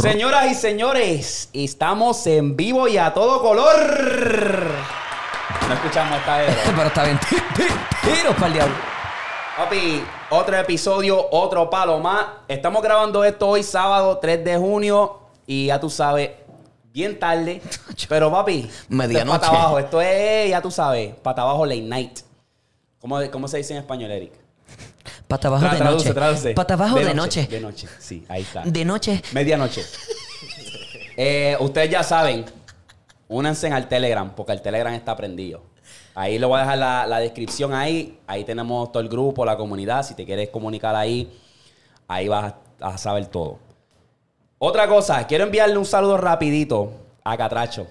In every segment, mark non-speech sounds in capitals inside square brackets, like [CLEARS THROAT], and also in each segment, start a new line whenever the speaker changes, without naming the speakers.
Señoras y señores, estamos en vivo y a todo color. No escuchamos esta vez.
[LAUGHS] Pero está bien. Pero para el diablo.
Papi, otro episodio, otro palo más. Estamos grabando esto hoy sábado 3 de junio y ya tú sabes, bien
[LAUGHS]
tarde. Pero papi,
Medianoche.
esto es pata abajo. Esto es, ya tú sabes, pata abajo late night. ¿Cómo, cómo se dice en español, Eric?
Pata abajo de
Traduce,
noche.
traduce.
Pata abajo de noche.
De noche, sí, ahí está.
De noche.
Medianoche. Eh, ustedes ya saben, únanse al Telegram, porque el Telegram está prendido. Ahí lo voy a dejar la, la descripción ahí. Ahí tenemos todo el grupo, la comunidad. Si te quieres comunicar ahí, ahí vas a, a saber todo. Otra cosa, quiero enviarle un saludo rapidito a Catracho.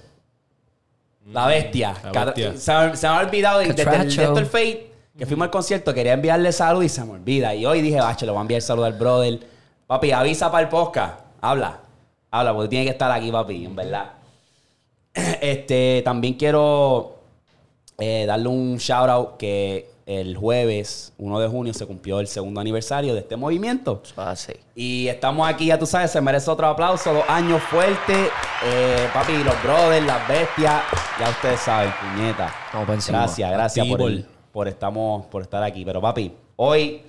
La bestia.
Mm, la
Catra-
bestia.
Se, me- se me ha olvidado desde el
Catracho.
Doctor Fate, que fuimos al concierto, quería enviarle salud y se me olvida. Y hoy dije, bacho, le voy a enviar salud al brother. Papi, avisa para el podcast. Habla. Habla, porque tiene que estar aquí, papi, en verdad. [CLEARS THROAT] Este, también quiero eh, darle un shout out que el jueves 1 de junio se cumplió el segundo aniversario de este movimiento.
Así.
Y estamos aquí, ya tú sabes, se merece otro aplauso. Dos años fuertes. Eh, papi, los brothers, las bestias. Ya ustedes saben, puñeta.
Vamos pa' encima.
Gracias, gracias por,
Activo.
el- por, estamos, por estar aquí. Pero papi, hoy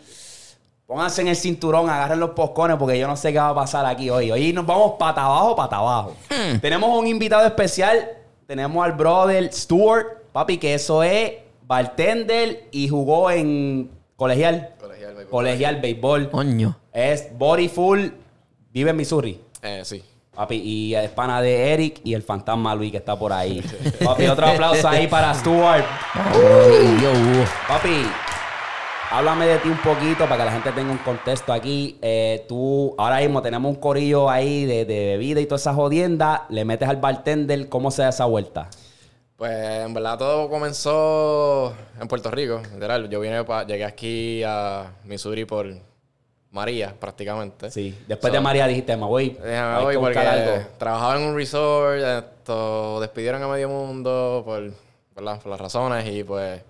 pónganse en el cinturón, agarren los poscones porque yo no sé qué va a pasar aquí hoy. Hoy nos vamos pata abajo, pata abajo. Tenemos un invitado especial. Tenemos al brother Stuart, papi, que eso es bartender y jugó en colegial.
Colegial, béisbol.
Colegial, béisbol.
Coño.
Es Body Full, vive en Missouri.
Eh, sí.
Papi, y es pana de Eric y el fantasma Luis que está por ahí. Papi, otro aplauso ahí para Stuart.
Ay, yo, uh.
Papi, háblame de ti un poquito para que la gente tenga un contexto aquí. Eh, tú, ahora mismo tenemos un corillo ahí de, de bebida y toda esa jodienda. Le metes al bartender, ¿cómo se da esa vuelta?
Pues en verdad todo comenzó en Puerto Rico, literal. Yo vine pa- llegué aquí a Missouri por María, prácticamente.
Sí. Después de María dijiste, me voy.
Déjame
hay
voy
que
porque
buscar algo.
trabajaba en un resort, esto, despidieron a medio mundo por, ¿verdad? por las razones y pues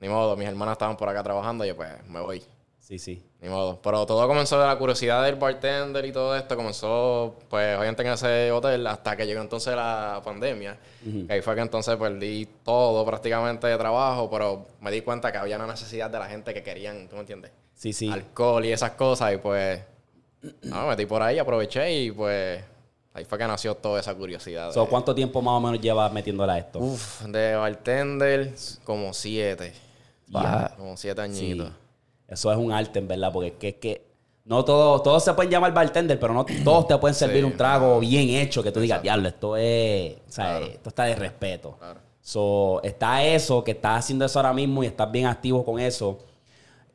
ni modo, mis hermanas estaban por acá trabajando y yo pues me voy.
Sí, sí.
Ni modo. Pero todo comenzó de la curiosidad del bartender y todo esto. Comenzó, pues, obviamente en ese hotel hasta que llegó entonces la pandemia. Que Ahí fue que entonces perdí todo prácticamente de trabajo, pero me di cuenta que había una necesidad de la gente que querían, ¿tú me entiendes?
Sí, sí.
Alcohol y esas cosas. Y pues, no, me metí por ahí, aproveché y pues, ahí fue que nació toda esa curiosidad.
So,
de-
¿Cuánto tiempo más o menos llevas metiéndola a esto?
Uf, de bartender, como siete.
Ya.
Como siete
Sí.
añitos.
Eso es un arte, en verdad, porque es que, es que no todos, todos se pueden llamar bartender, pero no todos te pueden servir
Sí.
un trago bien hecho que tú digas, diablo, esto es, o sea, esto está de respeto. So, está eso, que estás haciendo eso ahora mismo y estás bien activo con eso.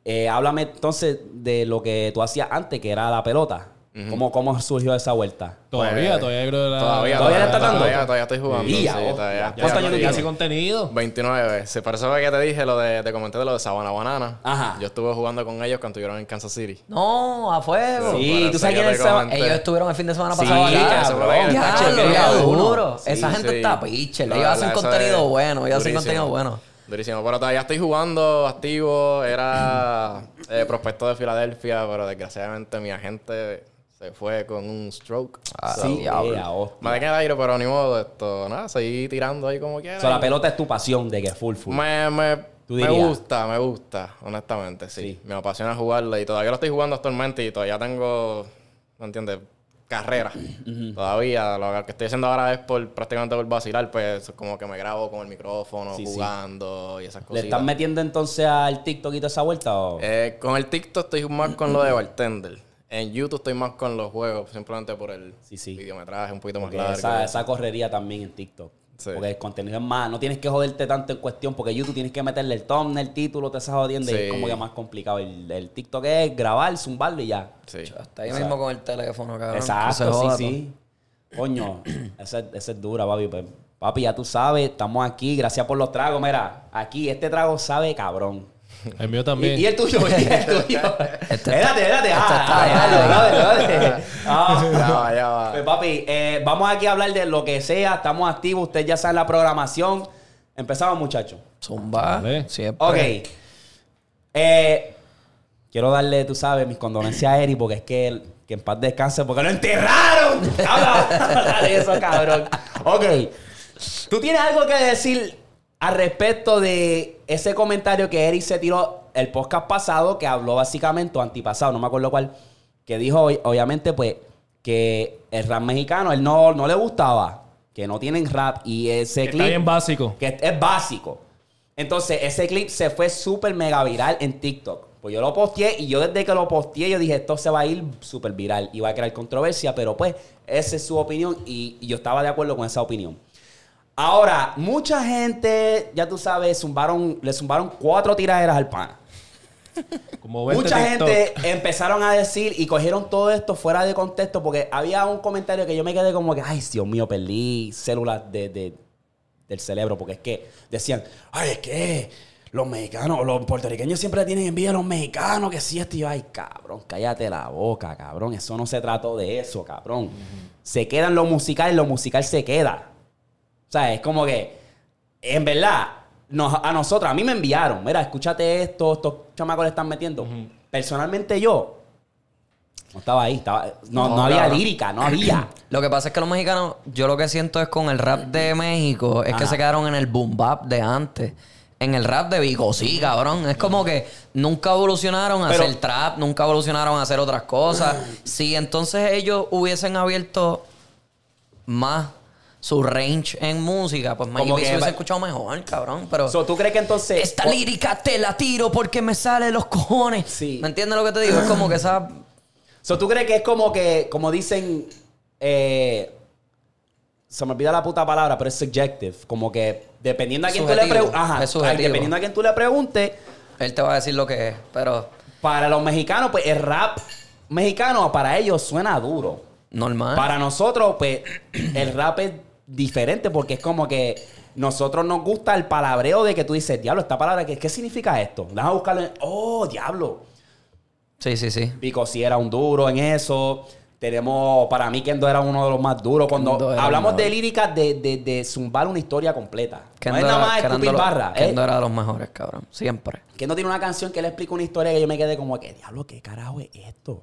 Eh, háblame entonces de lo que tú hacías antes, que era la pelota. ¿Cómo, ¿Cómo surgió esa vuelta?
Todavía,
Pues,
todavía creo que la-
¿Todavía
Todavía, todavía,
le está dando?
todavía, todavía estoy jugando.
Ya,
sí,
oh,
todavía.
ya. ¿Cuántos
Ya,
años tú
ya
tienes?
hace contenido.
[LAUGHS] 29. Se parece a que te dije lo de, te comenté de lo de Sabana Banana.
Ajá.
Yo estuve jugando con ellos cuando estuvieron en Kansas City.
No, a fuego.
Sí,
Por
tú
eso
sabes
yo
quién
te
es Saba-
comenté.
Ellos estuvieron el fin de semana
Sí,
pasado acá.
eso fue el
Ya,
tacho,
lo
que
veo
era uno.
duro.
Sí,
Esa gente
sí.
está pichel.
La
Ellos hacen
verdad, eso
contenido
es
bueno. Ellos hacen
durísimo.
contenido bueno.
Durísimo. Pero todavía estoy jugando activo. Era eh, prospecto de Filadelfia, pero desgraciadamente mi agente se fue con un stroke.
sí,
diablo.
eh, a hostia.
Me dejé en el aire, pero ni modo. Esto, nada, seguí tirando ahí como quiera.
So, la pelota es tu pasión de que full full.
Me, me,
Tú
me
dirías.
gusta, me gusta, honestamente, sí.
Sí.
Me apasiona jugarla y todavía lo estoy jugando actualmente y todavía tengo, ¿no entiendes?
[CLEARS THROAT]
Carrera. Todavía lo que estoy haciendo ahora es por prácticamente por vacilar, pues como que me grabo con el micrófono,
Sí, sí.
jugando y esas
¿Le
cosas.
estás metiendo entonces al TikTok y toda esa vuelta?
Eh,
o?
con el TikTok estoy más con lo de bartender. En YouTube estoy más con los juegos, simplemente por el
Sí, sí.
videometraje un poquito más
Porque
largo.
esa, esa correría también en TikTok.
Sí.
Porque el contenido es más, no tienes que joderte tanto en cuestión, porque YouTube tienes que meterle el thumbnail, el título, te estás jodiendo y es
Sí.
como que más complicado. El, el TikTok es grabar, zumbarlo y ya.
Sí.
Está ahí mismo con el teléfono, cabrón.
Exacto, sí, sí.
[CLEARS THROAT]
Coño, esa, es- esa es dura, papi. Pues, Papi, ya tú sabes, estamos aquí, gracias por los tragos. Mira, aquí este trago sabe cabrón.
El mío
Y,
también.
y el tuyo, [LAUGHS] y el tuyo.
[LAUGHS] Este está-
Espérate, espérate.
este está-
Ah, dale, dale,
[LAUGHS]
dale.
Ya
Ah.
va,
[LAUGHS]
ya va.
Pues papi, eh, vamos aquí a hablar de lo que sea. Estamos activos. Ustedes ya saben la programación. Empezamos, muchachos.
pues. Zumba.
Vale.
Siempre.
Ok. Eh, quiero darle, tú sabes, mis condolencias a Eri porque es que, él- que en paz descanse porque lo enterraron. Habla habla de eso, cabrón. Ok. ¿Tú tienes algo que decir al respecto de ese comentario que Eri se tiró el podcast pasado que habló básicamente, o antipasado, no me acuerdo cuál, que dijo, ob- obviamente, pues, que el rap mexicano, él no, no le gustaba, que no tienen rap y ese
Que
clip...
Está bien básico.
Que es básico. Entonces, ese clip se fue súper mega viral en TikTok. Pues yo lo posteé y yo desde que lo posteé, yo dije, esto se va a ir súper viral y va a crear controversia, pero pues esa es su opinión y, y yo estaba de acuerdo con esa opinión. Ahora, mucha gente, ya tú sabes, zumbaron, le zumbaron cuatro tiraderas al pana.
Como 20
Mucha
TikTok.
gente empezaron a decir y cogieron todo esto fuera de contexto porque había un comentario que yo me quedé como que, ay, Dios mío, perdí células de, de- del cerebro porque es que decían, ay, es que los mexicanos, los puertorriqueños siempre tienen envidia a los mexicanos, que sí, esto y yo, ay, cabrón, cállate la boca, cabrón, eso no se trató de eso, cabrón. Se quedan lo musical y lo musical se queda. O sea, es como que, en verdad, nos- a nosotros, a mí me enviaron, mira, escúchate esto, estos chamacos le están metiendo. Personalmente yo, no estaba ahí, estaba, no,
No,
no había
claro.
lírica, no había.
[CLEARS THROAT] Lo que pasa es que los mexicanos, yo lo que siento es con el rap de México, es que
Ajá.
se quedaron en el boom bap de antes. En el rap de Vico, sí, cabrón. Es como que nunca evolucionaron a
Pero-
hacer trap, nunca evolucionaron a hacer
[CLEARS THROAT]
otras cosas. Si entonces ellos hubiesen abierto más su range en música, pues maybe
Como
se
que
hubiese
va-
escuchado mejor, cabrón. Pero
So, eh, ¿Tú crees que entonces...
esta
po-
lírica te la tiro porque me sale los cojones.
Sí.
¿Me entiendes lo que te digo? Es como que esa
So, ¿Tú crees que es como que, como dicen, eh, se me olvida la puta palabra, pero es subjective, como que dependiendo a quién tú le
Subjetivo,
preguntes, ajá,
es subjetivo.
ay, dependiendo a quién tú le preguntes,
Él te va a decir lo que es, pero
para los mexicanos, pues el rap mexicano para ellos suena duro.
normal.
Para nosotros, pues, [CLEARS THROAT] el rap es diferente porque es como que nosotros nos gusta el palabreo de que tú dices, diablo, esta palabra, ¿qué, qué significa esto? Vamos a buscarlo en... Oh, diablo.
Sí, sí, sí.
Pico sí era un duro en eso. Tenemos, para mí, Kendo era uno de los más duros. Cuando
Kendo era
hablamos
uno
de
de-
líricas, de, de, de zumbar una historia completa.
Kendo
no es nada
era-
más
Kendo
escupir
era-
barra. eh.
Kendo era de los mejores, cabrón. Siempre.
Que no tiene una canción que le explica una historia que yo me quedé como que, diablo, ¿qué carajo es esto?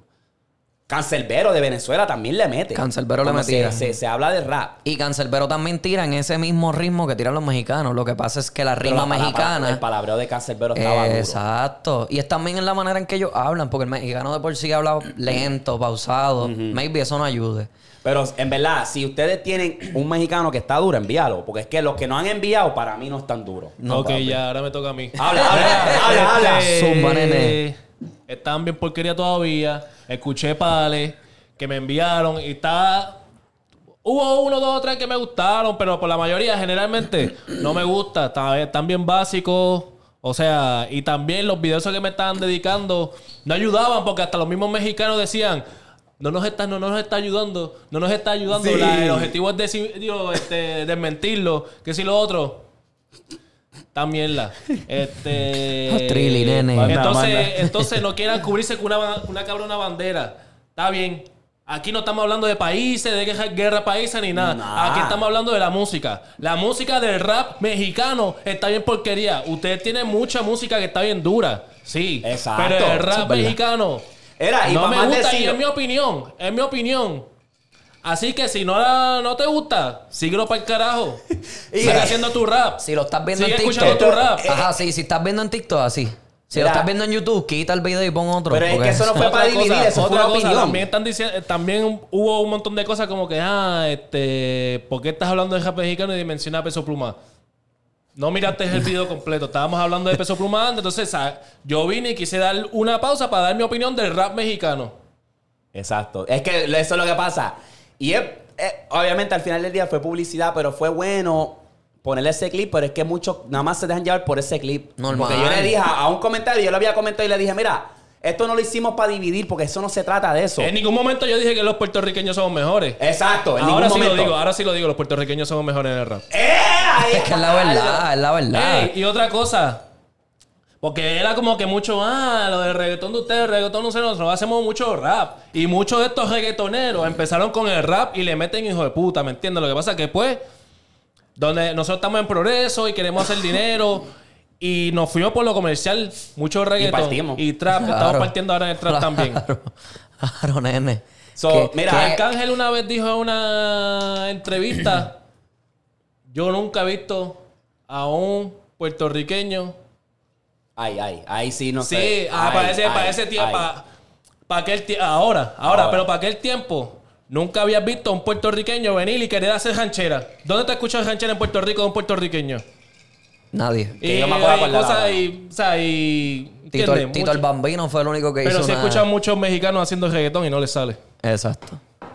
Cancelbero de Venezuela también le mete.
Canserbero le
Cuando se-
metía.
Se, se habla de rap.
Y Cancelbero también tira en ese mismo ritmo que tiran los mexicanos. Lo que pasa es que la
Pero
rima
la pala-
mexicana.
El palabreo de Cancerbero estaba duro.
Exacto. Y es también en la manera en que ellos hablan, porque el mexicano de por sí habla lento, pausado. Maybe eso no ayude.
Pero en verdad, si ustedes tienen un mexicano que está duro, envíalo. Porque es que los que no han enviado, para mí no Ah, están duros.
No,
ok,
papi.
ya, ahora me toca a mí.
Habla,
[LAUGHS]
habla, habla, habla.
Zumba, nene.
Están Este, bien porquería todavía. Escuché pales que me enviaron y está... Hubo uno, dos, tres que me gustaron, pero por la mayoría generalmente no me gusta. Está- Están bien básicos. O sea, y también los videos esos que me estaban dedicando no ayudaban porque hasta los mismos mexicanos decían... No nos está, no, no nos está ayudando, no nos está ayudando.
Sí.
La- el objetivo es decir, digo, este, desmentirlo, que si lo otro. También la.
[LAUGHS]
Este.
Oh,
Los trilly, nene.
Entonces,
Manda, manda.
entonces no quieran cubrirse con una, ba- con una cabrona bandera. Está bien. Aquí no estamos hablando de países, de guerra, guerra paisa ni nada.
Nah.
Aquí estamos hablando de la música. La música del rap mexicano está bien porquería. Ustedes tienen mucha música que está bien dura. Sí.
Exacto.
Pero el
Eso
rap
es verdad.
mexicano.
Era, y
no
pa'
me
más
gusta, y
decirlo-
es mi opinión. Es mi opinión. Así que si no, la- no te gusta, síguelo para el carajo.
[LAUGHS] Y-
Sigue haciendo tu rap.
Si lo estás viendo
Sigue
en TikTok.
escuchando tu rap.
eh,
Ah.
Ajá, sí, si estás viendo en TikTok, así. Si
Mira.
lo estás viendo en YouTube, quita el video y pon otro.
Pero es que
porque-
eso
[LAUGHS]
no fue para dividir, eso fue una opinión.
También, están diciendo, también hubo un montón de cosas como que, ah, este, ¿por qué estás hablando de rap mexicano y mencionas peso pluma? No miraste el video completo. Estábamos hablando de peso pluma antes. Entonces, ah, yo vine y quise dar una pausa para dar mi opinión del rap mexicano.
Exacto. Es que eso es lo que pasa. Y es- es- obviamente al final del día fue publicidad, pero fue bueno ponerle ese clip, pero es que muchos nada más se dejan llevar por ese clip.
Normal.
Porque yo le dije a, a un comentario, yo lo había comentado y le dije, mira, esto no lo hicimos para dividir porque eso no se trata de eso.
En ningún momento yo dije que los puertorriqueños somos mejores.
Exacto, en
ahora sí
ningún
lo
momento.
digo, ahora sí lo digo. Los puertorriqueños somos mejores en el rap.
¡Eh! Ahí
Es que es la verdad, es la verdad.
Ey, y otra cosa. Porque era como que mucho, ah, lo del reggaetón de ustedes, el reggaetón no sé, nosotros hacemos mucho rap. Y muchos de estos reggaetoneros empezaron con el rap y le meten hijo de puta, ¿me entiendes? Lo que pasa es que pues, donde nosotros estamos en progreso y queremos hacer dinero y nos fuimos por lo comercial, mucho reggaetón.
partimos.
Y trap, estamos
Claro.
partiendo ahora en el trap también.
[LAUGHS] Claro, claro, nene.
So,
Que-
mira,
que-
Arcángel una vez dijo en una entrevista, [CLEARS THROAT] yo nunca he visto a un puertorriqueño.
Ay, ay, ahí sí, no
sí,
sé.
ah,
Ay,
para ese,
ay,
para ese tiempo, ah.
ay.
para, aquel tie- ahora, ahora,
Ahora.
pero para aquel tiempo, nunca habías visto a un puertorriqueño venir y querer hacer ranchera. ¿Dónde te escuchas ranchera en Puerto Rico de un puertorriqueño?
Nadie.
Que
y
yo me acuerdo
hay
acordar
cosas
ahora.
y, o sea, y-
Tito,
¿entiendes?
Tito el
Mucho-
Bambino fue el único que hizo
Pero se
una-
escuchan muchos mexicanos haciendo reggaetón y no les sale.
Exacto.
Mm.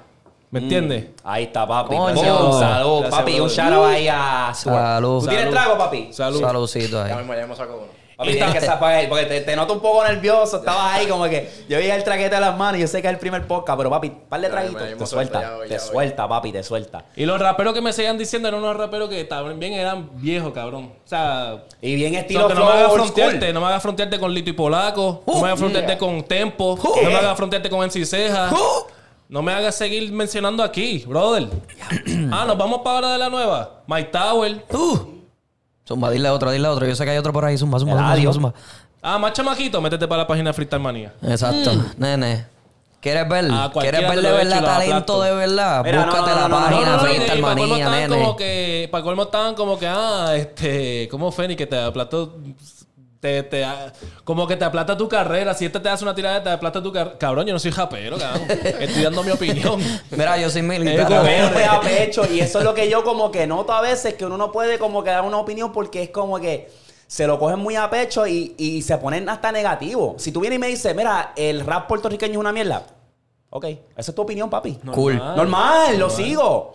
¿Me entiendes?
Ahí está, papi.
Coño.
Boom, salud,
Gracias,
papi. Un
brother.
shout ahí a su-
Salud.
¿Tú tienes
Salud.
trago, papi?
Salud.
Saludcito
Ya
ahí.
mismo, ya mismo saco uno.
Papi, tienes que sacar, porque te, te noto un poco nervioso. Estabas ahí como que yo veía el traquete de las manos. y Yo sé que es el primer podcast, pero papi, par de
Ya,
traguitos.
ya, ya,
Te
ya,
suelta,
ya voy,
te
ya voy.
suelta, papi, te suelta.
Y los raperos que me seguían diciendo eran unos raperos que también eran viejos, cabrón. O sea,
Y bien
no,
estilo
que
flow
no me hagas
old
frontearte,
school.
no me hagas frontearte con Lito y Polaco, no
Uh,
me hagas frontearte
yeah.
con Tempo, no me hagas frontearte con MC Ceja, no me hagas seguir mencionando aquí, brother. ah, nos vamos para ahora de la nueva. Mike Tower.
Uh. Zumba, dile otro, dile otro. Yo sé que hay otro por ahí. Zumba, zumba, zumba,
Eladio.
zumba, zumba.
Ah, más chamaquito, métete para la página de Freestyle Manía.
Exacto.
Mm.
Nene. ¿Quieres ver?
A cualquiera
¿Quieres ver
te
de
lo he
verdad
hecho y lo
talento
aplasto.
de verdad?
Mira, no,
Búscate
no,
la
no, no,
página
no, no,
Ah, Freestyle
y para colmo
Manía,
estaban como
nene.
que, para colmo estaban como que, ah, este, como Fénix que te aplastó, te, te, ah, como que te aplata tu carrera, si este te hace una tirada, te aplata tu carrera. Cabrón, yo no soy japero,
[LAUGHS]
cabrón. Estoy dando mi opinión.
Mira, yo soy militar.
Eh,
nene.
Golpe [LAUGHS] a pecho. Y eso es lo que yo como que noto a veces, que uno no puede como que dar una opinión porque es como que se lo cogen muy a pecho y, y se ponen hasta negativo. Si tú vienes y me dices, mira, el rap puertorriqueño es una mierda. Ok, esa es tu opinión, papi.
Cool.
Normal, Normal, lo sigo.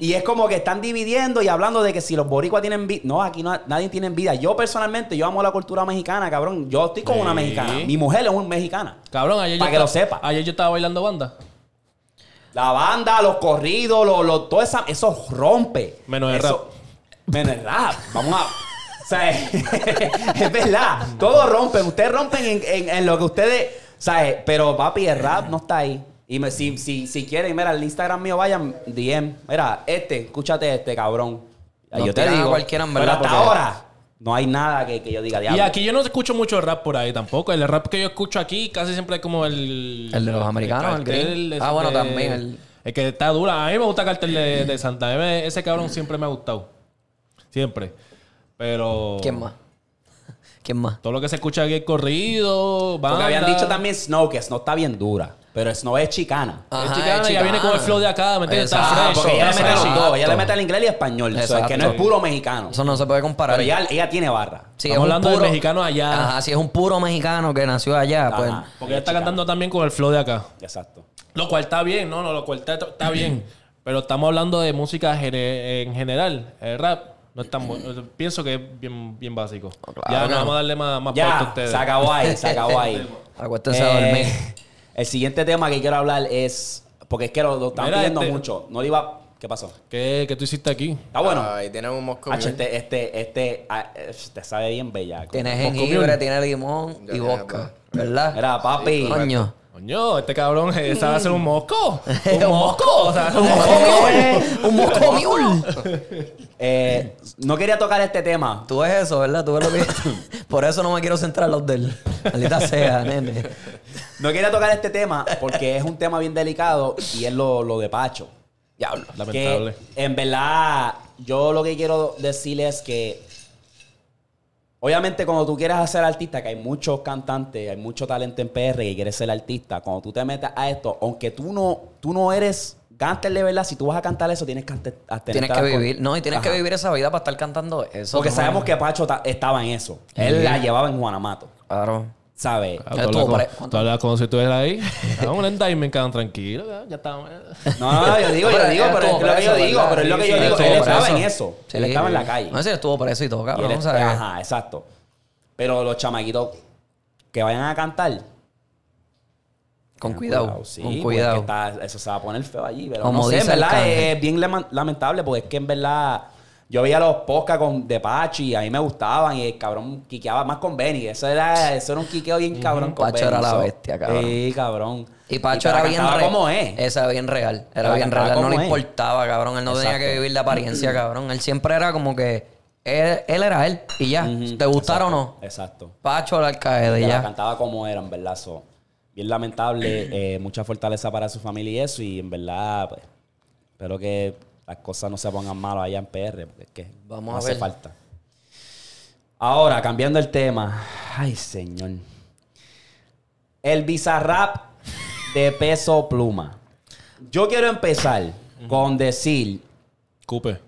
Y es como que están dividiendo y hablando de que si los boricuas tienen vida. No, aquí no- nadie tiene vida. Yo personalmente, yo amo la cultura mexicana, cabrón. Yo estoy con una
Sí.
mexicana. Mi mujer es una mexicana.
Cabrón, ayer
Pa'
yo
que lo
esta-
sepa.
Ayer yo estaba bailando banda.
La banda, los corridos, lo, lo- todo esa- eso rompe.
Menos el
Eso-
rap.
Menos el rap. Vamos a. O sea, [LAUGHS] es verdad. Todos rompen. Ustedes rompen en, en- en lo que ustedes. ¿Sabes? Pero papi, el rap no está ahí. Y me- si, si, si quieren, mira, el Instagram mío, vayan, DM. Mira, este, escúchate este, cabrón. Ya,
Nos
yo te
tiran a
digo.
cualquiera, en
pero
verdad,
hasta
porque-
ahora no hay nada que, que yo diga
Y
diablo.
aquí yo no escucho mucho rap por ahí tampoco. El rap que yo escucho aquí casi siempre es como el...
El de los americanos, el
cartel
gringo.
de-
Ah, bueno,
de-
también el-
El que está dura. A mí me gusta el cartel de, de Santa. A mí me- Ese cabrón siempre me ha gustado. Siempre. Pero...
¿Quién más? [LAUGHS] ¿Quién más?
Todo lo que se escucha aquí es corrido, banda.
Porque habían dicho también Snow, que Snow está bien dura. Pero Snow es chicana.
Es
Ajá,
chicana,
es
ya viene con el flow de acá, ¿me entiendes? Está
Exacto,
Ah,
fresh.
porque ella le mete
está
a los
fresh.
dos. Ella le mete al inglés y al español. O sea, que no es
Exacto.
puro mexicano.
Eso no se puede comparar.
Pero ella, ella tiene barra.
Si
Estamos
es un
hablando del mexicano allá.
Ajá, si es un puro mexicano que nació allá,
Ajá.
pues...
Porque ella está cantando también con el flow de acá.
Exacto.
Lo cual está bien, no, no, lo cual está, está
[CLEARS THROAT]
bien. Pero estamos hablando de música gene- en general. El rap no es tan bueno. Pienso que es bien, bien básico.
claro
ya
que
no
no.
vamos a darle más, más pauta a
Oh, Ya,
ustedes.
se acabó ahí, se acabó ahí.
[LAUGHS] Acuéstense a
Eh,
dormir.
El siguiente tema que quiero hablar es. Porque es que lo, lo están
Mira,
pidiendo
este-
mucho. No le iba. ¿Qué pasó?
¿Qué, qué tú hiciste aquí?
Está bueno.
Ahí Ah, tienen un mosco.
Hacho, este, este, este, ah, eh, te sabe bien bellaco. Pues,
Tiene
Moscow
jengibre,
Mule.
tiene limón
Ya,
y
ya,
vodka. ¿Verdad?
Era papi.
Coño.
Coño, este cabrón eh, sabe hacer
[LAUGHS]
un mosco.
Un
Un mosco. O sea,
Un
mosco.
un
mosco
mule. [LAUGHS]
Un mosco mule.
Eh, no quería tocar este tema.
Tú ves eso, ¿verdad? Tú ves
[LAUGHS]
lo que... Por eso no me quiero centrar en los del... Maldita sea, nene.
No quería tocar este tema porque es un tema bien delicado y es lo, lo de Pacho.
Diablo.
Lamentable.
Que, en verdad, yo lo que quiero decir es que. Obviamente, cuando tú quieres ser artista, que hay muchos cantantes, hay mucho talento en PR que quieres ser artista, cuando tú te metas a esto, aunque tú no, tú no eres canter de verdad, si tú vas a cantar eso, tienes que ante-
Tienes
atenerte a
que
las cosas.
vivir... No, y tienes que
Ajá.
vivir esa vida para estar cantando eso.
Porque
¿no?
sabemos que Pacho ta- estaba en eso. Él
Sí.
la llevaba en Juanamato,
Claro.
¿sabes?
Ah,
Ya
tú
estuvo
hablas
pare-
como- tú hablas como si tú eras ahí. Ah, un endime, quedan tranquilos. Ya, ya estamos.
No, no, no, Ah, yo digo, yo
[LAUGHS] Pero
digo,
él
pero es
estuvo
lo que yo
preso,
digo,
¿verdad?
pero es lo
Sí,
que
sí,
yo
él
digo.
estuvo
Él estaba
preso.
en eso.
Sí.
Él estaba en la calle.
No sé si estuvo preso y todo,
Y él
cabrón,
es-
¿sabes?
Ajá, exacto. Pero los chamaquitos que vayan a cantar.
Con cuidado, pues,
sí,
con
porque
cuidado.
está- eso se va a poner feo allí. Pero
Como
no sé, en
dice
verdad
Arcángel.
es, es bien lema- lamentable porque es que en verdad Yo veía los podcasts con de Pachi, a mí me gustaban y el cabrón quiqueaba más con Benny. Eso era, eso era un quiqueo bien cabrón con
Pacho era
Benny,
la
so.
bestia, cabrón.
Sí, cabrón.
Y Pacho
te la
era bien
cantaba
real.
como es.
Esa era bien real.
Te la
Era bien
cantaba
real. No
como
le
es.
importaba, cabrón. Él no tenía
Exacto.
que vivir
[CLEARS THROAT]
la apariencia, cabrón. Él siempre era como que. Él, él era él. Y ya.
Ujú,
¿Te gustara
exacto,
o no?
Exacto.
Pacho el alcaide,
Te la
ya.
cantaba como era, en verdad. so. Bien lamentable, eh, mucha fortaleza para su familia y eso. Y en verdad, pues, espero que las cosas no se pongan malas allá en PR, porque es que
Vamos
no
a
hace
ver.
falta. Ahora, cambiando el tema. Ay, señor. El bizarrap de peso pluma. Yo quiero empezar con decir
Cupe.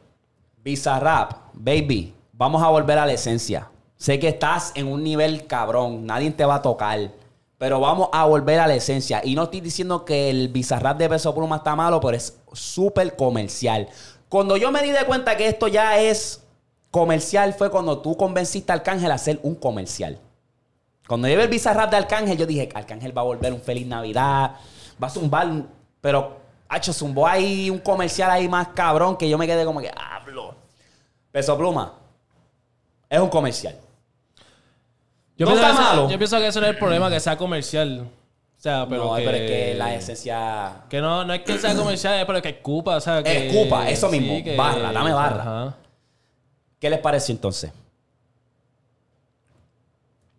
Bizarrap, baby, vamos a volver a la esencia. Sé que estás en un nivel cabrón, nadie te va a tocar, pero vamos a volver a la esencia. Y no estoy diciendo que el Bizarrap de Peso Pluma está malo, pero es súper comercial. Cuando yo me di de cuenta que esto ya es comercial, fue cuando tú convenciste a Arcángel a hacer un comercial. Cuando llevé el Bizarrap de Arcángel, yo dije, Arcángel va a volver un Feliz Navidad, va a zumbar, un- pero, hacho, zumbó ahí un comercial ahí más cabrón que yo me quedé como que, hablo. Peso Pluma es un comercial. No
pienso
está
que ese-
malo.
yo pienso que ese no es el problema, que sea comercial. O sea, pero
Pero no,
que...
pero es que la esencia...
Que no, no es que sea comercial, pero que escupa, o sea, que...
Escupa, eso mismo. Barra, dame barra.
Ajá.
¿Qué les pareció entonces?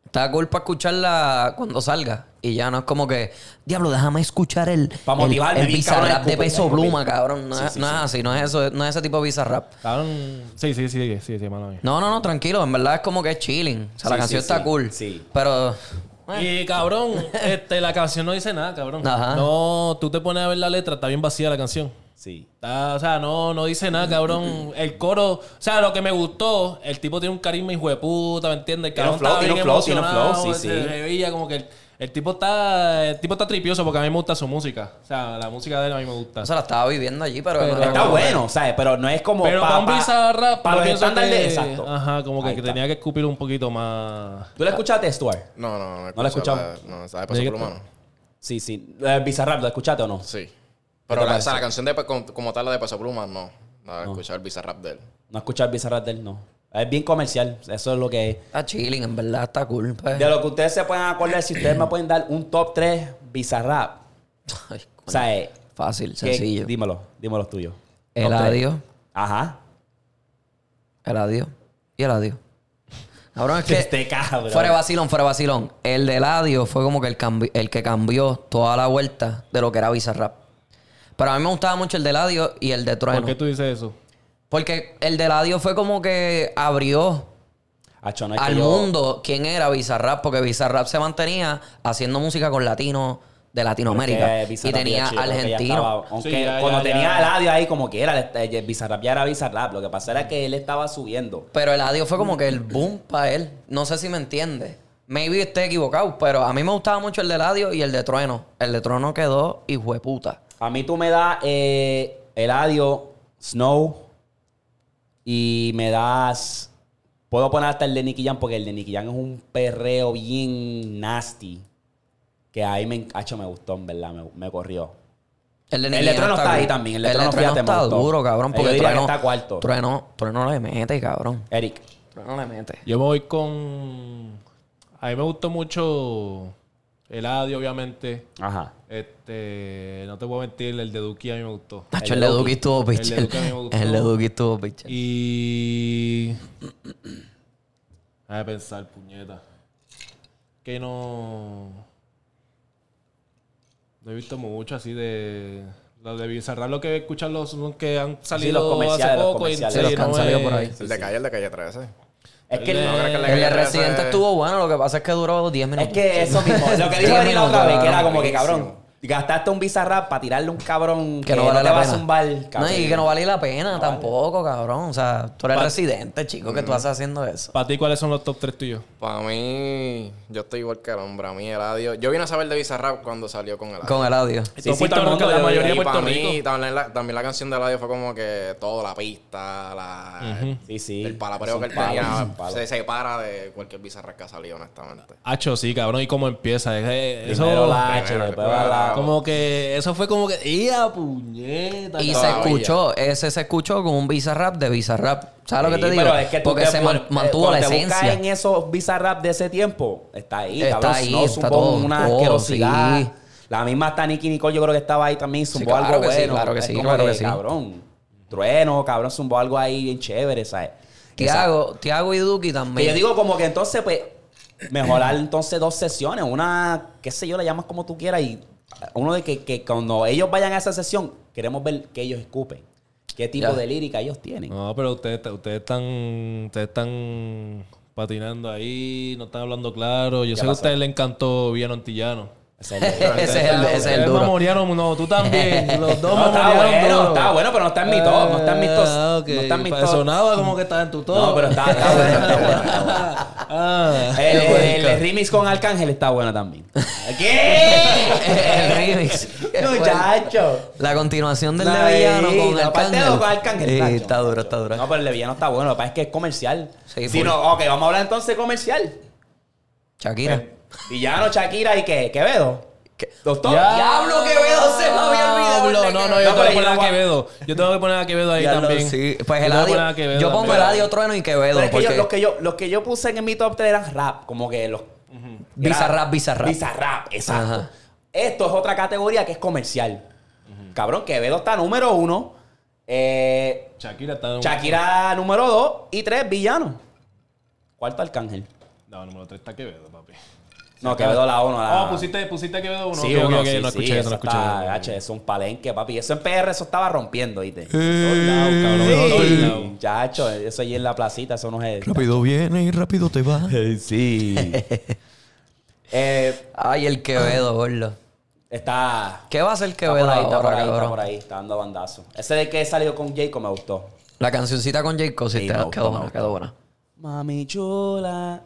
Está cool para escucharla cuando salga. Y ya no es como que, diablo, déjame escuchar el,
Pa'
el,
motivarme,
el
bien,
bizarrap
cabrón,
de
escupe,
peso
escupe.
pluma, cabrón. No,
Sí,
es-
sí,
no es
sí.
así, no es eso, no es ese tipo de bizarrap.
Cabrón... Sí, sí, sí, sí, sí, sí, mala mía.
No, no, no, tranquilo. En verdad es como que es chilling. O sea, la
Sí,
canción
sí,
está
sí.
cool.
Sí.
Pero. eh,
[LAUGHS]
Y cabrón, este, la canción no dice nada, cabrón.
Ajá.
No, tú te pones a ver la letra, está bien vacía la canción.
Sí.
Está- o sea, no, no dice nada, cabrón. El coro, o sea, lo que me gustó, el tipo tiene un carisma hijo de puta, ¿me entiendes? El
Tiene
cabrón
un flow,
está
tiene
bien
un flow, tiene un
emocionado, este,
flow, sí,
se
sí.
le veía como que el, el tipo está, el tipo está tripioso porque a mí me gusta su música. O sea, la música de él a mí me gusta.
O sea, la estaba viviendo allí, pero.
Pero-
Está bueno, ¿sabes? Pero no es como...
pero
pa-
para un
pa-
bizarra,
pa' los
pienso
estándares de-
que-
Exacto.
Ajá, como que,
Ahí está.
tenía que escupir un poquito más.
¿Tú la escuchaste, Stuart?
No, no, no.
¿No la escuchamos?
escuchaba- No, esa de
¿De
Peso
qué
Pluma
está?
no.
Sí, sí. Eh, Bizarrap, ¿la escuchaste o no?
Sí. Pero
te
la, o
parece?
sea, la canción de, como, como tal, la de Peso Pluma, no. No, escuchar el Bizarrap de él.
No escuchar Bizarrap de él, no. Es bien comercial, eso es lo que es.
Está chilling, en verdad, está cool. pues.
De lo que ustedes se pueden acordar, si ustedes me pueden dar un top 3 Bizarrap.
Ay,
O sea, eh,
fácil,
que-
sencillo.
dímelo, dímelo tuyo.
El
Top tres.
adiós,
Ajá.
el adiós y el adiós. Cabrón, es que.
[LAUGHS] Este cabrón.
Fuera de vacilón, fuera de vacilón. El del adiós fue como que el, cambi- el que cambió toda la vuelta de lo que era Bizarrap. Pero a mí me gustaba mucho el del adiós y el de Trueno.
¿Por qué tú dices eso?
Porque el del adiós fue como que abrió
Acho, no es que
al
yo-
mundo quién era Bizarrap, porque Bizarrap se mantenía haciendo música con latinos de Latinoamérica.
Porque
y
Bizarrap
tenía
ya, chico, creo que ya
argentinos.
estaba- Aunque
Sí, ya,
cuando
ya,
tenía
ya.
el audio ahí como que era, este, eh, Bizarrap ya era Bizarrap. Lo que pasa era que él estaba subiendo.
Pero el adiós fue como que el boom para él. No sé si me entiende. Maybe esté equivocado, pero a mí me gustaba mucho el del adiós y el de Trueno. El de Trueno quedó hijo de puta.
A mí tú me das eh, el audio, Snow, y me das... Puedo poner hasta el de Nicky Jam porque el de Nicky Jam es un perreo bien nasty. Que ahí me, acho, me gustó, en verdad, me, me corrió.
El de,
El
Nicky
de
Jam
Trueno está
cool.
ahí también, el de
El de
Trueno,
Trueno
fíjate, me
está
gustó.
duro, cabrón.
Yo
Porque
diría que
Trueno,
está cuarto.
Trueno, Trueno le mete, cabrón.
Eric.
Trueno le mete.
Yo me voy con. A mí me gustó mucho el Adi, obviamente.
Ajá.
Este. No te puedo mentir, el de Duki a mí me gustó.
Nacho, el de Duki estuvo
El de
pichel.
Duki a mí me gustó.
El de Duki estuvo pichel.
Y. [CLEARS THROAT] Déjame pensar, puñeta. Que no. No he visto mucho así de. Lo de Bizarrap, lo que he escuchado los los que han salido hace
comerciales, los
poco. y-
comerciales.
Sí, los que han
no
salido
es-
por ahí.
el de calle, el de calle 13.
Es que...
El de-
no-
creo que
El de
calle 13
Residente estuvo bueno, lo que pasa es que duró 10
Es
minutos.
que eso mismo, lo que dijo
Sí,
Eric la
minutos,
otra vez, que era
cabrón.
como que
buenísimo.
cabrón, gastaste un bizarrap para tirarle un cabrón
que no vale
Eh, te
la
va a
pena.
zumbar,
no,
cabrón.
y que no vale la pena tampoco, cabrón. O sea, tú eres residente, chico,
Mm.
que tú haces haciendo eso.
Para ti, ¿cuáles son los top 3 tuyos?
Para mí, yo estoy igual que el hombre. A mí el adiós. Yo vine a saber de Bizarrap cuando salió con el adiós.
Con el audio.
Sí,
Todo
sí,
Puerto
todo el
Rico,
mundo,
la
yo-
mayoría
Y
de Puerto
para mí,
Rico.
también la, también la canción de radio fue como que todo, la pista, la,
Sí, sí.
el palabreo que él
Es un palo, es
tenía,
un palo.
se separa de cualquier Bizarrap que ha salido, honestamente.
Hacho, sí, cabrón. ¿Y cómo empieza? Es- es- Eso...
Primero la H,
Primero,
después
después
va la
Claro.
Como que eso fue como que. ¡Ia, puñeta!
Y se
Todavía.
escuchó, ese se escuchó con un Bizarrap de Bizarrap. ¿Sabes lo que te
Sí,
digo?
pero es que tú
Porque
te
se
pon-
man-
eh,
mantuvo
cuando
la
te buscas
esencia.
en esos bizarrap de ese tiempo, está ahí,
Está
cabrón.
ahí,
Snow
está
zumbó
todo,
una
todo,
asquerosidad.
sí.
La misma hasta Nicky Nicole, yo creo que estaba ahí también, zumbó
claro
algo
que sí,
bueno.
claro que
Es
sí,
como
claro que sí.
Cabrón, trueno, cabrón, zumbó algo ahí bien chévere, ¿sabes? Esa-
Tiago, Tiago y Duki
Que yo
también.
digo como que entonces, pues, mejorar entonces dos sesiones, una, qué sé yo, la llamas como tú quieras y uno de que, que cuando ellos vayan a esa sesión, queremos ver que ellos escupen, qué tipo
Ya.
de lírica ellos tienen.
No, pero ustedes, ta- ustedes están. Ustedes están patinando ahí, no están hablando claro. Yo sé que a
pasó?
ustedes les encantó Villano Antillano.
Ese
[LAUGHS]
es el-
[LAUGHS] Ese es el, ese es el [LAUGHS]
Ustedes
duro.
mamonearon, no,
[LAUGHS]
tú también. Los dos
No, está
mamonearon
bueno,
duro.
está bueno, pero no está en mi top, no está en mi top.
Ah, ok.
No está en mi
Pa-
top.
Sonaba como que estaba en tu top.
No, pero está, está bueno, está bueno, está bueno.
[LAUGHS] Ah.
El, el- el remix con Arcángel está bueno
[LAUGHS]
también.
el
¿Qué? [LAUGHS]
remix.
Muchacho.
La continuación del
La
de Villano con
vida, aparte de
Arcángel.
con Arcángel,
Sí,
tacho.
está duro, está duro.
No, pero el de Villano está bueno, lo que pasa es que es comercial.
Sí,
si
full.
no, ok, vamos a hablar entonces comercial.
Shakira.
Eh. Villano, Shakira y qué, Quevedo. Doctor.
Ya.
Diablo, Quevedo se me había olvidado
Diablo,
de
no,
Quevedo.
no, yo
No,
tengo
pero
que poner
yo
a
voy a-
Quevedo. Yo tengo que poner a Quevedo ahí
Diablo,
también.
sí.
Yo
Pues
tengo
el
que poner a
audio.
Quevedo
Yo pongo
también.
el audio trueno y Quevedo.
Pero es que yo-
Porque
los, que yo, los que yo puse en mi top 3 eran rap, como que los...
Bizarrap, bizarrap.
Bizarrap, exacto.
Ajá.
Esto es otra categoría que es comercial. Cabrón, Quevedo está número uno, eh,
Shakira está. en-
Shakira número dos y tres, Villano. Cuarto, Arcángel.
No, número 3 está Quevedo, papi.
No, Quevedo la uno. La...
Ah, pusiste, pusiste a Quevedo uno.
Sí,
Ok,
uno,
ok,
sí,
no
sí,
escuché,
eso
no escuché.
está, hacho, es un palenque, papi. Eso en PR, eso estaba rompiendo, ¿viste?
Sí.
Sí, chacho, eso allí en la placita, eso no es...
Rápido viene y rápido te va.
Sí. eh,
Ay, el Quevedo, gordo.
está...
¿Qué va a hacer
Está por
Quevedo
ahí, está por
ahora,
ahí, está por
cabrón?
ahí, está dando bandazo. Ese de que salió con Jacob me gustó.
La cancioncita con Jake
Sí,
Cossi
me gustó,
quedó
me
buena,
gustó.
quedó buena.
Mami chula.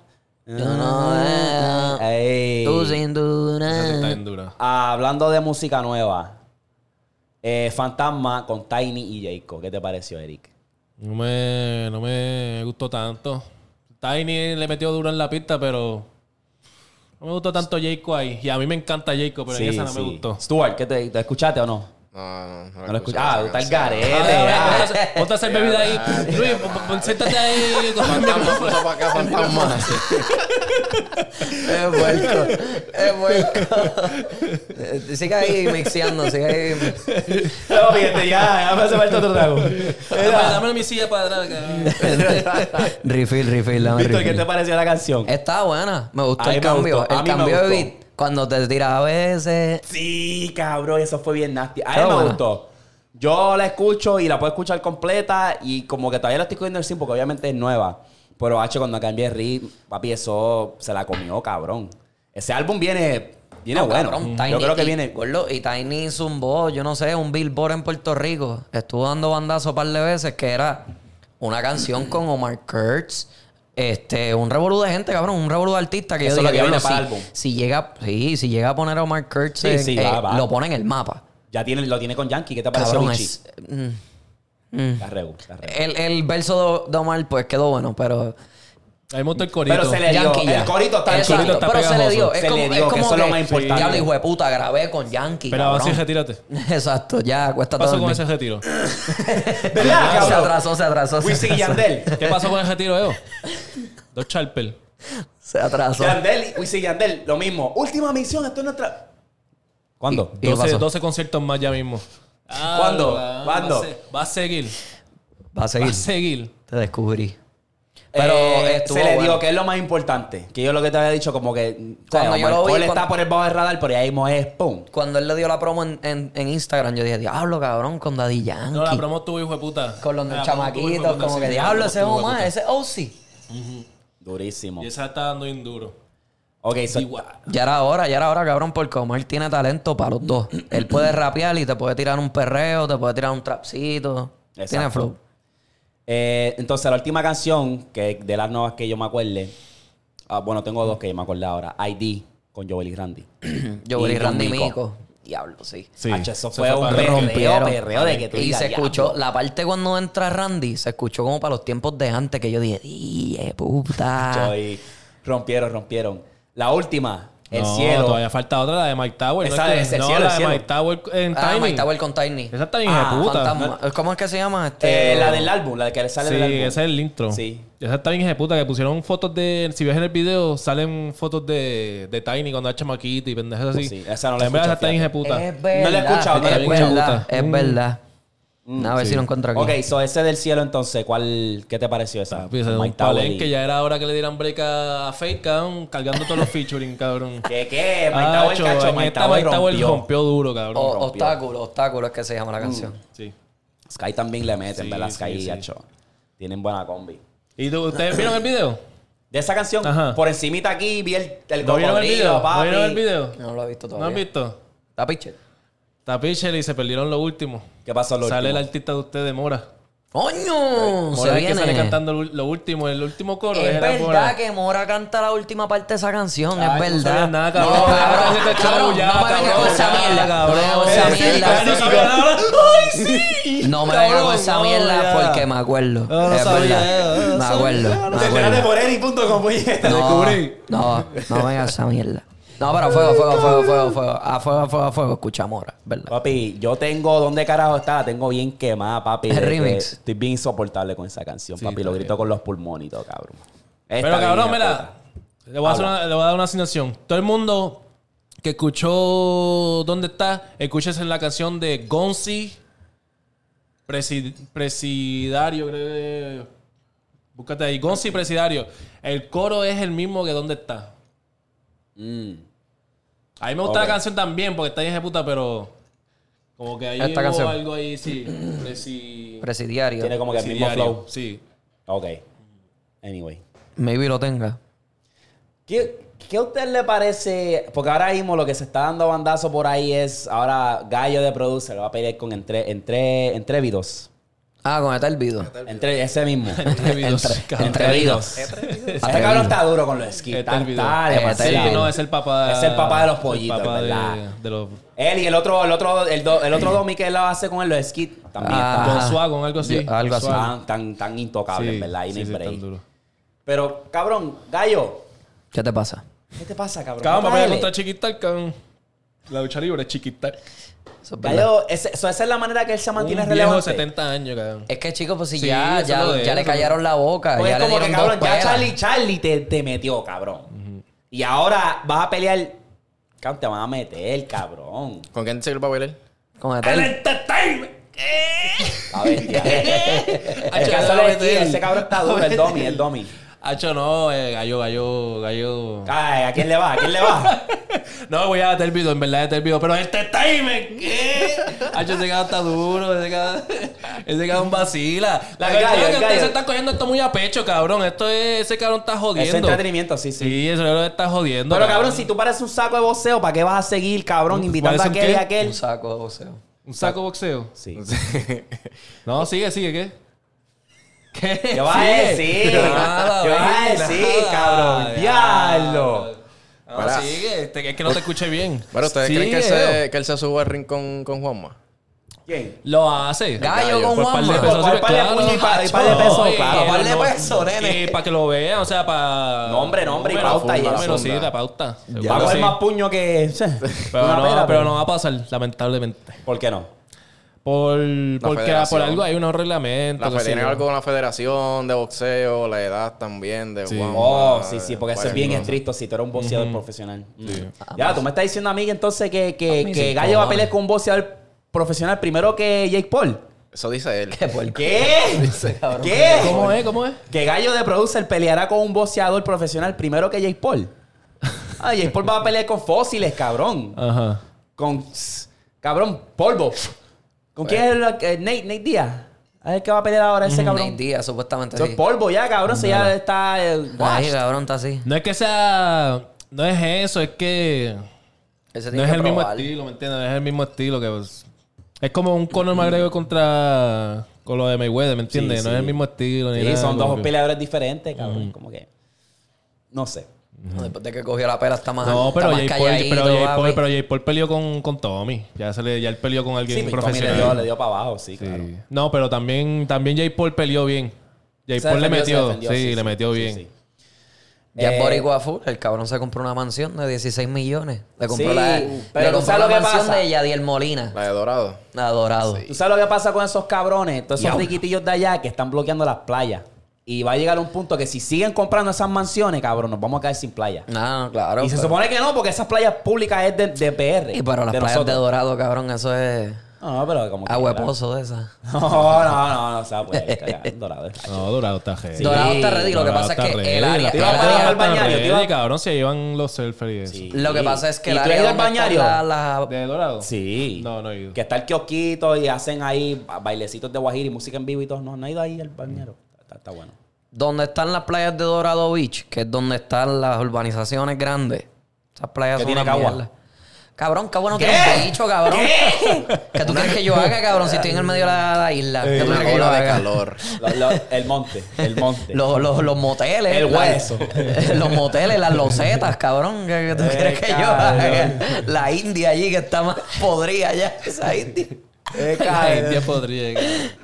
no, eh,
Ey.
Tú sin
Esa sí está
duda.
bien dura.
Hablando de música nueva, eh, Fantasma con Tiny y Jacob. ¿Qué te pareció, Eric?
No me, no me gustó tanto. Tiny le metió duro en la pista, pero. No me gustó tanto Jaco ahí. Y a mí me encanta Jaco, pero en esa no me gustó.
Stuart, ¿qué te, te escuchaste o no?
No, no,
No lo escuché.
escuché esa
Ah, está el
canción.
garete.
Ah,
ah.
ponte- Ponte a hacer bebida ahí. Luis, pon- pon- pon- siéntate ahí.
Fantasma, puso para acá, fantasma.
[LAUGHS] Es bueno, es bueno. Sigue ahí mixeando, sigue ahí.
[LAUGHS] No, fíjate, ya, ya me hace falta otro trago.
Dame, dame mi silla para atrás. cabrón.
refill, refill, dame
Víctor, ¿qué
refill.
te pareció la canción?
Está buena. Me gustó
A mí
el
me
cambio.
gustó, a
El
mí me
cambio de
gustó.
beat. Cuando te tiras a veces.
Sí, cabrón, eso fue bien nasty. A
Estaba
mí me
buena.
gustó. Yo la escucho y la puedo escuchar completa y como que todavía la estoy cogiendo el sim porque obviamente es nueva. Pero H cuando cambié el ritmo, papi, eso se la comió, cabrón. Ese álbum viene, viene
No,
bueno.
cabrón,
Yo
Tiny
creo que
y-
viene.
gordo, y Tiny zumbó, yo no sé, un billboard en Puerto Rico. Estuvo dando bandazo un par de veces que era una canción con Omar Kurtz. Este, un revolú de gente, cabrón, un revolú de artistas que
Eso
yo
es lo
dije,
que viene
"Diablo,
para
si,
el álbum".
si llega, sí, si llega a poner a Omar Kurtz,
Sí,
en-
sí,
eh,
va, va.
lo pone en el mapa.
Ya tiene, lo tiene con Yankee. ¿Qué te pareció,
Cabrón,
Richie?
es- mm.
La regu, la
[LAUGHS]
regu.
el, el verso de- de Omar, pues quedó bueno, pero
A mí me gustó el corito.
Pero se le dio.
Yankee ya.
El corito está
Exacto,
corito está
pero se le
pegajoso.
dio. Es
Se
como,
le dio,
es
que
como
eso es lo
que,
más importante.
Diablo, hijo de puta, grabé con Yankee.
Pero ahora sí,
cabrón.
retírate.
[LAUGHS] Exacto, ya,
¿Qué
acuéstate a
pasó con
dormir.
ese retiro?
¿Verdad,
Se
cabrón?
atrasó, se atrasó. Se
Wisin y
atrasó,
Yandel.
¿Qué
[LAUGHS]
pasó con ese retiro, Evo? Dos charpel.
se atrasó.
Yandel, Wisin y Yandel, lo mismo. Última misión, esto es nuestra. ¿Cuándo?
¿Y qué
12,
pasó?
12 conciertos más ya mismo.
¿Cuándo?
Ah,
¿Cuándo?
Va a, se- va a seguir.
Va a
Va a
seguir.
seguir. Eh,
Te descubrí.
Pero
Pero
Eh, se
estuvo
le dio
bueno.
que es lo más importante. Que yo lo que te había dicho, como que.
Cuando
Cuando
yo lo vi,
está
cuando-
por el bajo del radar, pero ahí mismo es pum.
Cuando él le dio la promo en, en- en Instagram, yo dije, diablo, cabrón, con Daddy Yankee.
No, la promo tuvo, hijo de puta.
Con los
La promo tuvo, hijo de
chamaquitos,
puta,
como
sí,
que,
la
diablo,
promo
ese es
tuvo, hijo de
Omar,
puta.
ese es Ozzy.
Durísimo.
Y esa está dando bien duro.
Ok, so-
Igual.
Ya era hora, ya era hora, cabrón, porque Omar tiene talento para los dos. Él
[CLEARS THROAT]
puede rapear y te puede tirar un perreo, te puede tirar un trapcito. Tiene
Exacto.
flow.
eh, entonces la última canción, que de las nuevas que yo me acuerde. ah, bueno, tengo dos que yo me acordé ahora. ID con Joel y Randy.
Yo
Y
y
con
Randy
Mico.
Mico. Diablo, sí.
[CLEARS THROAT] Sí.
Hacho, eso
Se
fue,
fue
un
para
perreo,
arriba.
Rompieron.
perreo de que tú
Y
digas,
se
"Diablo".
escuchó, la parte cuando entra Randy, se escuchó como para los tiempos de antes que yo dije, "Die, puta.
Hacho, y rompieron, rompieron. La última. El
No,
cielo. Eh,
Todavía falta otra, la de Mike Tower.
Esa
no, es
es
que-
el
no,
cielo,
la
el
de
cielo.
Mike Tower en
Ah,
Tiny.
Mike Tower con Tiny.
Esa está
Ah,
hija de puta.
Fantasma. ¿Cómo es que se llama? Este...
Eh, la del álbum, la que le sale
Sí,
del álbum.
ese es el intro.
Sí.
Esa está bien ejeputa, que pusieron fotos de... Si ves en el video, salen fotos de, de Tiny cuando era chamaquita y pendejas así.
Sí, esa no la
En verdad,
escucho,
esa está bien
fíjate.
ejeputa.
Es verdad.
No la he escuchado, no la he
es
escuchado.
Verdad,
Puta.
es
Mm.
verdad. a ver si lo encuentro aquí.
Mm. Ok, so ese del cielo entonces, ¿cuál, ¿qué te pareció esa?
Papi, ese es un
Mike Tower
palén
y-
que ya era hora que le dieran break a Fate, cabrón, cargando todos los featuring, cabrón.
[LAUGHS] ¿Qué, qué? Mike Tower,
Acho,
cacho,
Ah, en
Mike
esta
Tower
Mike Tower
rompió. Oh,
rompió duro, cabrón.
O-
rompió. Mm.
obstáculo, obstáculo es que se llama la canción.
Sí.
Sky también le meten,
Sí,
¿verdad?
sí,
Sky y
sí.
Acho. Tienen buena combi.
¿Y tú, ustedes vieron el video?
De esa canción,
Ajá.
por encimita aquí, vi el, el
¿No vieron el
cocodrilo,
video? ¿No
papi.
vieron el video?
No lo he visto
¿No
todavía.
han visto?
¿Está piche?
Tapichel y se perdieron lo último.
¿Qué pasó, lo
sale
último?
el artista de ustedes, Mora.
¡Coño! Se
Mora es que sale
viene.
cantando lo ul- lo último, el último coro.
Es
era
verdad
Mora.
que Mora canta la última parte de esa canción,
Ay,
es
no
verdad.
sabías nada, cabrón.
No,
Ahora
cabrón,
sí te echó
cabrón,
ya,
no me vengas con
cabrón,
esa
ya,
mierda. No me vengas con esa
Sí, ay, no sabía
mierda.
nada. ¡Ay, sí!
No me
Cabrón,
vengas con esa
no,
mierda
ya.
porque me acuerdo.
No, no
es
sabía,
verdad.
no
Me
sabía,
acuerdo. me
Te enteraste
acuerdo.
por Eri.com,
[LAUGHS]
puñeta.
No,
descubrí.
no, no me vengas con esa mierda. No, pero fuego, fuego, fuego, fuego, fuego. A fuego, fuego, fuego. Escucha Mora, ¿verdad?
Papi, yo tengo, ¿dónde carajo está? La tengo bien quemada, papi.
[LAUGHS] El
de que
remix.
Estoy bien insoportable con esa canción, papi. Lo grito con los pulmones y todo, cabrón. Esta
Pero cabrón,
línea,
mira, le voy, a hacer una- le voy a dar una asignación. Todo el mundo que escuchó ¿Dónde está? Escúchese la canción de Gonzi, Presi- Presidario, creo que- Búscate ahí, Gonzi Presidario. El coro es el mismo que ¿Dónde está? A mí me
Mm.
gusta
Ok.
la canción también porque está bien puta, pero como que ahí
Esta
hubo
canción.
algo ahí, sí. [CLEARS THROAT] Presi...
Presidiario.
Tiene como que el mismo
presidiario,
flow.
Sí.
Ok. Anyway.
Maybe lo tenga.
¿Qué, qué a usted le parece? Porque ahora mismo lo que se está dando bandazo por ahí es. Ahora Gallo de Producer va a pelear con entre, entre, Entrevidos.
Ah, con el video.
Entre, ese mismo.
[LAUGHS] Entrevidos, cabrón.
Entrevidos. Este cabrón está duro con los skis. Está,
Etelvido.
está
Etelvido.
demasiado.
Sí, no, es el papá.
Es el papá de los pollitos,
el papá de-
¿verdad?
de los
Él y el otro, el otro, el, do- el otro Domi que él lo hace con el los skis también
Ah,
está-
Con Swagon, algo así.
Yo- algo así.
Swagon.
tan, tan, tan intocables,
Sí,
¿verdad? Y
sí,
no hay
sí,
break.
tan duro.
Pero, cabrón, Gallo,
¿Qué te pasa?
¿qué te pasa, cabrón?
Cabrón, me voy a
Dale.
contar Chiquitar, cabrón. La lucha libre es Chiquitar.
Eso es verdad.
Gallo, ese- eso- esa es la manera que él se mantiene
Un viejo de
relevante.
70 años, cabrón.
Es que chicos, pues si
Sí,
ya,
eso
ya,
lo de
ya
él,
le
pero-
callaron la boca,
Porque
ya
es
le
Pues como que,
dieron dos
cabrón, ya
pelas.
Charlie, Charlie te, te metió, cabrón. Y ahora vas a pelear. Cabrón, te van a meter, cabrón.
¿Con quién sirve el papel?
Con
¡El
Etel.
entertainment! A ver, tía. [LAUGHS] el caso
Lo
de
va a
aquí,
meter.
ese cabrón está duro, el Domi, el Domi.
Hacho, no, eh, gallo, gallo, gallo.
Ay, ¿a quién le va? ¿A quién le va?
No, voy a darte el video, en verdad, date el video. Pero este time, ¿qué? Hacho, ese cabrón está duro, ese cabrón, ese cabrón vacila. La
El gallo,
verdad
el
es que
gallo.
ustedes se están cogiendo esto muy a pecho, cabrón. Esto es, ese cabrón está
Es
jodiendo.
entretenimiento, sí, sí.
Sí, eso lo está jodiendo.
Pero cabrón, si tú pareces un saco de boxeo, ¿para qué vas a seguir, cabrón, invitando a
¿Parece un
aquel y
qué?
a
Un
aquel?
saco de boxeo.
Un saco boxeo.
Sí.
No, sigue, sigue, ¿qué? ¿Qué?
¿Qué vas a
Sigue.
decir?
[LAUGHS]
¿Qué vas a decir, cabrón? este, Diablo.
No,
Pará.
sigue. Te- Es que no te escuché bien.
Bueno, ¿ustedes creen que él,
Sigue.
se, que él se suba al ring con, con Juanma?
¿Quién?
Lo hace.
Gallo
Gallo,
con
Por par de
Juanma.
pesos.
sí,
Por par Pues de
claro.
puño y par- y par de
No,
pesos,
y-
claro.
y
Par de
no-
pesos, nene.
Y para que lo vean, o sea, para...
Nombre, nombre y
Número,
pauta y
número,
eso.
sí, la pauta. Seguro
Va a coger
sí.
más puño que.
Pero
[LAUGHS] una pues.
no,
pera,
pero no va a pasar, lamentablemente.
¿Por qué no?
Por, porque
federación.
por algo hay unos reglamentos.
La fe,
qué sé
tiene
yo.
algo con la federación de boxeo, la edad también de Juanma. eh, pues,
Oh, sí, sí, porque eso es
varias
bien
cosas.
estricto si tú eres un boxeador profesional. Mm. Ya, tú me estás diciendo a mí que entonces que, que, que Gallo va a pelear con un boxeador profesional primero que Jake Paul.
Eso dice él.
¿Por qué? ¿Qué?
¿Cómo es? ¿Cómo es?
Que Gallo de Producer peleará con un boxeador profesional primero que Jake [LAUGHS] Paul. Ah, Jake Paul va a pelear con fósiles, cabrón.
Ajá.
Con. Cabrón, polvo. ¿Con quién es el, eh, Nate, Nate Díaz? A ver qué va a pelear ahora ese
Nate
cabrón.
Díaz, supuestamente.
Eso es
sí.
polvo ya, cabrón. Si ya está. eh,
Ay,
washed.
cabrón, está así.
No es que sea... No es eso, es que...
Ese tiene
No es
que
el mismo
probar.
estilo, ¿me entiendes? No es el mismo estilo que... pues, es como un Conor McGregor contra... Con lo de Mayweather, ¿me entiendes?
Sí,
no
sí.
es el mismo estilo. ni
Sí,
nada,
son
como
dos
que-
peleadores diferentes, cabrón.
Mm.
Como que. No sé.
Después de que cogió la pela, está más.
No, pero
está
Jay
más
Paul,
calladito,
pero Jay Paul,
papi.
pero Jay Paul peleó con, con Tommy. Ya, se le, ya él peleó con alguien
Sí, pero Tommy le
profesional.
dio, le dio para abajo, sí, claro.
Sí. No, pero también, también Jay Paul peleó bien. Jay
Se
Paul le
defendió, se
metió.
defendió,
sí, le metió bien.
sí.
Ya
Eh,
es Boricua Full, el cabrón se compró una mansión de 16 millones. Le compró
Sí,
la,
pero
le
¿tú
compró
sabes
la
lo que
mansión
pasa?
de Yadiel Molina.
La de Dorado.
Adorado.
¿Tú sabes lo que pasa con esos cabrones? Todos esos
Diablo.
riquitillos de allá que están bloqueando las playas. Y va a llegar un punto que si siguen comprando esas mansiones, cabrón, nos vamos a caer sin playa.
No, no, Ah, claro.
Y se
pero-
supone que no, porque esas playas públicas es de, de PR.
y para
de
las playas de Ah,
nosotros.
Dorado, cabrón, eso es
No, no, pero como que-
agüeposo de esas.
No, [LAUGHS] no, no, no, o sea, pues, cagar, dorado.
No, Dorado está ready.
Dorado está ready, lo que
Dorado
pasa es
está
que
ready,
el área-
la
el área-
playa
el bañario,
está
te iba-
ready, cabrón, se llevan los surfers y eso.
Lo que pasa es que
¿Y
el
tú has
área
ido al
donde
bañario?
está la- la-
¿De Dorado? [LAUGHS]
Sí.
No, no he ido.
Que está el kiosquito y hacen ahí ba- bailecitos de guajiri, música en vivo y todo. No, no he ido ahí al bañero. Está, está bueno.
donde están las playas de Dorado Beach, que es donde están las urbanizaciones grandes. Esas playas
¿Qué
son
tiene
una
Cagua?
mierda. Cabrón, Cagua no tiene un bicho, cabrón. [LAUGHS] ¿Qué tú quieres que yo haga, cabrón, si estoy en el medio de la, la isla? ¿Qué tú
Una
quieres que yo
ola de
haga?
calor.
Lo- lo- el monte, el monte.
Los, los, los moteles.
El
las-
hueso.
[LAUGHS] los moteles, las losetas, cabrón. ¿Qué, qué tú
Eh,
quieres que yo
cabrón.
haga? La India allí que está más podrida ya. Esa India.
La India Ah, podría.
[LAUGHS]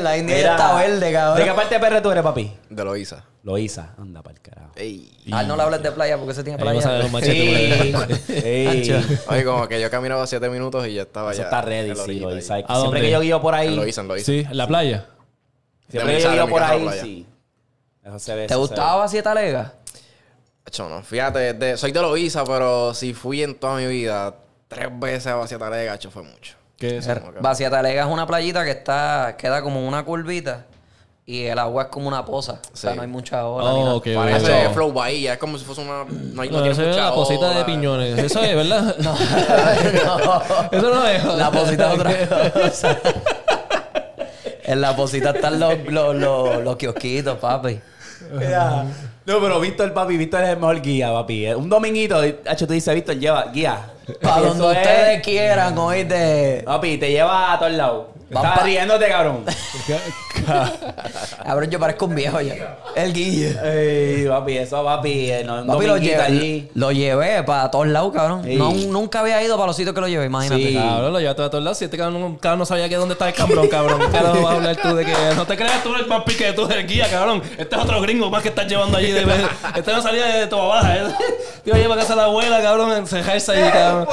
La India ya está verde,
¿De qué
cabrón.
parte de PR tú eres, papi?
De Loiza.
Loiza. Anda para el carajo.
Ey.
Ah, no le hables de playa porque se tiene
Ahí vas a ver
playa.
un machete. por ahí.
Ey,
Oye, como que yo caminaba siete minutos y ya estaba
Eso
ya.
está ready,
en la
sí,
orillita
Loiza.
ahí.
Siempre
¿A dónde?
que yo guío por ahí,
En Loiza, en Loiza.
Sí, en la playa.
siempre que
De
yo
mi
guío
casa,
por
de mi casa a
ahí,
la playa.
sí. Eso se ve. eso se
¿Te
ve.
gustaba Siete Lega?
Acho, no, fíjate, de- soy de Loiza, pero si fui en toda mi vida tres veces a Bacia Talega, acho, fue mucho.
¿Qué es eso?
Ok.
Bacia Talega es una playita que está queda como una curvita y el agua es como una poza. O sea,
Sí.
no hay mucha ola. ni
Oh,
nada. [LAUGHS]
ok.
Parece
ok.
Flow Bahía, es como si fuese una. No, hay- no
No,
tiene
eso es
mucha
la posita de
ola.
piñones. Eso es, ¿verdad? No. [LAUGHS] Eso no es.
La posita
[LAUGHS]
es otra cosa. En la posita están los, los, los, los kiosquitos, papi.
Mira, No, pero Víctor, papi, Víctor es el mejor guía, papi. Un dominguito, hecho, tú dices, Víctor, lleva guía.
Para
Eso
donde
es.
ustedes quieran, oíste.
Papi, te lleva a todos lados.
Van
Estás
pa-
riéndote, cabrón.
Cabrón, yo parezco un viejo ya. El guille.
Ey, papi, eso, papi. eh, No, un
Papi, lo,
dominguito [LAUGHS]
lle-
allí.
lo llevé para todos lados, cabrón.
Sí.
No, nunca había ido para los sitios que lo llevé, imagínate.
Sí.
Cabrón, lo llevaste a todos lados. Si este cabrón, cabrón no sabía que dónde estaba el cambrón, cabrón. ¿Qué carajo vas a hablar tú de que no te creas tú el más pique de tu jerarquía, cabrón? Este es otro gringo más que estás llevando allí. De... Este no salía de tu baja. ¿eh? [LAUGHS] Te iba a llevar a casa de la abuela, cabrón, en cejarse ahí, cabrón.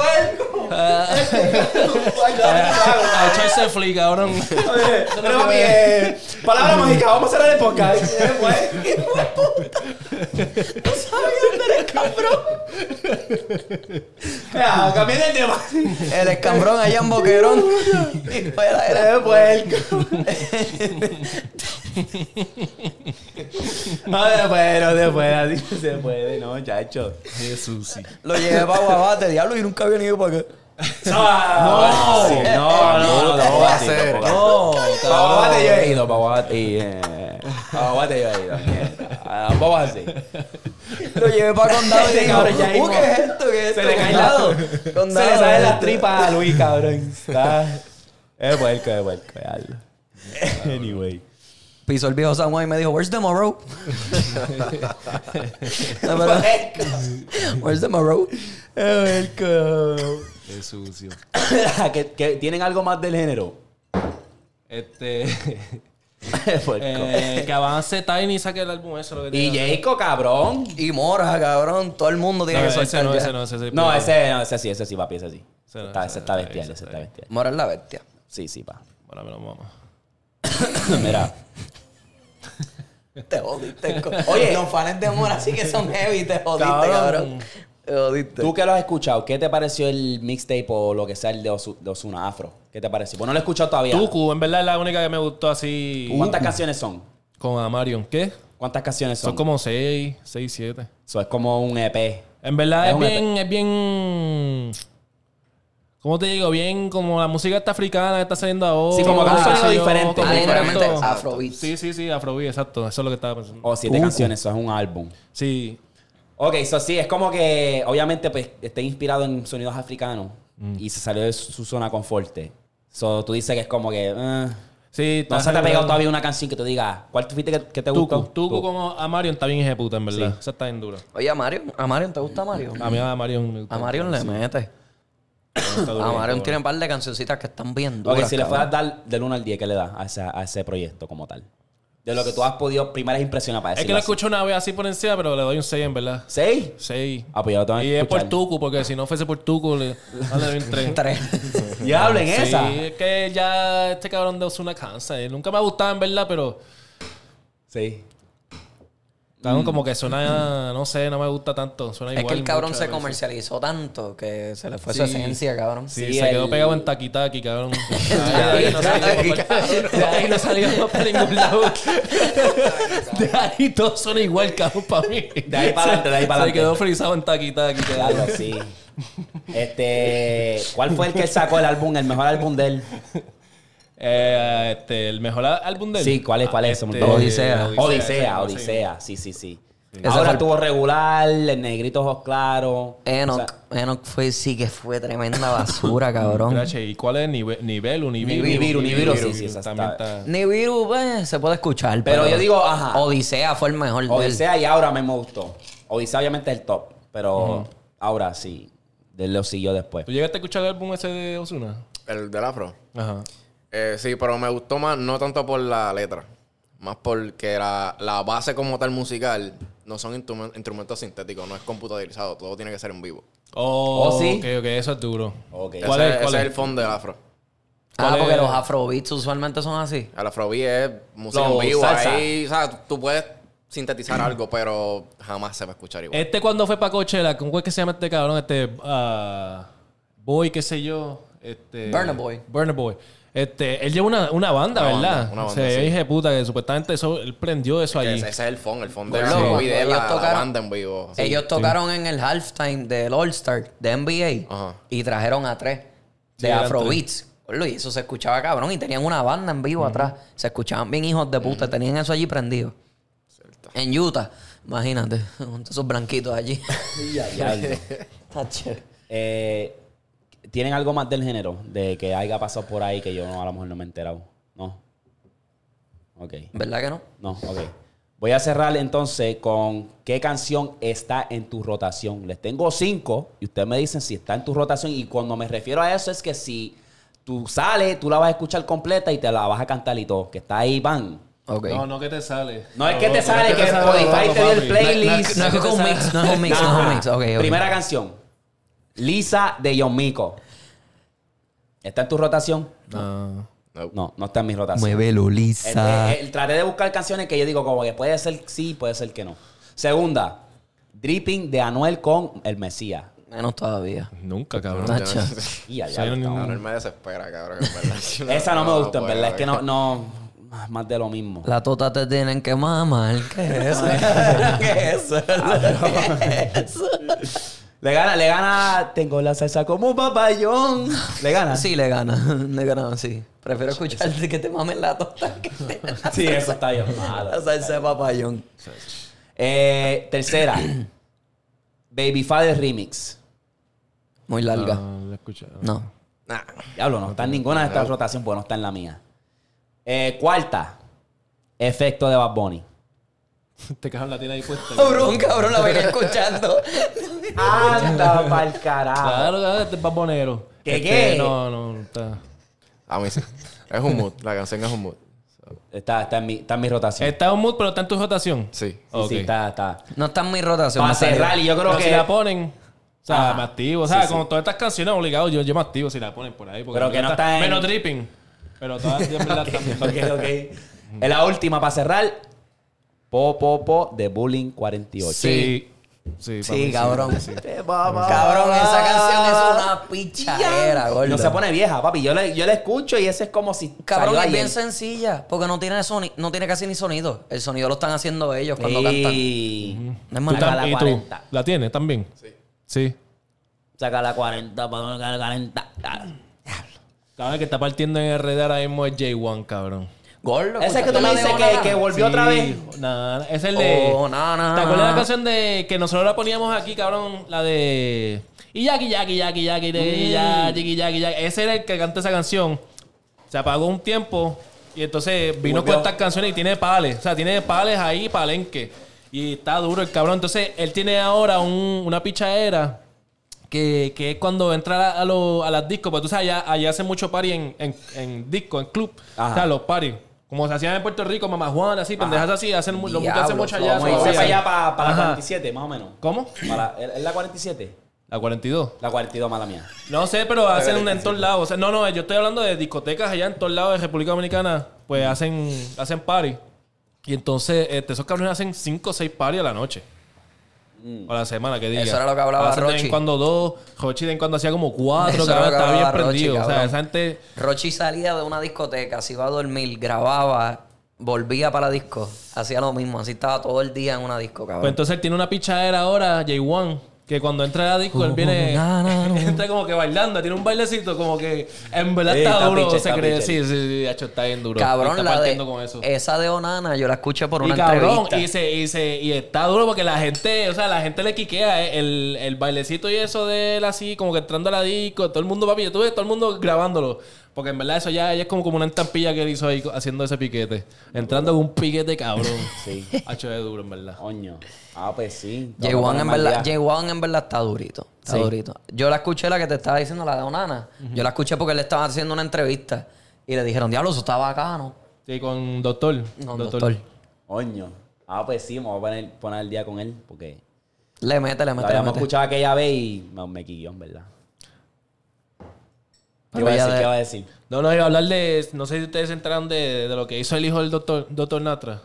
Ah. A echarse fli, cabrón.
Pero, papi, eh, [LAUGHS] palabra mágica, vamos a cerrar el [LAUGHS] podcast. Eh, güey. Ya, cambié el tema.
El escambrón allá en Boquerón. Y fuera era-
Eh, puerco. [LAUGHS] No, después, no se puede, así no se puede, no, chacho.
Jesús, sí.
Lo llevé para Guabate, diablo, y nunca había venido para acá.
No, sí, no, no, no,
No va a
no.
ser.
No, para Guabate yo he ido, para Guabate. y, eh, Para Guabate yo he ido. mierda. Ah, Vamos así.
Lo llevé para Condado y
Este
dijo,
cabrón ya
"Uh,
mismo
¿qué es esto? ¿Qué es esto?
Se le cae
Condado,
lado. Se
condado,
le salen las
esto".
tripas a Luis, cabrón. Está. Es puerco, es puerco, es algo. Anyway.
Pisó el viejo San Juan y me dijo, where's
[LAUGHS]
the Morrow? No, pero- where's the Morrow?
Es puerco.
Qué sucio.
que, que tienen algo más del género.
Este. [LAUGHS]
Puerco.
eh, que avance Tiny y saque el álbum, eso es lo que
y
tiene.
Jayco, cabrón.
Y Mora, cabrón, todo el mundo tiene
No,
que
ese
soltar
no,
ya.
ese no, ese es-
No, ese, no, ese sí, ese sí, papi, ese sí.
Ese no,
está,
ese
ese está
no,
bestial,
ese
ese está
está
bestial.
Mora es la bestia.
Sí, sí, pa.
Bueno, me lo mamo.
Mira.
Te jodiste. co-
Oye.
los fans de Mora sí que son heavy, te jodiste,
Cabrón.
cabrón. Te jodiste.
Tú que lo has escuchado, ¿qué te pareció el mixtape o lo que sea el de Osu- de Ozuna Afro? ¿Qué te pareció? Pues no lo he escuchado todavía.
Tuku, en verdad es la única que me gustó así.
¿Cuántas canciones son?
Con Amarion. ¿Qué?
¿Cuántas canciones son?
Son como 6, 6, 7.
So, es como un E EP.
En verdad
Es
es,
un
bien, es bien. ¿Cómo te digo? Bien, como la música está africana que está saliendo ahora.
Sí, como que
qué
un
sé
sonido
yo,
diferente. Oh.
como
Ah, literalmente
diferente.
Afrobeats.
Sí, sí, sí, Afrobeat, exacto. Eso es lo que estaba pensando.
O siete canciones, eso es un álbum.
Sí.
Ok, eso sí, es como que obviamente pues está inspirado en sonidos africanos y se salió de su, su zona confort. So, tú dices que es como que... eh,
Sí, está
no se te ha pegado
saliendo.
todavía una canción que te diga, ¿cuál tú fuiste que, que te gustó?
Tuku, Tuku con Amarion está bien ejecuta, en verdad.
Sí.
Esa está bien dura.
Oye, a Marion, ¿a Marion te gusta Marion?
A mí a Amarion me gusta.
A Marion le mete.
[LAUGHS]
Está dura,
A Marion
está
tiene
dura.
un par de cancioncitas que están bien
Ok,
duras.
si le
cabrón.
fueras a dar del 1 al 10, ¿qué le das a, esa- a ese proyecto como tal? De lo que tú has podido, primeras impresiones para
Es
decirlo
que lo
así.
escuché una vez así por encima, pero le doy un 6 en verdad.
¿Seis?
6.
Ah, pues ya lo tengo que
Y es por
escuchar.
Tucu, porque si no fuese por Tucu, le, no le doy un 3.
Tres.
[LAUGHS] Ya hablen esa.
Sí, es que ya este cabrón de Osuna cansa. eh. Nunca me ha gustado, en verdad, pero...
Sí.
cabrón, como que suena... No sé, no me gusta tanto. Suena
es
igual
que el cabrón
muchas
se
veces.
comercializó tanto que se le fue su
Sí.
esencia, cabrón.
Sí,
Sí,
se quedó
el-
pegado en taquitaki, cabrón.
ahí no salió
De ahí no salió para ningún lado. De ahí todo suena igual, cabrón, para mí.
De ahí para adelante, de ahí para
Se quedó
adelante.
frisado en taquitaki, cabrón.
Claro, sí. Este, ¿cuál fue el que él sacó el álbum, el mejor álbum de él?
Eh, este, el mejor álbum de él.
Sí, ¿cuál es? ¿Cuál es? Se me olvidó.
Odisea.
Odisea, Odisea, sí, sí, sí.
Ese
Ahora
fue el-
estuvo regular, el negrito ojos claros.
Enoch,
O sea,
Enoch fue, sí que fue tremenda basura, cabrón.
Grache, ¿Y cuál es? Nive- Nivel, Univiru.
Nibiru, Nibiru, sí,
Nibiru,
sí, esa está-
también está.
Ni Viru, pues, se puede escuchar.
Pero yo digo, ajá.
Odisea fue el mejor de él.
Odisea y ahora me gustó. Odisea obviamente es el top, pero ahora sí. De él lo siguió después.
¿Tú llegaste a escuchar el álbum ese de Osuna?
El del afro.
Ajá.
Eh, sí, pero me gustó más, no tanto por la letra, más porque la, la base como tal musical no son instrumen- instrumentos sintéticos, no es computadorizado, todo tiene que ser en vivo.
Oh,
Oh, sí. Oh,
sí. Ok, ok, eso es duro.
Ok.
Ese,
¿Cuál es? ¿Cuál
ese
es?
el fondo del afro.
Ah,
¿Cuál
porque
es?
los afrobeats usualmente son así.
El afrobeat es música
Lo-
en vivo,
salsa.
ahí, o sea, tú puedes sintetizar algo, pero jamás se va a escuchar igual.
Este cuando fue para Coachella, ¿cómo es que se llama este cabrón? Este ah, Boy, qué sé yo. Este,
Burna Boy.
Burna Boy. Este, él lleva una, una banda,
Una
¿verdad?
banda, una
o
banda,
sea,
sí.
dije puta que supuestamente eso, él prendió eso
Que
allí.
Ese, ese es el fondo, el fondo
Pues
del
Loco,
afro
cuando
y de
ellos
la, la
tocaron-
banda en vivo. Sí.
Ellos tocaron en el halftime del All-Star de NBA
Ajá.
y trajeron a tres
Sí,
de
eran
Afrobeats. Gordo, Y eso se escuchaba cabrón. Y tenían una banda en vivo atrás. Se escuchaban bien hijos de puta. Tenían eso allí prendido. En Utah. Imagínate. Con todos esos blanquitos
[LAUGHS]
allí.
Diablo.
Tacho.
Eh, ¿Tienen algo más del género? De que haya pasado por ahí que yo no, a lo mejor no me he enterado. No. Ok.
¿Verdad que no?
No, ok. Voy a cerrar entonces con qué canción está en tu rotación. Les tengo cinco y ustedes me dicen si está en tu rotación. Y cuando me refiero a eso es que si tú sales, tú la vas a escuchar completa y te la vas a cantar y todo. Que está ahí, van.
Ok.
No, no que te sale.
No es que te sale, que Spotify te dio el playlist.
No es
que
un mix, no es un mix, no es un mix. Ok, ok.
Primera canción. Lisa de John Mico. ¿Está en tu rotación?
No.
No.
No, no está en mi rotación.
Muévelo,
Este,
Lisa.
eh, traté de buscar canciones que yo digo como que puede ser sí, puede ser que no. Segunda, Dripping de Anuel con El Mesías.
Menos todavía.
Nunca, cabrón.
Yo no-
Tacho.
[LAUGHS]
Y allá
Sí, no,
está.
ningún-
Cabrón, me desespera, cabrón. en verdad. Yo
Esa no me gustó, en
puedo,
verdad. Es que
cabrón.
no, no, es más de lo mismo.
La tota te tienen que mamar. ¿Qué es
[LAUGHS]
eso? ¿Qué es eso? [LAUGHS]
Le gana, le gana, tengo la salsa como un papayón. Le gana.
Sí, le gana. [LAUGHS] Le gana, sí. Prefiero escucharte que te mamen la tota [LAUGHS] que te
Sí, eso está bien
[LAUGHS] la
malo.
salsa de papayón.
Eh, tercera, Baby Father Remix.
Muy larga.
No, lo he escuchado. [LAUGHS]
No.
Nah.
Diablo, no está en ninguna de estas rotaciones, pues no está en la mía. Eh, cuarta, Efecto de Bad Bunny.
Este cabrón la tiene ahí puesta.
Cabrón, cabrón, la venía escuchando.
Anda pa'l carajo.
[LAUGHS] Claro, claro, este es babonero.
Ah, ¿Qué,
Este,
qué?
No, no, no está.
A mí sí. Es un mood, la canción es un mood.
Está, está en mi, está en mi rotación.
Está en un mood, pero está en tu rotación.
Sí.
Sí, sí, está, está.
[LAUGHS] No está en mi rotación.
Para
me salió.
cerrar, y yo creo
Pero
que.
si la ponen, o sea,
Ajá.
me activo. O sea,
Sí, sí.
con todas estas canciones obligado, yo, yo me activo si la ponen por ahí. porque
Pero
me
que no
gusta-
está en-
Menos dripping. Pero todas en verdad también.
[LAUGHS] Ok, ok. En la última, para cerrar, Po, po, po, de Bullying 48.
Sí. Sí, para mí
Sí, cabrón.
Cabrón,
Cabrón, esa canción es una pichadera, gordo.
No se pone vieja, papi. Yo le, yo le escucho y ese es como si.
Cabrón,
salió
es
ayer.
bien sencilla, porque no tiene, soni- no tiene casi ni sonido. El sonido lo están haciendo ellos cuando cantan.
Sí.
No es
¿Tú
mala.
Saca
tam-
la
¿Y tú?
40.
¿La tienes también? Sí. Sí.
Saca la 40, pa- saca la 40. Ah.
Cabrón, el que está partiendo en RD ahora mismo es J1, cabrón.
Gordo,
Ese es que tú me dices que, que volvió otra vez.
Nada, es el de.
Oh, na, na,
¿Te acuerdas
na.
de la canción de que nosotros la poníamos aquí, cabrón? La de. Y yaki, yaki, yaki, yaki,
Mm.
de- ya, yaki, yaki, yaki. Ese era el que canta esa canción. Se apagó un tiempo y entonces vino
Volvió.
con estas canciones y tiene pales. O sea, tiene pales ahí, palenque. Y está duro el cabrón. Entonces él tiene ahora un- una pichadera. Que, que es cuando entra a, a pues, lo- a las discos, porque tú sabes, allá, allá hacen mucho party en, en, en disco, en club.
Ajá.
O sea, los parties. Como se hacían en Puerto Rico, mamá Juana, así, pendejas así, hacen, mu- los muchachos hacen
Diablo,
mucho allá.
Como irse
todavía.
para allá, para, para la
Ajá.
47, más o menos.
¿Cómo?
Para, ¿Es la 47?
La 42.
La 42, mala mía.
No sé, pero hacen una en todos lados. O sea, no, no, yo estoy hablando de discotecas allá en todos lados de República Dominicana. Pues hacen, hacen party. Y entonces, este, esos cabrones hacen 5 o 6 party a la noche. O a la semana, que diga.
Mm. Eso era lo que hablaba
Hacen de vez
Rochi.
en cuando dos, Rochi de vez en cuando hacía como cuatro,
Eso era lo
cabrón,
que
estaba bien
hablaba Rochi,
prendido. o sea,
cabrón.
esa gente... pues
Rochi salía de una discoteca, se iba a dormir, grababa, volvía para la disco. Hacía lo mismo, así estaba todo el día en una disco, cabrón.
Pues entonces él tiene una pichadera ahora, J1, que cuando entra a la disco, él viene. [LAUGHS] entra como que bailando, tiene un bailecito, como que en verdad
Sí,
está,
está
duro.
piche,
se
está
cree,
piche.
sí, sí, sí, hacho, está bien duro.
cabrón,
está
la de,
partiendo con eso.
esa de Onana, yo la escuché por
Y
una
cabrón,
entrevista.
y, se, y, se, y está duro porque la gente, o sea, la gente le quiquea eh, el, el bailecito y eso de él así, como que entrando a la disco, todo el mundo, papi, yo tuve todo el mundo grabándolo. Porque en verdad eso ya, ya es como, como una estampilla que él hizo ahí haciendo ese piquete. Entrando con un
[LAUGHS]
piquete, cabrón.
Sí.
Hacho de duro, en verdad.
Coño. Ah, pues sí.
J1
Vamos a
en
poner
verdad,
mal día.
J1 en verdad está durito. Está
Sí.
durito. Yo la escuché la que te estaba diciendo, la de Onana. Yo la escuché porque él estaba haciendo una entrevista. Y le dijeron, diablo, eso está bacano.
Sí, con doctor.
No, doctor.
Coño. Ah, pues sí, me voy a poner, poner al día con él porque
Le mete, le
lo
mete, le
habíamos
mete.
escuchado aquella vez y me, me quilló, en verdad. ¿Qué iba
Pero
a
ya
decir?
de-
¿Qué iba a decir?
No, no, iba a hablar de. No sé si ustedes se enteraron de, de lo que hizo el hijo del doctor, doctor Natra.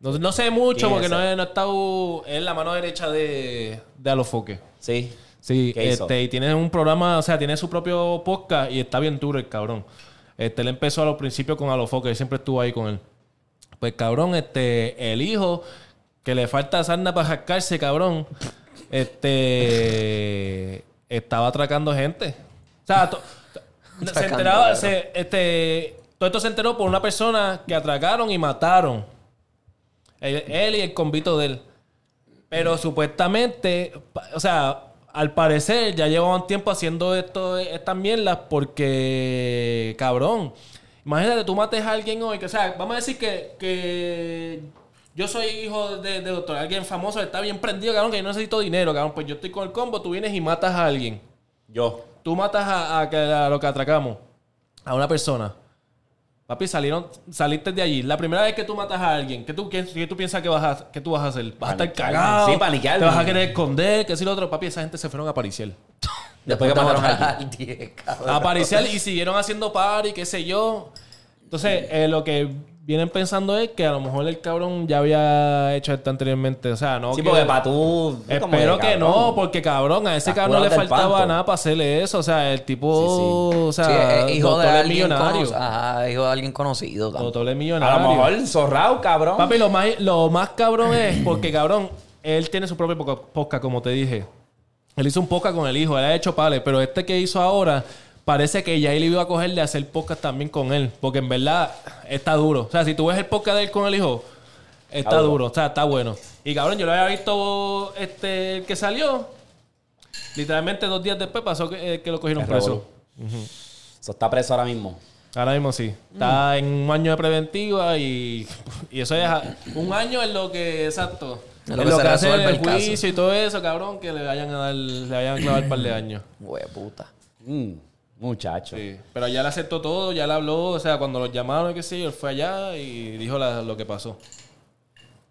No, no sé mucho
¿Quién
porque
es
no,
ese?
he- no he estado. Es la mano derecha de, de Alofoque.
Sí.
Sí,
¿Qué hizo?
este, y tiene un programa, o sea, tiene su propio podcast y está bien duro el cabrón. Este, él empezó a los principios con Alofoque, él siempre estuvo ahí con él. Pues cabrón, este, el hijo que le falta sarna para jascarse, cabrón, este, [LAUGHS] estaba atracando gente. O sea, to- se
Atracando,
enteraba,
claro.
se- este, todo esto se enteró por una persona que atracaron y mataron. Él, él y el convito de él. Pero supuestamente, pa- o sea, al parecer ya llevaban tiempo haciendo esto, estas mierdas porque, cabrón, imagínate tú mates a alguien hoy, que, o sea, vamos a decir que, que yo soy hijo de, de doctor, alguien famoso, está bien prendido, cabrón, que yo necesito dinero, cabrón, pues yo estoy con el combo, tú vienes y matas a alguien.
Yo.
Tú matas a, a que- a lo que atracamos, a una persona. Papi, salieron, saliste de allí. La primera vez que tú matas a alguien, ¿qué tú, qué- qué tú piensas que vas a, que tú vas a hacer? Vas a estar
Paniquear,
cagado.
sí, paniquear.
Te vas a querer esconder, que si lo otro. Papi, esa gente se fueron a Pariciel.
Después que mataron a alguien.
al 10,
A
cabrón.
Pariciel y siguieron haciendo party, qué sé yo. Entonces, eh, lo que vienen pensando es que a lo mejor el cabrón ya había hecho esto anteriormente. O sea, no
Sí,
que-
porque para tú. tú como
Espero que
cabrón.
no, porque cabrón, a ese
Las
cabrón no le
cuerdas del
faltaba
panto.
nada para hacerle eso. O sea, el tipo. O sea,
Sí, es- es
eh,
hijo de
doctor es
alguien
millonario.
conocido. Ajá, hijo de alguien conocido. también.
Doctor es
A
millonario.
lo mejor zorrao, cabrón.
Papi, lo más, lo más cabrón es porque, cabrón, él tiene su propio poca- podcast, como te dije. Él hizo un podcast con el hijo, él ha hecho pales, pero este que hizo ahora parece que ya él iba a cogerle a hacer podcast también con él, porque en verdad está duro. O sea, si tú ves el podcast de él con el hijo, está
Está duro.
duro. o sea, está bueno. Y cabrón, yo lo había visto este el que salió. Literalmente dos días después pasó que, eh, que lo cogieron
Es
preso.
revolú. Eso está preso ahora mismo.
Ahora mismo sí. Está en un año de preventiva y, y eso es a- un año en lo que, exacto. En lo que,
se
hace
resuelve
el
el caso.
juicio y todo eso, cabrón, que le vayan a dar, le vayan a clavar un par de años.
Güey, puta.
Mm, muchacho.
Sí. Pero ya le aceptó todo, ya le habló, o sea, cuando lo llamaron y qué sé yo, él fue allá y dijo la- lo que pasó.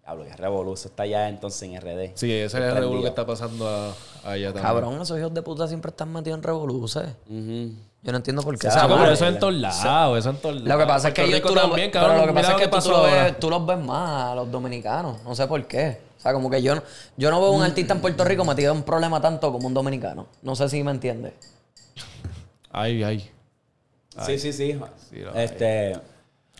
Diablo, que revolú. Eso está ya entonces en RD.
Sí, ese es el revuelo que está pasando a- allá también.
Cabrón, esos hijos de puta siempre están metidos en revoluciones.
Ujú.
Yo no entiendo por qué.
O
se
sea,
Cabrón,
madre,
pero
aman.
eso en todos lados, eso en todos lados.
Lo que pasa es
Puerto
que ellos
Rico
tú, lo-
también,
pero
cabrón,
lo que pasa
mira
es que tú,
pasó
lo
ahora.
ves, tú los ves más a los dominicanos. No sé por qué. O sea, como que yo no, yo no veo
Mm.
un artista en Puerto Rico metido en un problema tanto como un dominicano. No sé si me entiendes.
Ay, ay.
Sí, sí, sí.
lo-
este.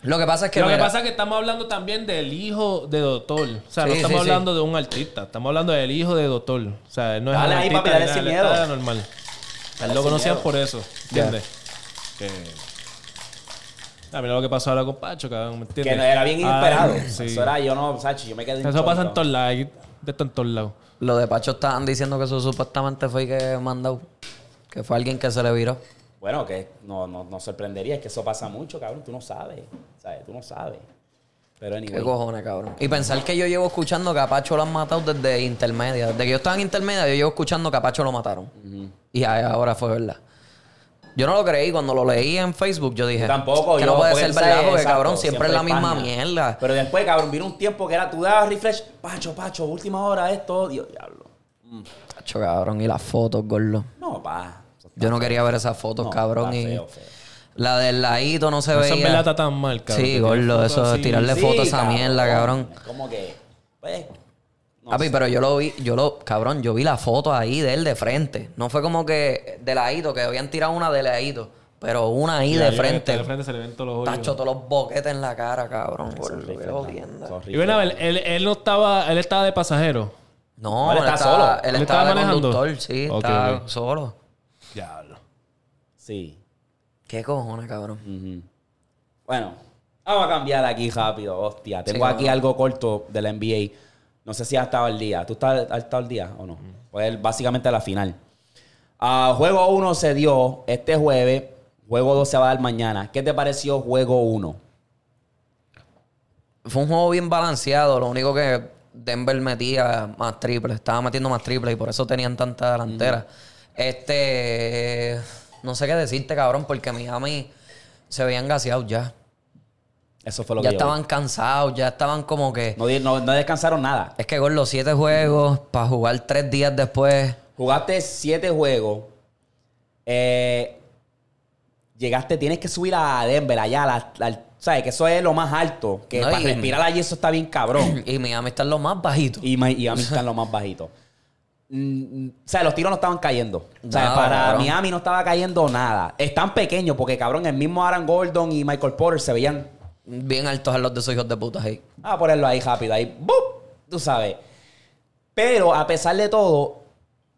Lo que pasa es que.
lo que
mira,
pasa es que estamos hablando también del hijo de doctor. O sea,
Sí,
no
sí,
estamos
sí.
hablando de un artista. Estamos hablando del hijo de doctor. O sea, él no es
Dale
un
ahí,
artista
papi,
ni
dale
nada,
sin
él
miedo.
está normal. Él
sin
lo conocían
miedo.
por eso. ¿Entiendes? Que... Ah, mira lo que pasó ahora con Pacho, cabrón. ¿Me entiendes?
Que no, era bien
Ay,
inesperado.
sí.
Eso era yo no, Sachi, yo me quedé en
Eso pasa en
shock,
todos lados. hay De esto en todos lados.
Lo de Pacho estaban diciendo que eso supuestamente fue que mandó. Que fue alguien que se le viró.
¿no? Bueno, que no, no, no sorprendería, es que eso pasa mucho, cabrón. Tú no sabes. ¿Sabes? Tú no sabes. Pero
Qué
anyway.
cojones, cabrón. Y pensar que yo llevo escuchando que a Pacho lo han matado desde intermedia. Desde que yo estaba en intermedia, yo llevo escuchando que a Pacho lo mataron. Y a- ahora fue verdad. Yo no lo creí. Cuando lo leí en Facebook, yo dije.
Tampoco,
Eh, Que
yo,
no puede
porque
ser
tú sabes,
verdad, porque
exacto,
cabrón, siempre, es la misma
pana.
mierda.
Pero después, cabrón, vino un tiempo que era tú dabas refresh, Pacho, Pacho, última hora, esto, Dios, diablo.
Tacho, cabrón, y las fotos, gordo.
No, pa. eso está
Yo no quería ver esas fotos,
No,
cabrón.
está
y
feo, feo.
La del ladito no se
Esa
veía.
en verdad está tan mal, cabrón.
Sí,
que tiene
gordo,
fotos
eso de
así.
tirarle fotos a esa
cabrón,
mierda, cabrón.
Como que, pues, no
Papi,
sé.
pero yo lo vi, yo lo, cabrón, yo vi la foto ahí de él de frente. No fue como que de ladito, que habían tirado una de ladito, pero una ahí
Y
de
ahí
frente.
De frente se le ven todos los hoyos.
Tacho todos los boquetes en la cara, cabrón.
Son
gordo, qué
rifles, cabrón,
jodienda.
son
Y ven a ver, él, él no estaba, él estaba de pasajero.
No,
Él
él,
está
estaba,
solo.
Él estaba,
¿Él estaba
de
manejando?
conductor, sí,
Ok,
estaba
ok.
solo.
Diablo.
Sí.
¿Qué cojones, cabrón?
Ujú. Bueno, vamos a cambiar aquí rápido, hostia. Tengo
Sí,
aquí
cabrón.
algo corto del NBA. No sé si has estado al día. ¿Tú estás, has estado al día o no?
Mm.
Pues básicamente a la final. Ah, juego 1 se dio este jueves. Juego 2 se va a dar mañana. ¿Qué te pareció juego 1?
Fue un juego bien balanceado. Lo único que Denver metía más triples. Estaba metiendo más triples y por eso tenían tanta delantera. Este. No sé qué decirte, cabrón, porque Miami se veían gaseados ya.
Eso fue lo
ya
que yo vi.
estaban cansados, ya estaban como que.
No, di- no- no descansaron nada.
Es que con los siete juegos, para jugar tres días después.
Jugaste siete juegos. eh, llegaste, tienes que subir a Denver allá. la- la- ¿Sabes? Que eso es lo más alto. Que
No,
para
y-
respirar allí eso está bien cabrón.
Y Miami están los más bajitos.
Y, Ma-
[LAUGHS]
y Miami están los más bajitos. Mm, mm, o sea, los tiros no estaban cayendo. O sea,
Nada,
para
cabrón.
Miami no estaba cayendo nada. Están pequeños porque, cabrón, el mismo Aaron Gordon y Michael Porter se veían...
Bien altos a los de esos hijos de puta ahí.
Vamos a ponerlo ahí rápido, ahí. ¡Bup! Tú sabes. Pero a pesar de todo,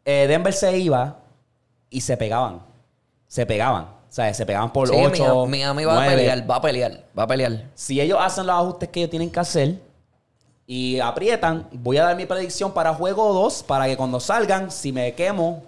eh, Denver se iba y se pegaban. Se pegaban. O sea, se pegaban por
Sí,
8,
Miami, Miami va a pelear, va a pelear, va a pelear.
Si ellos hacen los ajustes que ellos tienen que hacer y aprietan, voy a dar mi predicción para juego 2 para que cuando salgan, si me quemo,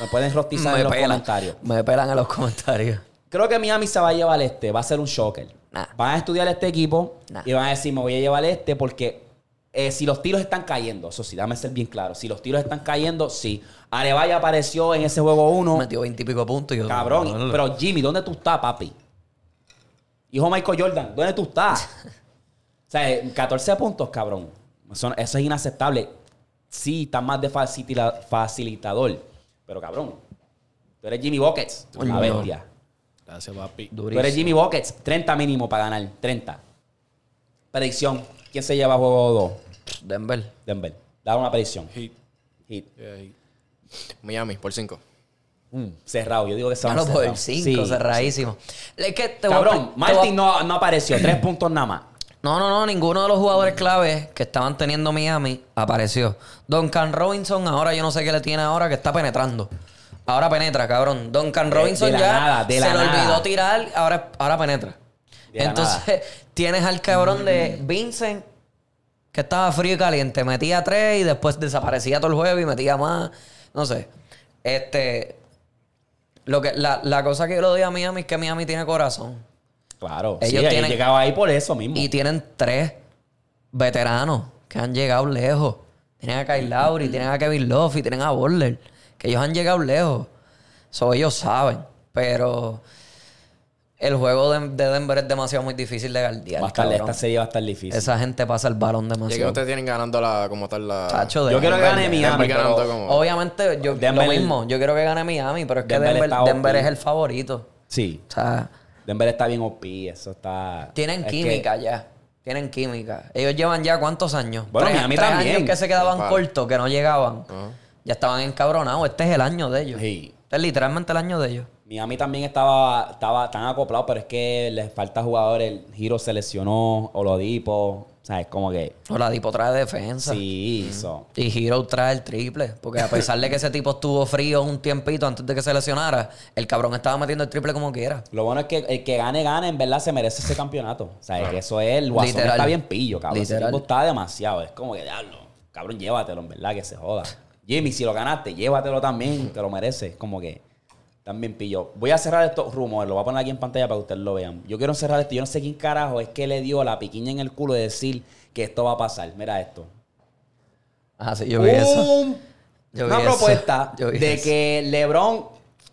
me
[LAUGHS]
pueden rostizar en los comentarios.
Me pelan en los comentarios.
Creo que Miami se va a llevar este, va a ser un shocker.
Nah.
Van a estudiar este equipo
Nah.
y van a decir, me voy a llevar este porque eh, si los tiros están cayendo, eso sí, dame ser bien claro, si los tiros están cayendo, sí. Arevaya apareció en ese juego 1,
Metió veintipico puntos y yo.
cabrón,
Bueno,
pero Jimmy, ¿dónde tú estás, papi? Hijo Michael Jordan, ¿dónde tú
[LAUGHS]
estás? o sea, eh, 14 puntos, cabrón. Eso, eso es inaceptable. Sí, está más de facilita- facilitador, pero cabrón, tú eres Jimmy Buckets,
Ay,
una
no.
bestia.
Gracias, papi.
Tú eres Jimmy Buckets, 30 mínimo para ganar, 30. Predicción, ¿quién se lleva juego 2?
Denver.
Denver. Dame una predicción.
Hit.
Hit.
Yeah, hit.
Miami, por 5.
Cerrado, yo digo que se
Ya
van
lo Mm. Ah, por
cerrado.
el 5,
Sí.
cerradísimo. Es que te voy a-
Cabrón,
te voy a-
Martin no, no apareció, tres puntos nada más.
No, no, no, ninguno de los jugadores
Mm.
clave que estaban teniendo Miami apareció. Duncan Robinson, ahora yo no sé qué le tiene ahora, que está penetrando. Ahora penetra, cabrón. Duncan Robinson
de la
ya
nada, de
se
la
le
nada.
olvidó tirar, ahora, ahora penetra.
De la Mm.
Entonces, [LAUGHS] tienes al cabrón de Vincent, que estaba frío y caliente, metía tres y después desaparecía todo el juego y metía más. No sé. Este. Lo que, la, la cosa que yo le doy a Miami es que Miami tiene corazón.
Claro,
Ellos
sí,
tienen-
ellos llegaba ahí por eso mismo.
Y tienen tres veteranos que han llegado lejos. Tienen a Kyle Lowry, tienen a Kevin Love y tienen a Butler. Que ellos han llegado lejos. Eso ellos saben. Pero el juego de, de Denver es demasiado muy difícil de guardiar.
Va a estar-
cabrón.
esta serie va a estar difícil.
Esa gente pasa el balón
Ya que
demasiado.
ustedes tienen ganando la, como tal la.
Tacho,
Yo quiero que
Denver-
gane Miami.
Denver
pero-
ganando como.
Obviamente, yo,
Denver-
lo mismo. Yo quiero que gane Miami, pero es que
Denver
Denver,
está
Denver
OP.
es el favorito.
Sí,
O sea,
Denver está bien OP, eso está...
Tienen
es que-
química ya. Tienen química. Ellos llevan ya cuántos años.
Bueno,
tres,
Miami
tres
también.
años que se quedaban
Ojalá.
cortos, que no llegaban. Ya estaban encabronados. Este es el año de ellos.
Sí.
Este es literalmente el año de ellos.
Miami también estaba, estaba tan acoplado, pero es que les falta jugadores. El Giro se lesionó, Olodipo. O sea, es como que.
O la Dipo trae defensa.
Sí, so.
Y Hero trae el triple. Porque a pesar de que ese [LAUGHS] tipo estuvo frío un tiempito antes de que se lesionara, el cabrón estaba metiendo el triple como quiera.
Lo bueno es que el que gane, gane, en verdad se merece ese campeonato. O sea, es que eso es. El Guasón
Literal.
está bien pillo, cabrón. Ese
Literal.
tipo está demasiado. Es como que, diablo, cabrón, llévatelo, en verdad, que se joda. Jimmy, si lo ganaste, llévatelo también, te lo mereces. Como que también pillo. Voy a cerrar estos rumores, lo voy a poner aquí en pantalla para que ustedes lo vean. Yo quiero cerrar esto. Yo no sé quién carajo es que le dio la piquiña en el culo de decir que esto va a pasar. Mira esto.
Ah, sí, yo vi eso.
un-
Yo vi
una
eso.
propuesta
[LAUGHS] Yo vi
de
eso.
que LeBron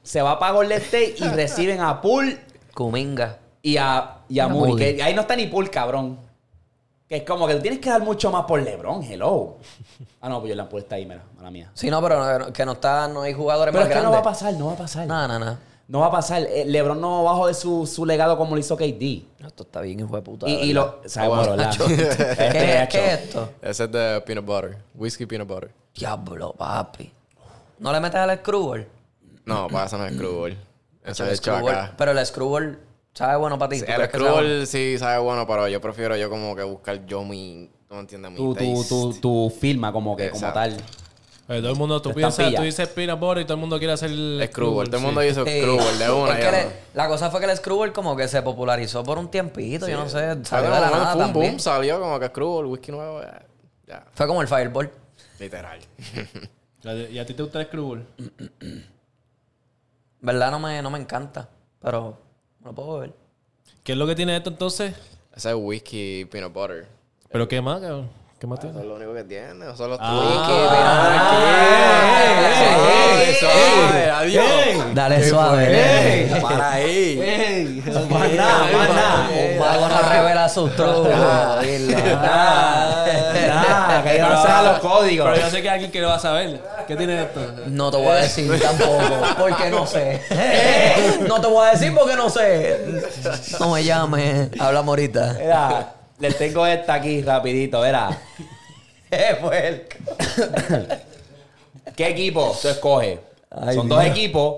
se va para Golden State y reciben a Pool
Cuminga.
y a, y a
A
Moody.
Moody.
que ahí no está ni Pool, cabrón. Que es como que tú tienes que dar mucho más por LeBron, [LAUGHS] hello. Ah, no, pues yo la puedo estar ahí, mira, mala mía.
Sí, no, pero no- que no está, no hay jugadores
Pero es
más
que no va a
grandes.
pasar, no va a pasar.
No, no, no.
No va a pasar. Eh, LeBron no bajó de su, su legado como lo hizo KD. Y,
Esto está bien, hijo de puta.
y
¿verdad?
lo. Sabemos,
Ah,
¿verdad?
macho.
[LAUGHS] Este [LAUGHS]
¿Qué,
hecho.
¿Qué es esto?
Ese es de peanut butter. Whiskey peanut butter.
Diablo, papi. ¿No le metes al screwball?
No, para eso no es screwball. Ese
El
es hecho
screwball-
acá.
Pero el screwball sabe bueno para ti.
Sí,
¿Tú
El
crees que sabe bueno?
screwball sí sabe bueno, pero yo prefiero yo como que buscar yo mi... ¿Tú me entiendes? Mi
Tu, tu,
taste.
tu, tu firma como que, como
Exacto.
tal.
Eh, todo el mundo, tú
Te
piensas,
estampilla.
tú dices peanut butter y todo el mundo quiere hacer el
El Screwball. Todo el
sí.
mundo dice
Sí.
Screwball de una.
Es que
ya
le-
no.
la cosa fue que el screwball como que se popularizó por un tiempito, yo no sé, salió de
Bueno,
la
bueno,
nada
fue un boom,
también.
salió como que Screwball, whisky nuevo. Ya, ya,
Fue como el fireball.
literal.
La de- ¿Y a ti te gusta el screwball?
¿Verdad? No me, no me encanta, pero no lo puedo beber.
¿Qué es lo que tiene esto entonces?
Ese es whisky peanut butter.
¿Pero qué más, cabrón? ¿Qué más
Eso
tiene?
es lo único que tiene. Eso los
ey, Dale suave.
Para ahí.
Más nada, más nada.
Un mago no revela
[LAUGHS]
sus trucos.
Nada, que yo no sea los [LAUGHS] códigos.
Pero yo sé que alguien que lo va a saber. ¿Qué tiene esto?
[LAUGHS]
No te voy a decir
Eh.
tampoco, porque no sé. Eh, No te voy a decir porque no sé. No me llames, hablamos ahorita.
Mira, les tengo esta aquí rapidito, verá. ¿Qué equipo tú escoges?
Ay,
Son
Dios.
dos equipos.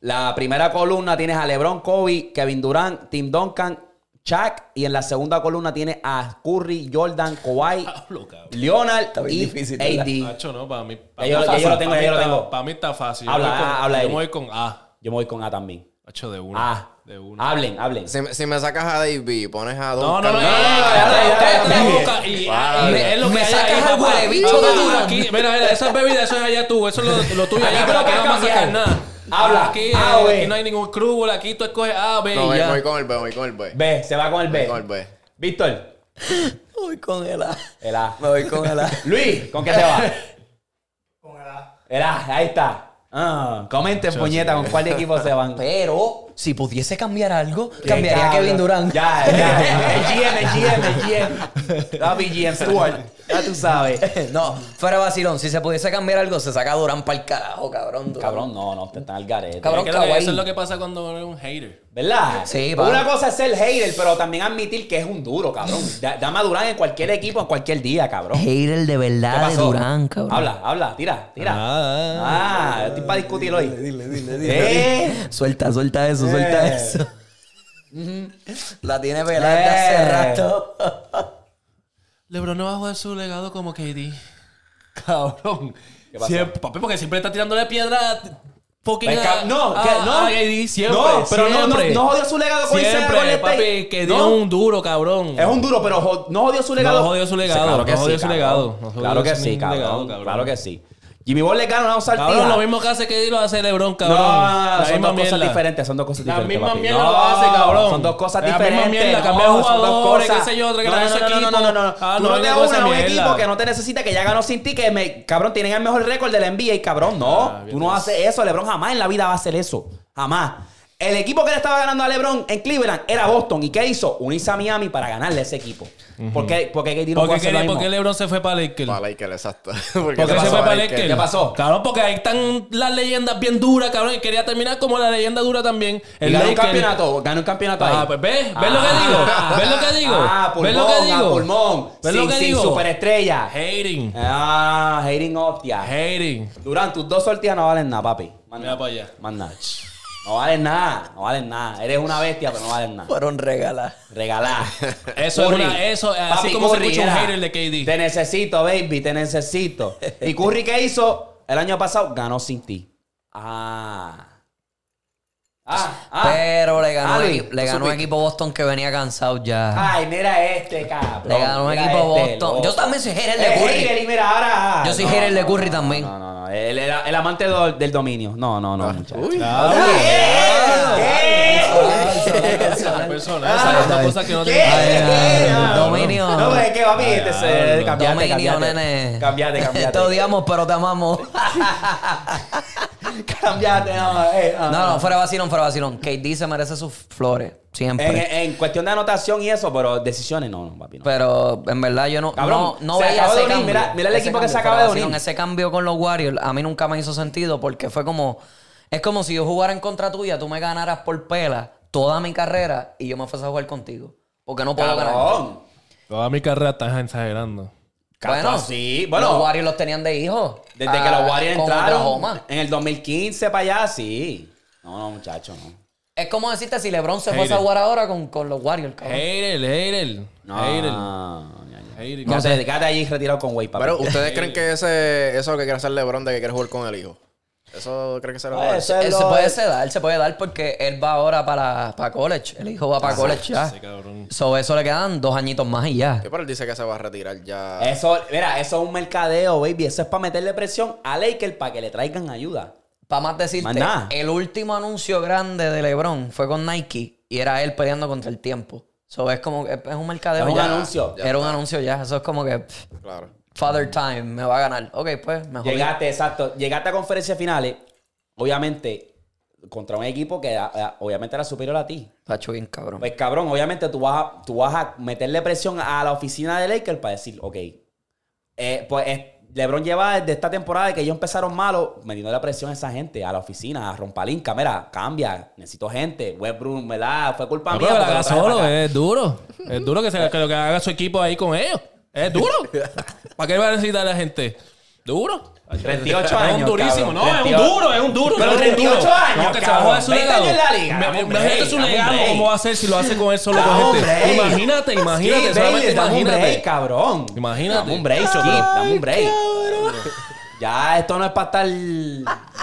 La primera columna tienes a LeBron, Kobe, Kevin Durant, Tim Duncan, Shaq. Y en la segunda columna tienes a Curry, Jordan, Kawhi,
Pablo, cabrón.
Leonard
bien
y
difícil, ¿verdad?
AD.
Nacho, no, para mí. Para
Ya yo-
mí
ya
está
yo lo
fácil,
tengo,
para
ya yo
mí
lo
está-
tengo.
Para mí está fácil. Yo
Habla,
voy con-
ah, habla,
Yo
Eric.
me voy con A.
Yo me voy con A también.
Nacho, de uno.
A.
De uno.
Hablen, hablen.
Si, me- si me sacas a Dave y pones a
No,
Duncan.
no, no,
no,
eh,
no, ya, ya,
ustedes
ya,
te la
ya.
buscan y-
Vale.
y es lo
Me
que hay
sacas
ahí,
al
papá.
huelebicho
Papá,
de Durán.
aquí, Mira, mira, esas bebidas, eso es allá tú, eso es lo, lo tuyo allá,
Aquí
pero
no
aquí no
puedes
vas a sacar
cambiar.
nada.
Habla,
Aquí,
A
eh,
o B.
aquí no hay ningún crúbal, aquí tú escoges A, B
No, eh,
y
voy,
ya.
voy con el B, voy con el B.
B, se va con el
Voy con el
B.
B.
Víctor,
Voy con el A.
el A.
Me voy con el A.
Luis, ¿con qué te vas? con el A. El A, ahí está. Ah, comenten, puñeta, con cuál equipo se van.
Pero si pudiese cambiar algo,
Qué
cambiaría a
cabrón.
Kevin Durant.
Ya, ya. El GM, el GM, el GM. Papi, GM Stewart. Ya tú sabes.
[LAUGHS] No, fuera de vacilón, si se pudiese cambiar algo, se saca a Durán para el carajo, cabrón. Durán.
Cabrón, no, no, te están al garete.
Cabrón.
Es que lo que-
Kawaii.
Eso es lo que pasa cuando eres un hater.
¿Verdad?
Sí, pa.
Una cosa es ser hater, pero también admitir que es un duro, cabrón. Da- Dame a Durán en cualquier equipo, en cualquier día, cabrón. ¿Qué
Hater de verdad
pasó? Habla, habla, tira, tira. Ah, estoy para discutir hoy.
Dile, dile,
dile.
Eh. Suelta, suelta eso, suelta
Eh.
eso. [LAUGHS] La tiene pelada desde
Eh.
hace rato.
LeBron no va a jugar su legado como KD. Cabrón.
¿Qué pasó?
Siempre, papi, porque siempre está tirándole piedra a- fucking
Pues,
a,
cab- no,
a-
que- no.
a KD siempre.
No, pero no, no,
siempre.
no jodió su legado con ese Golden
Siempre,
State.
papi, que dio
No.
un duro, cabrón.
Es un duro, pero jo- no jodió su legado.
No jodió su legado,
claro que
no jodió
sí,
su
cabrón.
legado, no jodió
claro que
su
sí, cabrón,
legado, cabrón.
Claro que sí. Jimmy Ball le gana una osaltija.
Cabrón, lo mismo que hace KD lo hace LeBron,
No,
cabrón. La
son
misma
dos cosas
mierda.
diferentes, son dos cosas
La
diferentes.
misma
papi.
mierda
No,
lo hace, cabrón.
Son dos cosas
La misma
diferentes.
mierda,
no,
cambia
son dos
jugadores,
cosas.
qué sé yo, otra que
no,
gana
no,
ese
no, no,
equipo.
no, no, no, no.
Ah,
Tú
no
no, te
venga
vas
con
a
esa
un equipo
mierda.
que no te necesita, que ya ganó sin ti, que me, cabrón, tienen el mejor récord de la NBA. Y cabrón, no.
Ah,
tú no haces eso. LeBron jamás en la vida va a hacer eso. Jamás. El equipo que le estaba ganando a LeBron en Cleveland era Boston. ¿Y qué hizo? Unirse a Miami para ganarle a ese equipo. ¿Por qué, por qué KD no
¿Por
puede
qué,
hacer lo
KD,
mismo?
por qué LeBron se fue para Lakers?
Para Laker, exacto. [LAUGHS] ¿Por
¿Por qué se
pasó,
fue para
Lakers?
Lakers?
¿Qué pasó?
Claro, porque ahí están las leyendas bien duras, cabrón. Y quería terminar como la leyenda dura también.
Y ganó un
Lakers-
campeonato, ganó un campeonato ahí.
Ah, pues ves, ves lo que digo, ves lo que digo,
Ah, pulmón,
ves lo que
ah,
digo.
pulmón.
¿Ves
sin,
lo que
sin
digo?
superestrella.
Hating.
Ah, hating hostia.
Hating.
Durán, tus dos sortías no valen nada, papi. Más
Mira
nada.
para allá.
Más nada. No valen nada, no valen nada. Eres una bestia, pero no valen nada.
Fueron regaladas.
Regalá.
[LAUGHS] Eso es una- eso, así como se escucha un
mira,
hater de KD.
Te necesito, baby, te
[LAUGHS]
necesito. ¿Y Curry qué hizo el año pasado? Ganó sin ti. Ah. Ah, ah.
Pero le ganó,
Ah,
un
Luis,
equipo- le
tú
ganó un
supiste.
equipo Boston que venía cansado ya.
Ay, mira este, cabrón.
le ganó un
Mira
equipo
este,
Boston.
loco.
Yo también soy hater de
Eh,
Curry.
hater, y mira, ahora.
Yo soy hater de Curry también.
No, no, no. El, el- el amante do- del dominio. No, no, no, muchachos.
Uy, ah,
Personal,
ah,
esas son cosas que no
¿Qué?
tienen-
Ay, ay,
eh, Ah,
dominio.
No, es que papi, este se cambiate,
Dominio,
cambiate.
nene.
Cambiate, cambiate.
Te odiamos, pero te amamos.
Cambiate, no, eh, ah.
[LAUGHS] No, no, fuera vacilón, fuera vacilón. KD se merece sus flores,
En,
siempre.
en cuestión de anotación y eso, pero decisiones no, no, papi. No.
Pero en verdad yo no,
Cabrón,
no, no
se
veía
acaba de
ese
unir.
cambio.
Mira- mira el
Ese
equipo que se
cambio,
acaba
fuera
de unir.
vacilón. Ese cambio con los Warriors a mí nunca me hizo sentido porque fue como... Es como si yo jugara en contra tuya, tú me ganaras por pela toda mi carrera y yo me fuese a jugar contigo. Porque no puedo ganar.
Cabrón.
Toda mi carrera estás exagerando.
Bueno, sí, bueno.
Los Warriors los tenían de hijos.
Desde que los Warriors entraron
Ah, Oklahoma.
en el 2015 para allá, sí. No, no, muchacho, no.
Es como decirte si LeBron se
Hater.
fuese a jugar ahora con, con los Warriors, cabrón.
Hater, hater. Hater.
No, ya, ya.
Hater.
No sé, quédate allí retirado con Way, papi.
Pero, ¿ustedes creen que ese, eso que quiere hacer LeBron de que quiere jugar con el hijo? ¿Eso cree que se lo va a
Puede
hacer?
ser
Él se
lo-
puede sedar, se puede dar porque él va ahora para, para college. El hijo
Ah,
va para college ya.
Sí, cabrón.
So, eso le quedan dos añitos más y ya.
Sí, Pero él dice que se va a retirar ya.
Eso, mira, eso es un mercadeo, baby. Eso es para meterle presión a Laker para que le traigan ayuda.
Para más decirte,
Más nada.
el último anuncio grande de LeBron fue con Nike y era él peleando contra el tiempo. So, es como que es un mercadeo
Es un
ya.
anuncio.
Ya
Era un anuncio ya. Eso es como que pff,
Claro.
Father Time me va a ganar. Ok, pues mejor.
Llegaste, exacto. Llegaste a conferencias finales, obviamente, contra un equipo que a- a- obviamente era superior a ti.
Pacho bien cabrón.
Pues cabrón, obviamente tú vas a, tú vas a meterle presión a la oficina de Lakers para decir, ok, eh, pues eh, LeBron lleva desde esta temporada que ellos empezaron malos, metiendo la presión a esa gente, a la oficina, a Rompalinca, mira, cambia, necesito gente, Westbrook, ¿verdad? Fue culpa
No,
mía.
pero que la
porque
haga
lo traje
solo,
para acá.
es duro. Es duro que, se, que lo que haga su equipo ahí con ellos.
[LAUGHS]
Es duro. ¿Para qué va a necesitar la gente? Duro.
38
Es un
años,
durísimo.
cabrón.
No, es
38.
un duro, es un duro.
Pero
es un
38
duro.
años,
No, que se
cabrón.
va a joder su
20
legado.
años en la liga.
Me-
Dame un
Imagínate
break,
su
dame un
legado,
break.
cómo va a hacer si lo hace con él solo
Dame
con
un
gente.
break.
Imagínate, imagínate,
Skip,
solamente
baby, dame un break,
imagínate.
cabrón.
Imagínate.
Dame un break, Skip, dame un break. Ya, esto no es para estar.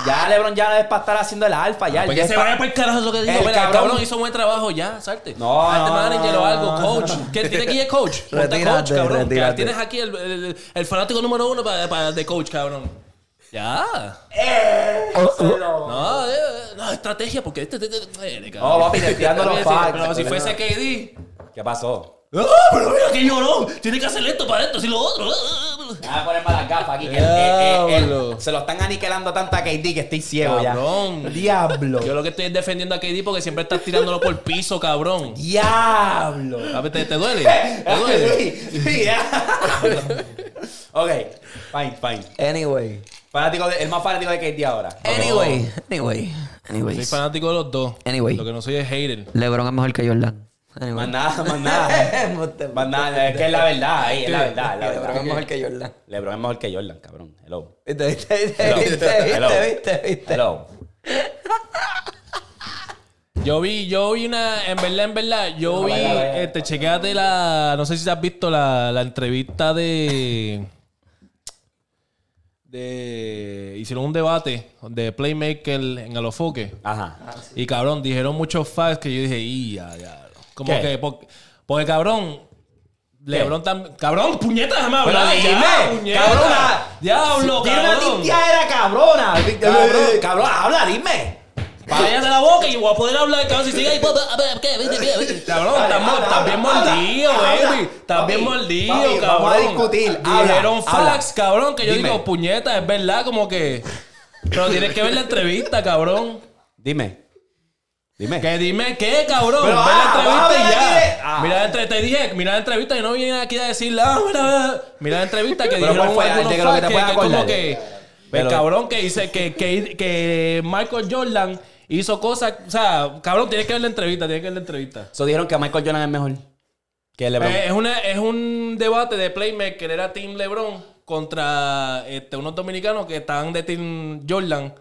Ya LeBron ya no es para estar haciendo el alfa. Ya,
Porque
ya es
Pues se
pa-
vaya para el carajo eso que digo.
El
Mira, el Eh, cabrón,
cabrón
hizo buen trabajo, ya, salte.
No,
Hazte
no,
manager
no,
o algo,
no,
coach.
no.
¿Qué tiene aquí es coach? Ponte
Retírate,
coach, cabrón. que
retírate.
tienes aquí el, el- el fanático número uno para, para- de coach, cabrón. Ya. No, eh, eh, no, estrategia, porque este. este- este- eh, cabrón.
No, papi, te estoy dando los
Pero
facts.
si fuese KD.
¿Qué pasó?
¡Ah, pero mira qué llorón! Tiene que hacer esto para esto, si lo otro. ah, ah, ah".
Me voy a poner malas gafas aquí. que-
Diablo.
eh, eh, eh, se lo están aniquilando tanto a KD que estoy ciego ya.
Cabrón.
Diablo.
Yo lo que estoy es defendiendo a KD porque siempre estás tirándolo por el piso, cabrón.
Diablo.
A ver, ¿Te, te [LAUGHS] duele?
[LAUGHS]
¿Te duele?
Sí, sí, ya. [LAUGHS] ok, fine, fine.
Anyway.
Fanático de- el más fanático de KD ahora.
Anyway. Anyway.
Soy
Anyways.
fanático de los dos.
Anyway.
Lo que no soy es hater.
LeBron es mejor que Jordan. Anyway.
Más nada, más
[LAUGHS]
nada.
Embuste,
más nada, es que es la verdad, ahí, es la verdad, es la
Que [LAUGHS] LeBron es
verdad.
mejor que Jordan.
LeBron es mejor que Jordan, cabrón. Hello.
Viste, viste, Eh, viste,
Hello.
viste,
Hello.
viste, viste, viste.
Hello.
Yo vi, yo vi una, en verdad, en verdad, yo vi,
vaya, vaya.
este, chequéate la, no sé si has visto la, la entrevista de, de, hicieron un debate de Playmaker en Alofoque.
Ajá.
Y cabrón, dijeron muchos facts que yo dije, y ya, ya. Como
¿Qué?
que, porque, porque, cabrón, Lebron también. Cabrón, puñetas, déjame hablar.
Pero
ya,
dime,
puñeta.
cabrona.
Diablo,
Tiene una
cabrón.
tintiadera cabrona. Cabrón, cabrón, habla, dime.
Váyase la boca y voy a poder hablar, cabrón. Si sigue ahí, pues, pa, pa, pa, ¿qué? Vete, vete, vete. Cabrón,
Dale,
estamos-
habla,
estás bien
habla,
mordido,
habla,
baby. Estás
papi,
bien
papi,
mordido, cabrón.
vamos a discutir, habla,
Dijeron
habla.
facts, cabrón, que yo
Dime.
digo, puñeta, es verdad, como que. Pero tienes que ver la entrevista, cabrón.
Dime. Dime.
Que dime qué, cabrón.
Pero,
Ve
ah, vas a
la entrevista
ver
y
aquí
ya.
de- ah.
Mira la entre- te dije, mira la entrevista y no viene aquí a decir ah, mira, mira, mira la entrevista que
Pero
dijeron
¿cuál fue?
algunos
Dije lo que te
facts
puedas
que- que como
acordar.
que-
Pero-
el cabrón que dice que, que, que Michael Jordan hizo cosas, o sea, cabrón, tienes que ver la entrevista, tienes que ver la entrevista.
So dijeron que Michael Jordan es mejor que LeBron.
Eh, es, una, es un debate de playmaker, era Team LeBron contra este, unos dominicanos que estaban de Team Jordan.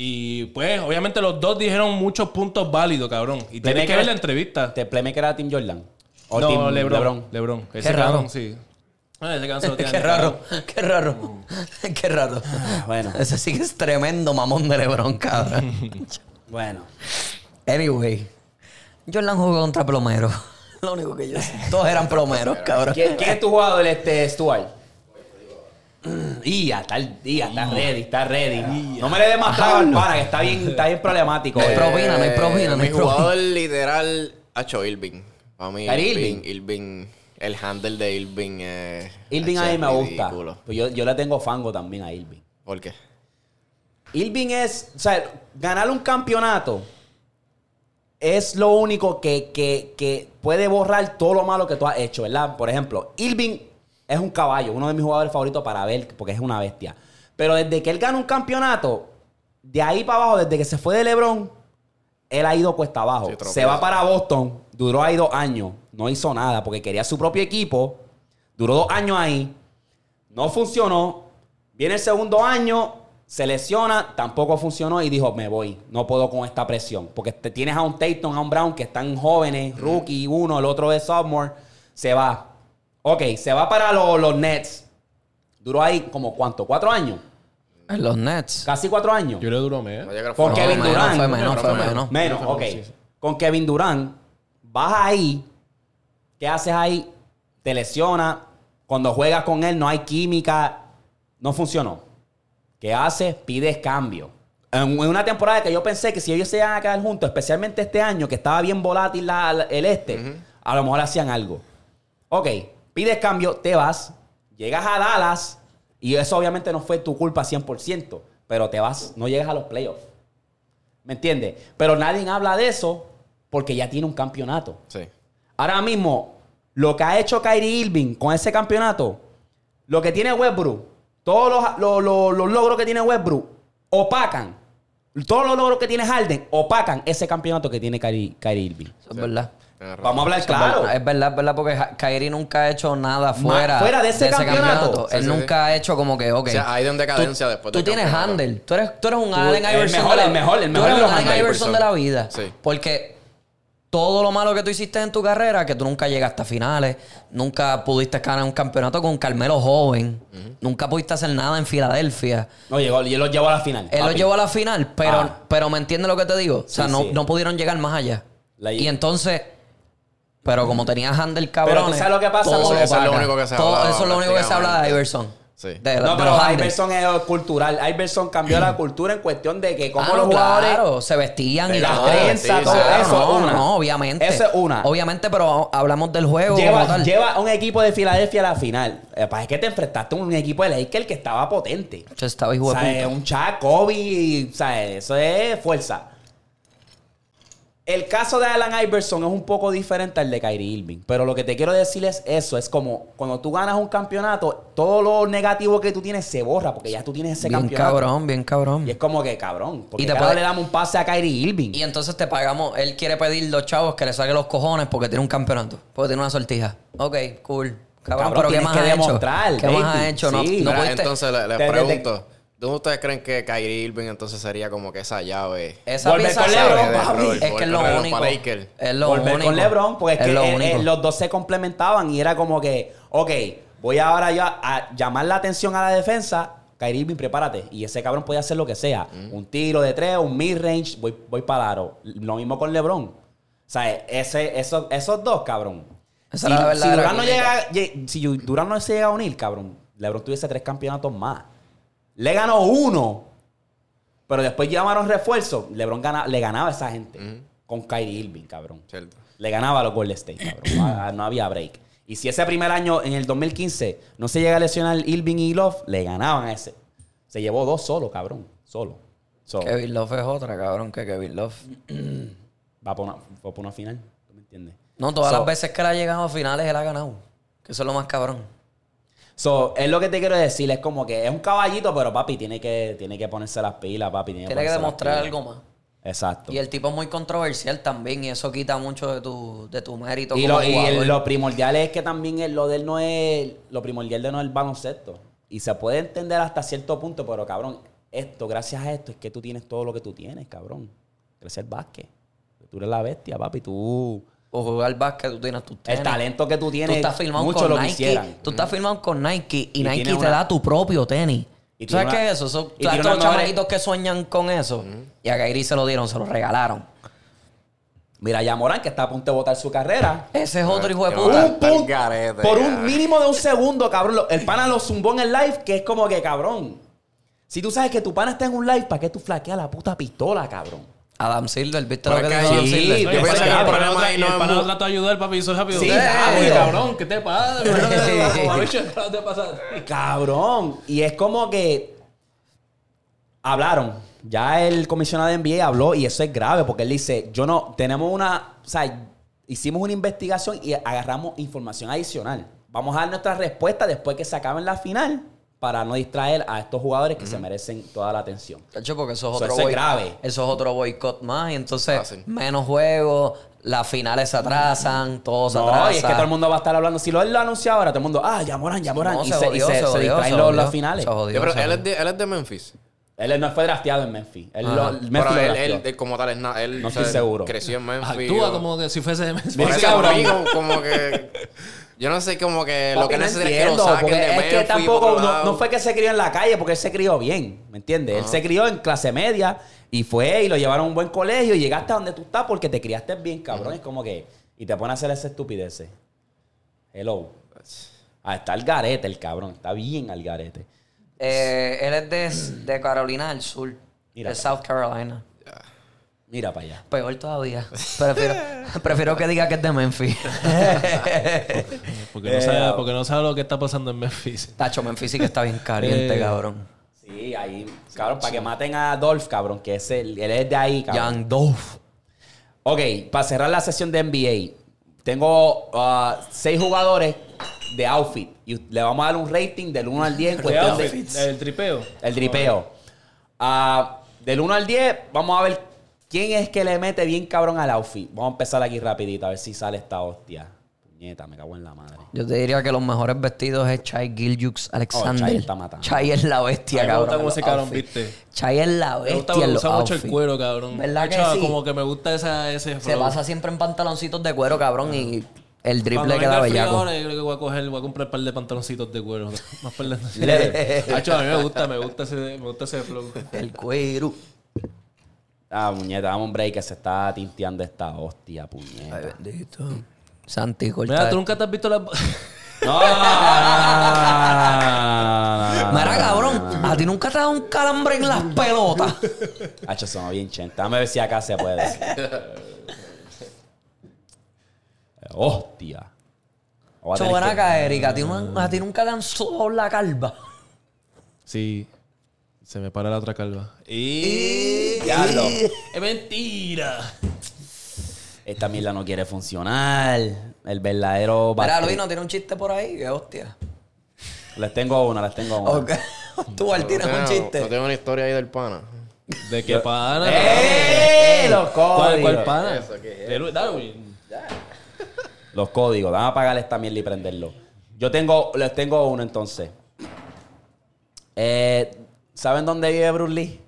Y pues, obviamente los dos dijeron muchos puntos válidos, cabrón. Y tienes que
Playmaker-
ver la entrevista.
¿Te playmaker era Team Jordan? ¿O
eh. no,
Team
Lebron.
LeBron?
Lebron. Ese
raro.
cabrón, sí. Ah, ese cabrón se lo tiran
[LAUGHS] Qué
de
raro, Mm. Ah,
cabrón.
qué raro, qué raro.
bueno.
Ese sí que es tremendo mamón de Lebron, cabrón.
Bueno.
[LAUGHS] Anyway, Jordan jugó contra plomeros. [LAUGHS] Lo único que yo sé. Todos eran plomeros, cabrón. [LAUGHS]
¿Quién, quién es tu jugador, este, Stuart? Ya, está el día, está ready, está ready. No me le des más trago al pana, que está bien, está bien [LAUGHS] problemático.
No hay
eh.
problema. Propina, no hay propina, no
Mi
hay propina.
jugador literal ha hecho Irving. Para mí,
Kyrie
Irving, Irving, el handle de Irving es.
Irving
hacho,
a mí me
es
gusta. Pues
ridículo.
Pero Yo, yo le tengo fango también a Irving.
¿Por qué?
Irving es, o sea, ganar un campeonato es lo único que, que- que puede borrar todo lo malo que tú has hecho, ¿verdad? Por ejemplo, Irving es un caballo, uno de mis jugadores favoritos para ver, porque es una bestia. Pero desde que él gana un campeonato, de ahí para abajo, desde que se fue de LeBron, él ha ido cuesta abajo.
Sí, tropieza.
se va para Boston, duró ahí dos años, no hizo nada porque quería su propio equipo, duró dos años ahí, no funcionó. Viene el segundo año, se lesiona, tampoco funcionó y dijo, me voy, no puedo con esta presión. Porque te tienes a un Tatum, a un Brown que están jóvenes, rookie uno, el otro es sophomore, se va. Ok, se va para lo- los Nets. Duró ahí como cuánto, cuatro años,
En los Nets.
casi cuatro años.
Yo le duró mes.
No llega
Porque
fuera.
Kevin
menos,
Durant.
Fue menos, fue
Pero fue
menos.
Menos, ok.
sí, sí.
Con Kevin Durant, vas ahí. ¿Qué haces ahí? Te lesiona. Cuando juegas con él, no hay química. No funcionó. ¿Qué haces? Pides cambio. En en una temporada que yo pensé que si ellos se iban a quedar juntos, especialmente este año, que estaba bien volátil la- la- el este, a lo mejor hacían algo. Ok, pides cambio, te vas, llegas a Dallas, y eso obviamente no fue tu culpa 100%, pero te vas, no llegas a los playoffs. ¿Me entiendes? Pero nadie habla de eso porque ya tiene un campeonato.
Sí.
Ahora mismo, lo que ha hecho Kyrie Irving con ese campeonato, lo que tiene Westbrook, todos los, los- los- los logros que tiene Westbrook, opacan. Todos los logros que tiene Harden opacan ese campeonato que tiene Kyrie, Kyrie Irving.
Eso Es verdad.
Tienes razón.
Vamos a hablar claro.
Es verdad, eh. es verdad, porque Ja- Kyrie nunca ha hecho nada fuera,
fuera de ese campeonato.
Sí,
Él
sí,
nunca ha hecho como que, ok.
O sea, ha ido en decadencia
tú,
después
Tú
del
tienes
campeonato.
handle. Tú eres, tú eres un
Tú-
Allen
el
Iverson.
mejor,
de la-
el mejor, el
tú
mejor
eres
de los
un Allen
Allen
Iverson de la vida.
Sí.
Porque todo lo malo que tú hiciste en tu carrera, que tú nunca llegaste a finales, nunca pudiste ganar un campeonato con Carmelo joven, nunca pudiste hacer nada en Filadelfia.
No, llegó, yo lo llevo a la final.
Él lo
papi.
llevó a la final, pero,
Ah.
pero me entiende lo que te digo. O sea,
Sí,
no,
sí.
no pudieron llegar más allá.
La-
y entonces, pero como tenía Handel cabrón.
Pero tú sabes lo que pasa,
todo
eso-
eso es lo
opaca.
único que se
Todo-
hablaba
Eso es lo único que se habla de
prácticamente.
Iverson.
Sí.
De- de
No,
los
pero
Handel.
Iverson es cultural. Iverson cambió
[CLEARS THROAT]
la cultura en cuestión de que como
Ah,
los
no,
jugadores...
claro, se vestían y
Las
todo.
trenzas,
sí,
todo
claro,
eso.
no,
una.
no, obviamente.
Eso es una.
Obviamente, pero hablamos del juego. como
Lleva,
tal.
lleva un equipo de Filadelfia a la final. Eh, pasa es que te enfrentaste a un equipo de Lakers que estaba potente.
Yo estaba hijo
O
de
sea,
puta.
es un Shaq, Kobe, y, o sea, eso es fuerza. El caso de Alan Iverson es un poco diferente al de Kyrie Irving. Pero lo que te quiero decir es eso. Es como cuando tú ganas un campeonato, todo lo negativo que tú tienes se borra porque ya tú tienes ese
Bien
campeonato.
cabrón, bien cabrón.
Y es como que cabrón. Porque
Y
y
te
te
puede-
le damos un pase a Kyrie Irving.
Y entonces te pagamos. Él quiere pedir los chavos que le saquen los cojones porque tiene un campeonato. Porque tiene una sortija. Ok, cool. Cabrón,
Cabrón,
pero ¿qué
tienes
más
que
ha
demostrar,
hecho? ¿Qué más
baby.
ha hecho? No,
Sí.
no
Mira,
pudiste-
entonces le- les
Te- te- te-
pregunto, ¿tú ustedes creen que Kyrie Irving entonces sería como que esa llave?
Esa
Volver
pieza
con
clave
LeBron,
de-
papi.
Es que es
Volver
lo
con LeBron
único.
para Lakers.
Es lo
volver
único.
con LeBron, porque es,
Es
que
lo
eh, eh,
único.
los dos se complementaban y era como que, ok, voy ahora yo a, a llamar la atención a la defensa. Kyrie Irving, prepárate. Y ese cabrón podía hacer lo que sea.
Mm.
Un tiro de tres, un mid-range, voy, voy para el aro. Lo mismo con LeBron. O sea, ese, esos, esos dos, cabrón.
Esa
si,
era la verdadera
si Durant no
química.
llega, lle- si Durant no se llega a unir, cabrón, LeBron tuviese tres campeonatos más. Le ganó uno, pero después llamaron refuerzo. LeBron gana- le ganaba a esa gente
Mm.
con Kyrie Irving, cabrón.
¿Cierto?
Le ganaba a los Golden State, cabrón. Ah, no había break. Y si ese primer año, en el 2015, no se llega a lesionar Irving y Love, le ganaban a ese. Se llevó dos solo, cabrón. Solo. So,
Kevin Love es otra, cabrón, que Kevin Love.
va por una, fue por una final. ¿Tú me entiendes?
No, todas
So-
las veces que él ha llegado a finales, él ha ganado. Que eso es lo más cabrón.
So, es lo que te quiero decir. Es como que es un caballito, pero papi, tiene que, tiene que ponerse las pilas, papi. Tiene,
Tiene que
ponerse las
demostrar
pilas.
algo más.
Exacto.
Y el tipo es muy controversial también, y eso quita mucho de tu, de tu mérito.
Y,
como
lo, y el-
jugador.
lo primordial es que también el- lo de él no es. Lo primordial de él no es el baloncesto. Y se puede entender hasta cierto punto, pero cabrón, esto, gracias a esto, es que tú tienes todo lo que tú tienes, cabrón. Gracias al básquet. Tú eres la bestia, papi. Tú.
O jugar básquet, tú tienes tus tenis.
El talento que tú
Tú
tienes.
estás firmado
mucho
con
lo
Nike.
quisieran.
Tú estás firmado con Nike y,
Y
Nike te
tiene una-
da tu propio tenis.
Y
¿Tú ¿Sabes
tiene
qué
una-
es eso? Eso-
y
todos
tiene
estos
una madre-
chamaquitos que sueñan con eso. Y a Kairi se lo dieron, se lo regalaron.
Mira, ya Morán, que está a punto de votar su carrera.
Ese es otro hijo de
Yo-
puta.
Al-
un
al
punto,
garete,
por
ya.
un mínimo de un segundo, cabrón. Lo- El pana lo zumbó en el live, que es como que, cabrón. Si tú sabes que tu pana está en un live, ¿para qué tú flaqueas la puta pistola, cabrón?
Adam Silver, ¿viste lo
Pero
que
es
le
que
dijo Adam
sí,
Silver?
yo pienso que el problema ahí no es
Para
mu-
trató de ayudar, papi, soy rápido.
Sí,
Eh,
rápido.
Cabrón, ¿qué
[LAUGHS]
te pasa?
Sí.
Joder, bicho, ¿qué te pasa?
Cabrón. Y es como que hablaron. Ya el comisionado de NBA habló y eso es grave porque él dice, yo no, tenemos una, o sea, hicimos una investigación y agarramos información adicional. Vamos a dar nuestra respuesta después que se acabe la final para no distraer a estos jugadores que se merecen toda la atención.
Cacho, porque eso es
Eso
otro
es
boicot.
grave. Ah,
Eso es otro boicot más. Y entonces,
Fácil.
menos juegos, las finales se atrasan, todo se
No,
atrasa.
y es que todo el mundo va a estar hablando. Si lo él lo anuncia ahora, todo el mundo, ah, ya moran, ya moran.
No,
y se, y
jodió,
se- se
jodió,
distraen
se
los,
jodió.
las finales.
Se jodió,
Yo, pero
se
él
jodió.
es, de, él es de Memphis.
Él no fue drafteado en Memphis. Él,
Ajá.
lo, Memphis
pero
lo
él,
drafteó.
él, él como tal, es na- él
No
o
estoy
sea,
seguro.
creció en Memphis.
Actúa
o-
como que si fuese de Memphis.
Por
Bien
eso
cabrón.
conmigo, como que. Yo no sé, como que lo
Papi,
que
no
necesitan es que lo
entiendo,
saquen
porque
de
es que
Memphis, por
tampoco
otro
no,
lado.
no fue que se crió en la calle porque él se crió bien ¿me entiendes? él se crió en clase media y fue y lo llevaron a un buen colegio y llegaste a donde tú estás porque te criaste bien cabrón es como que y te ponen a hacer esa estupidez hello ah, está al garete el cabrón está bien al garete
Eh, él es de, de Carolina del Sur,
Mira.
de South Carolina.
mira para allá
Peor todavía. Prefiero, [LAUGHS] prefiero que diga que es de Memphis. [LAUGHS]
Porque, no
Eh,
sabe, porque no sabe lo que está pasando en Memphis.
Tacho, Memphis sí que está bien caliente,
Eh.
cabrón.
sí ahí cabrón para que maten a Dolph cabrón que es el, él es de ahí cabrón
Young Dolph.
Ok, para cerrar la sesión de NBA, tengo ah, seis jugadores de outfit. Y le vamos a dar un rating del 1 al 10 en cuestión de-
El tripeo.
el dripeo. Ah, del 1 al 10, vamos a ver quién es que le mete bien cabrón al outfit. Vamos a empezar aquí rapidito, a ver si sale esta hostia. Puñeta, me cago en la madre.
Yo te diría que los mejores vestidos es Chai Giljux Alexander.
Oh, Chai está matando.
Chai es la bestia,
A mí me
cabrón.
gusta
en
cómo ese
los
cabrón
outfits.
viste.
Chai es la
Me
bestia.
gusta,
en
me
los
gusta mucho el
outfits.
cuero, cabrón.
¿Verdad que
Chava,
sí?
Como que me gusta esa, ese
Se
flow.
pasa siempre en pantaloncitos de cuero, cabrón, y el
Cuando
triple
venga
queda
el eh. frío
bellaco.
ahora, yo creo que voy a coger, voy a comprar un par de pantaloncitos de cuero. [LAUGHS] Más
[LAUGHS]
par de... Hacho, a mí me gusta, me gusta ese, me gusta ese flow.
El cuero.
Ah, puñeta, dame un break que se está tinteando esta hostia, puñeta.
Santi, corta.
Mira, tú
esto.
nunca te has visto las...
No, no, no, no, no, no, no, no, no, no, no, no, no,
Mira,
no,
cabrón, a ti nunca te da un calambre en las
[LAUGHS]
pelotas.
Hacho, sonó bien chenta. Dame ver si acá se puede. Hostia. Voy a
Eso,
tener
ven
que-
acá, Erika. A ti, nun- a ti nunca te han sudado la calva.
[LAUGHS] Sí. Se me para la otra calva.
Y- Diablo.
¡Es mentira!
Esta mierda no quiere funcionar. El verdadero
Mira,
batri-
Luis, no tiene un chiste por ahí. Qué hostia.
Les tengo una, les tengo una.
Ok. [LAUGHS] Tú, él tienes un
No,
chiste.
No tengo una historia ahí del pana.
¿De qué pana?
¡Eh! Los
¿Cuál,
códigos.
cuál pana?
Eso, ¿qué es?
De Lu- Darwin.
Los códigos. Dame a apagar esta mierda y prenderlo. Yo tengo, les tengo uno entonces. Eh, ¿Saben dónde vive Bruce Lee?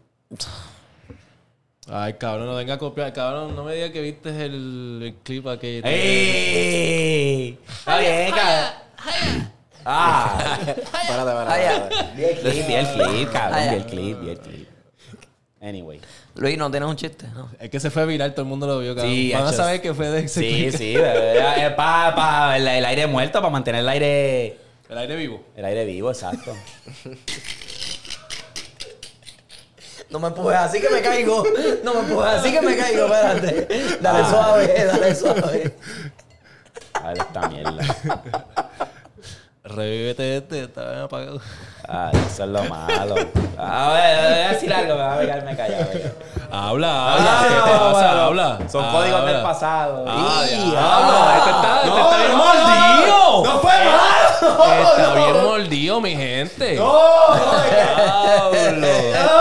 Ay, cabrón, no venga a copiar. Cabrón, no me digas que viste el, el clip aquel.
¡Ey! Está bien, cabrón. Ah,
Espérate, espérate,
Ah, ya.
espérate.
vi el clip, vi el clip, cabrón,
Ah,
vi
ya.
el clip, vi el clip. Anyway.
Luis, no tienes un chiste. No.
Es que se fue viral, todo el mundo lo vio, cabrón.
Sí,
Van a
hachas.
saber que fue de ese
Sí,
clip.
sí, es para el, el aire muerto, para mantener el aire,
El aire vivo.
el aire vivo, exacto.
No me empujes así que me caigo. No me empujes así que me caigo. Espérate. Dale
Ah.
suave, dale suave.
A ver Ah, esta mierda.
Revívete este, está bien apagado.
Ah, eso es lo malo. Ah, A ver, voy a decir algo, me va a pegarme callado. venga.
Habla, habla, ¿qué te pasa?
Ah, bueno,
Habla.
Son códigos del
Habla.
pasado.
Ah,
Y-
diablo,
ah.
este está, este
No,
está bien
no,
mordido.
no, no fue malo.
Está
no.
bien mordido, mi gente.
No, no,
Diablo.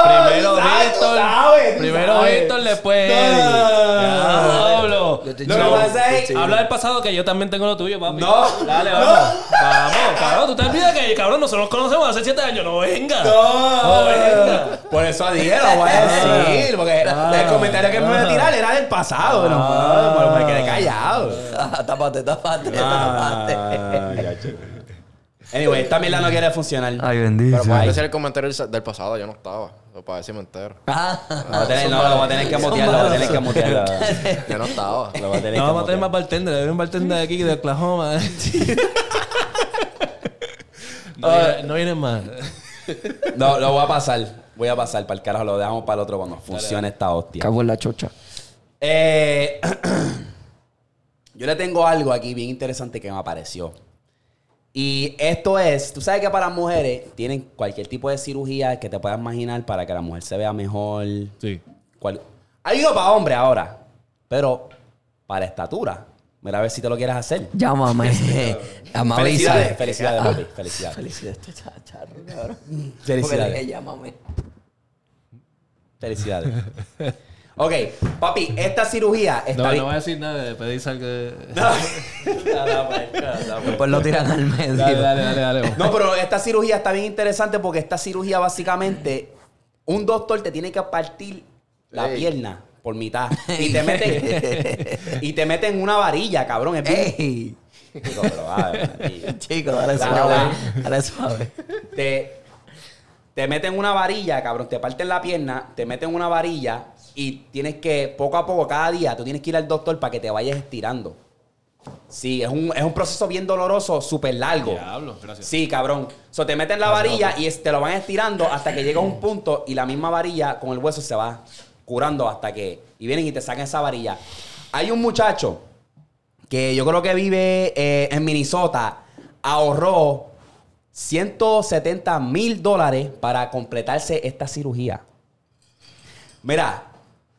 primero
tú sabes, tú
Héctor.
sabes, tú
primero
sabes.
Héctor, después
No, no,
Eddie.
no, no, no, no.
Diablo.
Yo te
Lo que
chivo.
pasa es-
Te chivo.
Habla del pasado que yo también tengo lo tuyo, papi.
No.
Dale,
No.
vamos. Vamos, cabrón. Tú te olvidas que, cabrón, nosotros nos conocemos hace siete años. No venga.
No,
venga.
Por eso dije, lo voy a decir. Porque el comentario que me iba a tirar era del pasado. pero no, me quedé callado.
Ah, tápate, tápate,
Ah.
tápate.
anyway, esta mierda no quiere funcionar.
bendito.
Pero puedes
Ay.
decir el comentario del, del pasado, yo no estaba. O para decirme entero.
No, voy a tener- no, lo voy a tener que mutear, lo voy a tener que mutear. [LAUGHS] Lo
Yo no
voy
estaba.
a tener
No,
que
vamos a tener
mutear.
más bartender. Hay un bartender de aquí de Oklahoma. no, viene- no vienen más.
No, lo voy a pasar. Voy a pasar para el carajo. Lo dejamos para el otro cuando funcione esta hostia.
Cago en la chocha.
[CLEARS THROAT] Eh, yo le tengo algo aquí bien interesante que me apareció. Y esto es, tú sabes que para mujeres tienen cualquier tipo de cirugía que te puedas imaginar para que la mujer se vea mejor.
Sí.
Cual- Ha ido para hombre ahora, pero para estatura. Mira a ver si te lo quieres hacer.
Llámame. Llámame.
Felicidades,
Felicidades.
felicidades,
Ah,
papi, felicidades.
Felicidades, este cha- charro, cabrón.
[LAUGHS] Felicidades.
Porque dije, llámame.
Felicidades. ok, papi, esta cirugía está
No,
bien. [LAUGHS]
no voy a decir nada de pedir sal que...
Después Pues lo tiran al medio.
Dale, dale, dale, dale.
No, pero esta cirugía está bien interesante porque esta cirugía básicamente un doctor te tiene que partir la
Ey.
pierna por mitad y te meten y te meten una varilla, cabrón, es bien-
¡Ey!
Digo, pero, ah, ave María.
Chico, dale
Dale,
suave.
dale.
Dale suave.
te, te meten una varilla, cabrón, te parten la pierna, te meten una varilla y tienes que, poco a poco, cada día, tú tienes que ir al doctor para que te vayas estirando. Sí, es un, es un proceso bien doloroso, súper largo.
Diablo, gracias.
Sí, cabrón. So, te meten la varilla y es- te lo van estirando hasta que llega un punto y la misma varilla con el hueso se va curando hasta que... Y vienen y te sacan esa varilla. Hay un muchacho que yo creo que vive eh, en Minnesota, ahorró 170 mil dólares para completarse esta cirugía. Mira,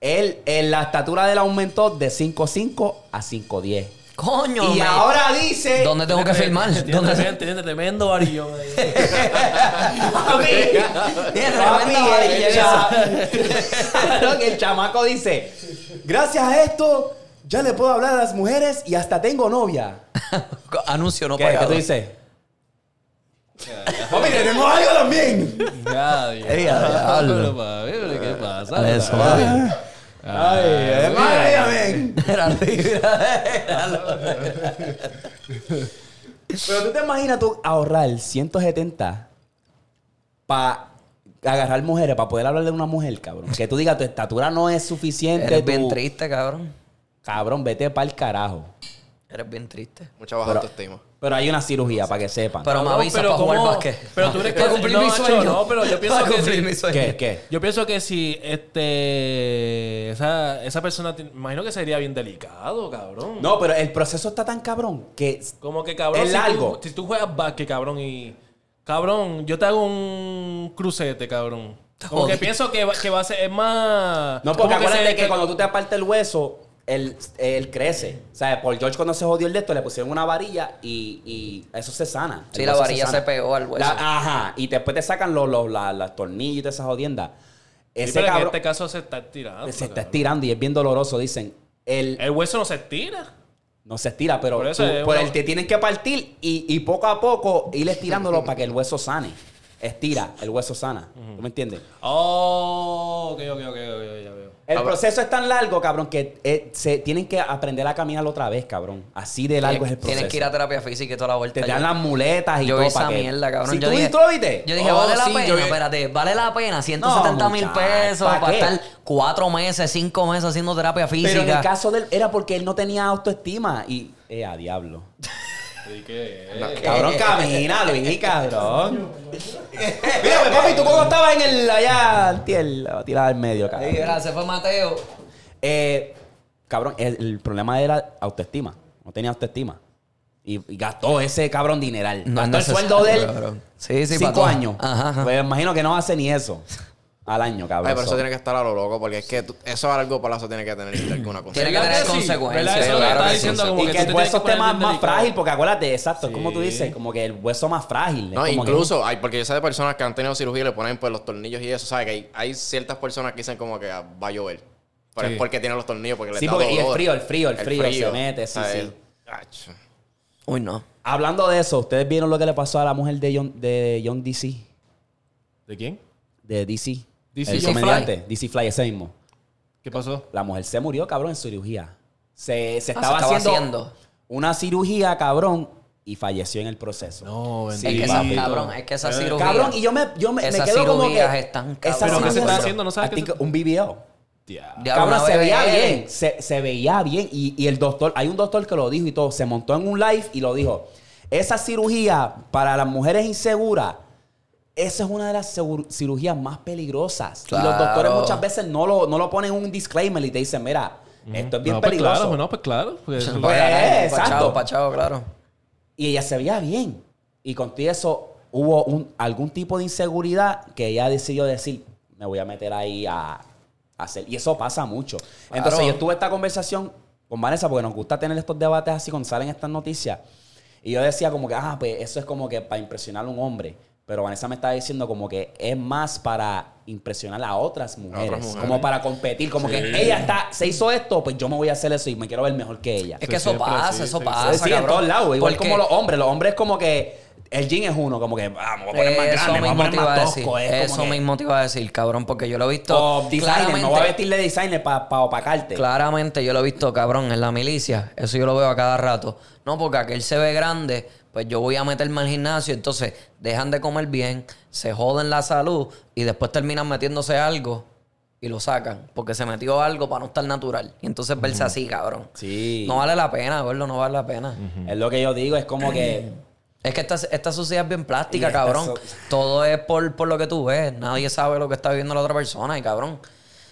él, en la estatura de él aumentó de 5'5 a 5'10.
Coño,
Y
me-
ahora dice...
¿Dónde tengo que firmar? ¿Dónde
Tiene, tiene tremendo varillón ahí.
[LAUGHS] [LAUGHS] Papi,
Tiene
papi,
tremenda varilla
el,
esa.
cha- Lo [LAUGHS] que el chamaco dice, gracias a esto ya le puedo hablar a las mujeres y hasta tengo novia.
Anuncio no
¿Qué, ¿Qué
pagado.
tú dices? Papi, tenemos algo también.
[LAUGHS]
Ya,
Ey, a diablo.
Pero, papi, pero, ¿Qué pasa?
Dale suave.
Ay, es madre, amén.
Era arriba.
Pero tú te imaginas tú ahorrar 170 para agarrar mujeres, para poder hablar de una mujer, cabrón. Que tú digas, tu estatura no es suficiente.
Eres
tú-
bien triste, cabrón.
Cabrón, vete para el carajo.
Eres bien triste.
Mucha baja
Pero-
autoestima.
Pero hay una cirugía para que sepan.
Pero me
No,
avisa
pero
para jugar
¿cómo?
básquet.
Pero tú
[LAUGHS]
crees que-
Para cumplir
no,
mi
Nacho,
sueño.
no,
[LAUGHS]
pero yo pienso
Para
que
cumplir
sí.
mi sueño.
¿Qué? ¿Qué?
Yo pienso que si este esa, esa persona, te- imagino que sería bien delicado, cabrón.
No, pero el proceso está tan cabrón que.
Como que cabrón.
Es
si
largo.
Tú, si tú juegas básquet, cabrón, y. Cabrón, yo te hago un crucete, cabrón. Como
Joder.
que pienso que, va- que va a ser. Es más.
No, porque
como
acuérdate
se-
que, cuando tú te apartas el hueso, él, él crece. O sea, por George cuando se jodió el de esto, le pusieron una varilla y, y eso se sana.
Sí,
El
la
hueso
varilla se
sana.
pegó al hueso.
La- ah, ajá. Y después te sacan los, los- la- las tornillos y todas esas jodiendas.
Sí,
Ese
pero en
cabrón
este caso se está estirando.
se está
cabrón.
estirando y es bien doloroso, dicen. El,
El hueso no se estira.
No se estira, pero,
Por eso
tú-
es
por
una-
el te tienen que partir y, y poco a poco ir estirándolo para que el hueso sane. Estira, el hueso sana. ¿Tú me entiendes?
Oh, ok, ok, ok, ok, ya veo.
El
A ver.
proceso es tan largo, cabrón, que eh, se tienen que aprender a caminar otra vez, cabrón. Así de largo es el proceso.
Tienes que ir a terapia física y toda la vuelta.
Te dan
Yo-
las muletas y
Yo
todo
vi esa
pa' que-
mierda, cabrón.
Sí,
yo
¿tú,
dije,
vi- tú lo viste?
Yo dije,
Oh,
vale la
sí, yo
pena,
vi-
espérate, vale la pena 170 mil
muchacho,
pesos
¿pa'
para,
qué?
estar cuatro meses, cinco meses haciendo terapia física.
Pero en el caso del... Era porque él no tenía autoestima y... Eh, a diablo.
[LAUGHS] ¿Y qué? Eh,
Cabrón, camina,
[LAUGHS]
Luis, cabrón. Mírame, papi, ¿tú cómo estabas en el... Allá, antier, tirada al medio,
Ahí,
cabrón.
gracias, fue Mateo.
Eh, cabrón, el, el problema era autoestima. No tenía autoestima. Y, y gastó ese cabrón dineral.
No
gastó
es
el
necesario,
sueldo de él.
cabrón. Sí, sí,
cinco
para todo.
años.
Ajá, ajá.
Pues imagino que no hace ni eso al año, cabrón.
Ay, pero eso
So,
tiene que estar a lo loco, porque es que tú- eso a largo plazo tiene que tener alguna cosa.
Tiene que
¿Verdad
tener
que sí?
consecuencias.
¿Verdad? Eso
Sí,
lo
claro
estaba
que sí.
diciendo como
y
que
que,
tú
el
te
hueso
tienes que
esté más,
poner
más
delicado.
frágil, porque acuérdate, exacto, es como tú
Sí.
dices, como que el hueso más frágil. es
No,
como que-
incluso, hay, porque yo sé de personas que han tenido cirugía y le ponen pues los tornillos y eso, ¿sabes? Que hay, hay ciertas personas que dicen como que ah, va a llover. Pero
Sí.
es porque tienen los tornillos, porque le
Sí,
da
porque y el
dolor.
frío, el frío, el frío, se mete, sí,
¿sabes?
sí.
Ach.
Uy, no.
Hablando de eso, ¿ustedes vieron lo que le pasó a la mujer de John, de John DC?
¿De quién?
De DC.
DC
el
John
comediante, DC Fly, ese mismo.
¿Qué pasó?
La mujer se murió, cabrón, en cirugía. Se, se estaba,
Ah, se estaba
haciendo,
haciendo.
una cirugía, cabrón, y falleció en el proceso.
No,
Sí,
Es que
papi.
esa, cabrón, es que esa
Pero-
cirugía.
Cabrón, y yo me, yo me, me
Esas
quedo como que...
cirugías están,
esas
cabrón.
Pero, ¿qué se está
cirugías-
haciendo? No sabes
I
qué
think
se-
Un BBL.
Diablo.
Diablo,
Cabrón,
una
se veía
BBL.
bien. Se, se veía bien. Y, y el doctor, hay un doctor que lo dijo y todo. Se montó en un live y lo dijo. Esa cirugía para las mujeres inseguras, esa es una de las segu- cirugías más peligrosas. Y los
Claro.
doctores muchas veces no lo, no lo ponen un disclaimer y te dicen, mira, esto es bien
no,
peligroso.
[LAUGHS]
Pues claro, no, pues claro. Pues,
Pues,
Pues,
eh,
exacto.
Pachado, pachado, claro.
Y ella se veía bien. Y con todo eso hubo un- algún tipo de inseguridad que ella decidió decir, me voy a meter ahí a, a hacer. Y eso pasa mucho. Entonces yo tuve esta conversación con Vanessa porque nos gusta tener estos debates así cuando salen estas noticias. Y yo decía como que, ah, pues eso es como que para impresionar a un hombre. Pero Vanessa me estaba diciendo como que es más para impresionar a otras mujeres.
mujeres.
Como para competir. Como que ella está, se hizo esto, pues yo me voy a hacer eso y me quiero ver mejor que ella.
Es que eso
siempre,
pasa,
sí,
eso
sí,
pasa.
Sí, en
Ah, cabrón.
todos lados. Igual
Porque-
como los hombres. Los hombres como que... El jean es uno, como que vamos a poner más
Eso
grande, vamos a
mismo
poner
te iba a
más
decir.
tosco. Es
eso
como que-
mismo te iba a decir, cabrón, porque yo lo he visto.
O designer,
claramente,
no voy a vestirle de designer para opacarte.
claramente yo lo he visto, cabrón, en la milicia. Eso yo lo veo a cada rato. No, porque aquel se ve grande, pues yo voy a meterme al gimnasio. Entonces, dejan de comer bien, se joden la salud y después terminan metiéndose algo y lo sacan. Porque se metió algo para no estar natural. Y entonces verse así, cabrón.
Sí.
No vale la pena, gordo, no vale la pena.
Es lo que yo digo, es como
[CLEARS THROAT]
que...
Es que esta, esta sociedad es bien
Y
plástica,
esta
cabrón.
so-
Todo es por, por lo que tú ves. Nadie sabe lo que está viviendo la otra persona y cabrón.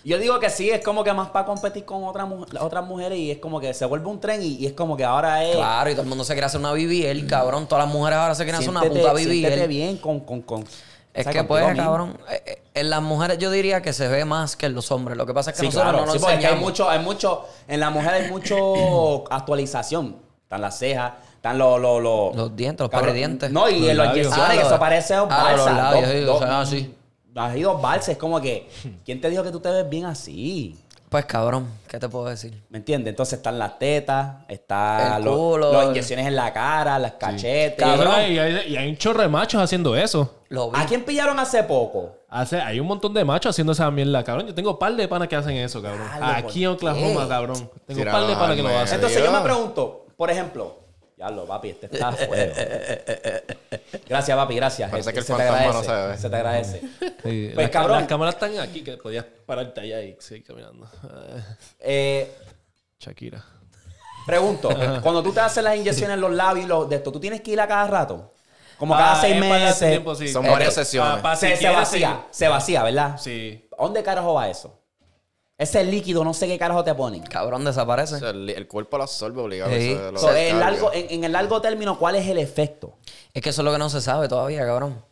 Yo digo que sí, es como que más para competir con otra mu- las otras mujeres y es como que se vuelve un tren y, y es como que ahora es...
Claro, y todo el mundo se quiere hacer una BBL, cabrón. Todas las mujeres ahora se quieren hacer una
siéntete-
puta
siéntete
BBL.
bien con... con, con
Es
o sea,
que
contigo
pues,
mismo.
cabrón, eh, eh, en las mujeres yo diría que se ve más que en los hombres. Lo que pasa es que
Sí,
nosotros
claro.
no nos
Sí, porque es que hay
enseñamos.
mucho, hay mucho... En la mujer hay
[CLEARS THROAT]
mucho actualización. Están las cejas, están los... Los, los,
Los dientes, los
cabrón,
pares-dientes.
No, y
Los
en los
labios.
inyecciones, que
Ah,
eso
los-
parece dos
ah, los
balsas.
labios,
dos-
sí, o
dos-
sea, así.
Has ido balsas, es como que... ¿Quién te dijo que tú te ves bien así?
Pues, cabrón, ¿qué te puedo decir?
¿Me entiendes? Entonces están las tetas, están
El
los-
culo.
las inyecciones en la cara, las cachetes.
Cabrón.
Y hay, y hay un chorro de machos haciendo eso.
Lo vi.
¿A quién pillaron hace poco?
Hace, hay un montón de machos haciendo esa mierda, cabrón. Yo tengo un par de panas que hacen eso, cabrón.
Dale, ¿por
Aquí en Oklahoma, cabrón. Tengo un
Tira
par de
las
panas que lo
armas.
hacen.
Entonces yo
Dios.
me pregunto, por ejemplo, ya lo papi, este está a fuego. Gracias, papi, gracias. Este,
Parece que el
se, te
fantasma
agradece,
no se ve.
se te agradece.
Sí,
Pues,
las-
cabrón.
Las cámaras están aquí que podías pararte allá y seguir caminando. Ah,
Eh,
Shakira.
[LAUGHS]
pregunto, cuando tú te haces las inyecciones en los labios y los de esto, ¿tú tienes que ir a cada rato? Como cada
Ah,
seis
es para
meses.
darte tiempo, sí.
Son
Eh,
varias
que-
sesiones.
pa- pa-
se,
si
se
quieres
vacía, se vacía, ¿verdad?
Sí.
¿A ¿Dónde carajo va eso? Ese líquido, no sé qué carajo te ponen.
Cabrón, desaparece.
O sea, el, el cuerpo lo absorbe obligado.
Sí.
eso es lo
So,
que
en,
cambia.
largo- en- en el largo término, ¿cuál es el efecto?
Es que eso es lo que no se sabe todavía, cabrón.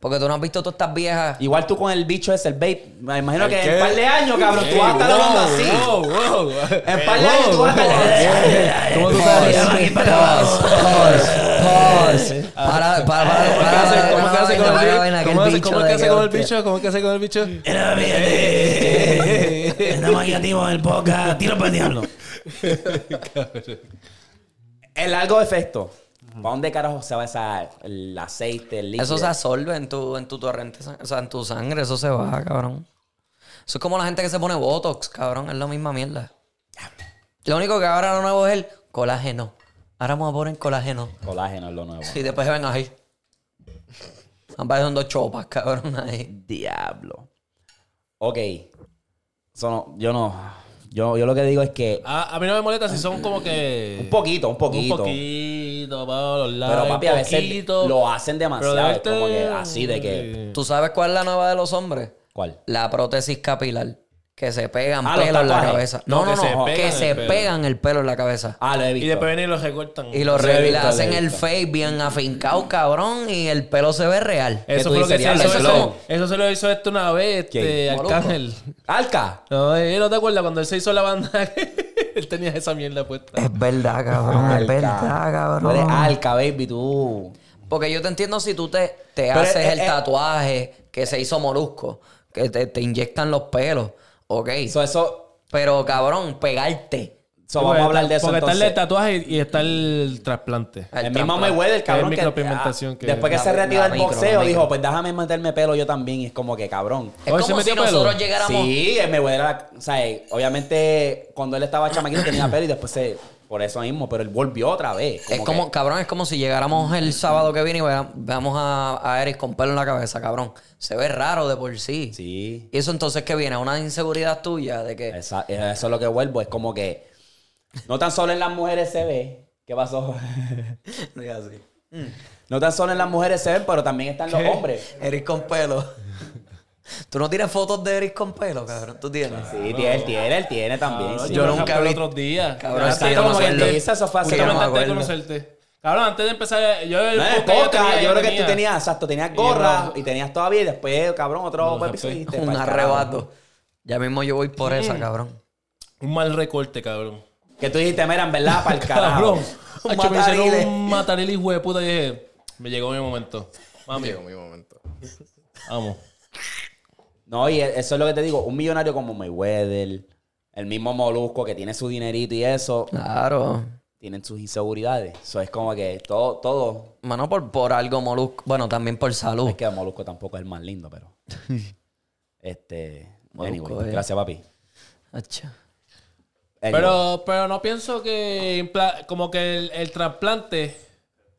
Porque tú no has visto todas estas viejas.
Igual tú con el bicho ese, el vape. Me imagino
¿El
que en
qué?
un par de años, cabrón, tú vas a estar
Wow,
hablando así.
wow, Eh, wow.
En par de años tú vas a estar...
¿Cómo tú
Pause,
sabes?
pause, pause. Para, para, para,
¿Cómo es que
para,
hace-
para,
¿Cómo es que hace con
para, para,
el
para,
bicho? ¿Cómo
que
hace-
bicho de
cómo es que hace con el
hostia.
bicho? ¿Cómo es que hace con el
[LAUGHS]
bicho? [LAUGHS]
El largo efecto. ¿Para dónde carajo se va esa, el aceite, el líquido?
Eso se absorbe en tu, en tu torrente, sang- o sea, en tu sangre, eso se va, cabrón. Eso es como la gente que se pone Botox, cabrón, es la misma mierda. Lo único que ahora lo nuevo es el colágeno. Ahora vamos a poner colágeno.
Colágeno es lo nuevo.
Y después se ven ahí. Aparecen dos chopas, cabrón, ahí.
Diablo. Ok. Eso no- yo no... Yo, yo lo que digo es que...
A, a mí no me molesta si son como que...
Un poquito, un poquito.
Ah, Un poquito, pa, los labios,
Pero papi,
un
a veces
poquito.
lo hacen demasiado.
Pero de
es como que
este-
así de que...
¿Tú sabes cuál es la nueva de los hombres?
¿Cuál?
La prótesis capilar. Que se pegan
Ah, los
pelo en la
tatuajes.
cabeza. No, no, no. Que se, pegan, el
pelo.
pelo en la cabeza.
Ah, lo he visto.
Y después vienen y los recortan.
Y
Lo he
lo re- le
visto, lo he
hacen el
visto.
face bien afincado, cabrón, y el pelo se ve real.
que tú
Eso fue lo que
dices,
se
"Diablo, eso
hizo. Eso,
es
eso,
loco".
se lo hizo este una vez, este,
¿Quién?
Arcángel.
¡Alca!
No, eh, ¿no te acuerdas cuando él se hizo la banda? [LAUGHS] él tenía esa mierda puesta.
Es verdad, cabrón, es Ah, verdad,
Tú eres
cabrón.
alca, baby, tú.
Porque yo te entiendo si tú te, te
Pero
haces
es- es-
el tatuaje que se hizo molusco, que te, te inyectan los pelos, ok.
So, eso,
Pero, cabrón, pegarte.
so, vamos a hablar de eso
Porque está el
entonces.
tatuaje y, y está el trasplante.
El,
al
mismo
trasplante.
Mayweather, cabrón,
Es
que,
micropigmentación
ah,
que-
después que
La-
se retiró
la
del
micro,
boxeo,
la
dijo,
micro.
pues déjame meterme pelo yo también. Y es como que, cabrón.
Es
Hoy se
como si
metió pelo.
nosotros llegáramos...
Sí, el Mayweather, era- o sea, eh, obviamente cuando él estaba chamaquito tenía pelo y después se... Por eso mismo, pero él volvió otra vez.
es como,
que-
cabrón, es como si llegáramos el sábado que viene y vea- veamos a, a Eric con pelo en la cabeza, cabrón. Se ve raro de por sí.
sí,
Y eso entonces que viene, una inseguridad tuya de que...
esa- eso es lo que vuelvo. Es como que no tan solo en las mujeres se ve. ¿Qué pasó? [LAUGHS]
Mm.
No tan solo en las mujeres se ven, pero también están los hombres.
Eric con pelo. [LAUGHS] ¿Tú no tienes fotos de Eric con pelo, cabrón? ¿Tú tienes?
Sí, tiene, él tiene, él tiene también. sí.
Ah, yo
me
nunca
rapé el
vi-
otro día.
Cabrón,
Pero
sí,
está
yo no
como
me
que él
acuerdo.
dice, eso fue hace
Yo no me
como-
Curiosamente
acuerdo.
conocerte. Cabrón, antes de empezar, yo el
No, en el
podcast
podcast,
tenía-
yo creo que
tenía.
tú tenías, exacto, tenías
Y
gorra
rojo.
y tenías todavía y después, cabrón, otro
No,
episodio.
después.
y te
Un
pa'l carajo.
arrebato. Ya mismo yo voy por esa, cabrón.
Un mal recorte, cabrón.
Que tú dijiste, mira, en verdad, para el carajo.
[LAUGHS] Cabrón.
[LAUGHS] Un
Hacho, me hicieron
matarile.
un mataril hijo de puta y dije, me llegó mi momento. Mami,
Llegó mi momento.
vamos.
No, y e, eso es lo que te digo. Un millonario como Mayweather, el mismo Molusco que tiene su dinerito y eso,
Claro.
tienen sus inseguridades. Eso es como que todo, todo.
Mano, por, por algo molusco. Bueno, también por salud.
Es que Molusco tampoco es el más lindo,
[LAUGHS]
pero. Este.
Molusco,
anyway,
eh.
gracias, papi.
Hacho.
Anyway.
Pero, pero no pienso que impla- como que el, el trasplante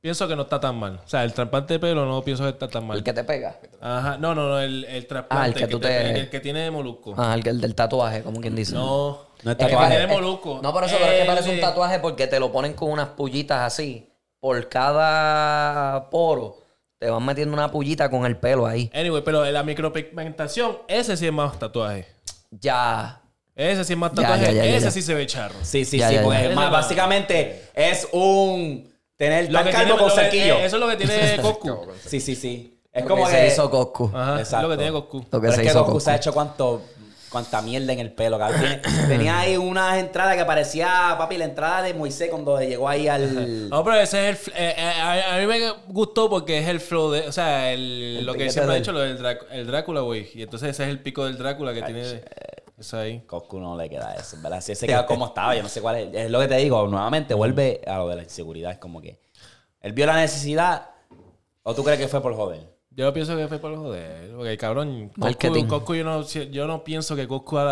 pienso que no está tan mal. O sea, el trasplante de pelo no pienso que está tan mal.
El que te pega.
Ajá, no, no, no, el, el trasplante
Ah, el que tú te-
el que tiene de molusco.
Ah, el, que- el del tatuaje, como quien dice.
No.
No es
Es que
tatuaje.
tiene molusco. Eh,
No, pero eso pero es que
El
parece un
de-
tatuaje porque te lo ponen con unas pullitas así. Por cada poro te van metiendo una pullita con el pelo ahí.
Anyway, pero la micropigmentación, ese sí es más tatuaje.
Ya.
Ese sí es más
Ya,
tatuaje,
ya, ya, ya,
ese
ya.
sí se ve charro.
Sí, sí,
Ya,
sí.
ya,
porque
ya.
es más- básicamente es un. Tener
Lo
tan
que
calvo
tiene,
con
lo que-
cerquillo.
eh, eso es lo que tiene
[LAUGHS]
Goku.
Sí, sí, sí. Es
Lo
como
que
que.
se hizo Coscu.
Ajá, es
Exacto.
lo que tiene Goku.
Lo que
Pero
se
es que
hizo
Goku
Coscu.
se ha hecho cuánto, cuánta mierda en el pelo, cabrón. Tiene-
[COUGHS]
tenía ahí unas entradas que parecía, papi, la entrada de Moisés cuando llegó ahí
[LAUGHS]
al.
Oh.
No, pero ese es el. fl- eh, eh, a, a mí me gustó porque es el flow de. O sea, el,
El
lo que
piquete
siempre he
del-
dicho, lo del Drá- el Drácula, güey. Y entonces ese es el pico del Drácula que tiene. Eso ahí.
Coscu no le queda eso, ¿verdad? Si ese queda
[LAUGHS]
como estaba, yo no sé cuál es. Es lo que te digo, nuevamente vuelve a lo de la inseguridad. Es como que. Él vio la necesidad, o tú crees que fue por joven.
Yo pienso que fue por joder. Porque el cabrón. Coscu,
Marketing.
Coscu, yo, no, si- yo no pienso que Coscu a-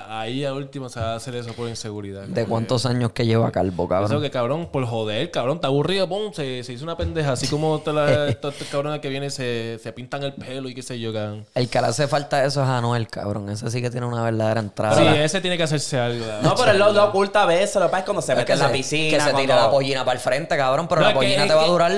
a- ahí a último se va a hacer eso por inseguridad.
¿De cuántos años que lleva calvo,
Eso
cabrón?
que cabrón, por joder, cabrón, está aburrido, pum, se, se hizo una pendeja. Así como todas
[LAUGHS]
las- todos estos cabrones que vienen se, se pintan el pelo y qué sé yo, cabrón.
El que le hace falta eso es Anuel, cabrón. Ese sí que tiene una verdadera entrada.
Sí, ese tiene que hacerse algo. cabrón.
No, pero él lo, lo oculta a veces, lo que pasa es cuando se
Es
mete en la piscina.
Que se tira
cuando-
la pollina para el frente, cabrón. Pero
No,
la
es que-
pollina
es
te va a
que-
durar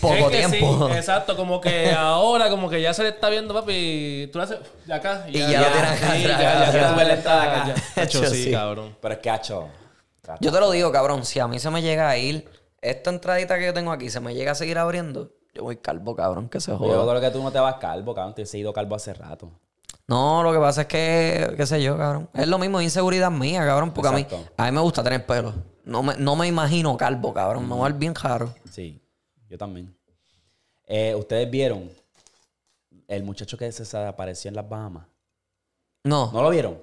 poco
Es que sí,
tiempo.
exacto,
[LAUGHS]
como que ahora, como que ya se le está viendo, papi. Tú lo haces de acá.
Y ya lo tienes acá atrás,
Sí, ya, ya,
ya
ya,
duele
ya,
estar
ya,
acá.
ya. Hacho,
Hacho,
sí,
sí.
cabrón.
Pero es que, hacho.
Yo te lo digo, cabrón. Si a mí se me llega a ir, esta entradita que yo tengo aquí se me llega a seguir abriendo, yo voy calvo, cabrón, que se
Yo
joda.
creo que tú no te vas calvo, cabrón. Te he ido calvo hace rato.
No, lo que pasa es que, qué sé yo, cabrón. Es lo mismo, es inseguridad mía, cabrón, porque a mí,
Exacto.
a mí me gusta tener pelo. No me, no me imagino calvo, cabrón.
Mm.
Me va a ver bien raro.
Sí, yo también. Eh, Ustedes vieron el muchacho que se desapareció en las Bahamas.
No.
¿No lo vieron?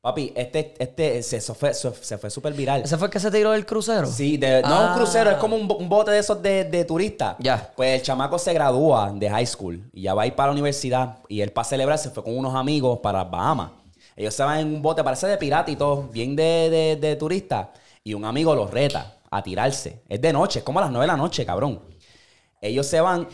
Papi, este, este se, se fue, se, se fue súper viral.
¿Ese fue el que se tiró del crucero?
Sí, de- no
Ah.
un crucero, es como un, bo- un bote de esos de, de turista.
Ya.
Pues el chamaco se gradúa de high school y ya va a ir para la universidad. Y él para celebrar se fue con unos amigos para las Bahamas. Ellos se van en un bote, parece de pirata y todo, bien de, de, de turista. Y un amigo los reta a tirarse. Es de noche, es como a las 9 de la noche, cabrón. Ellos se van,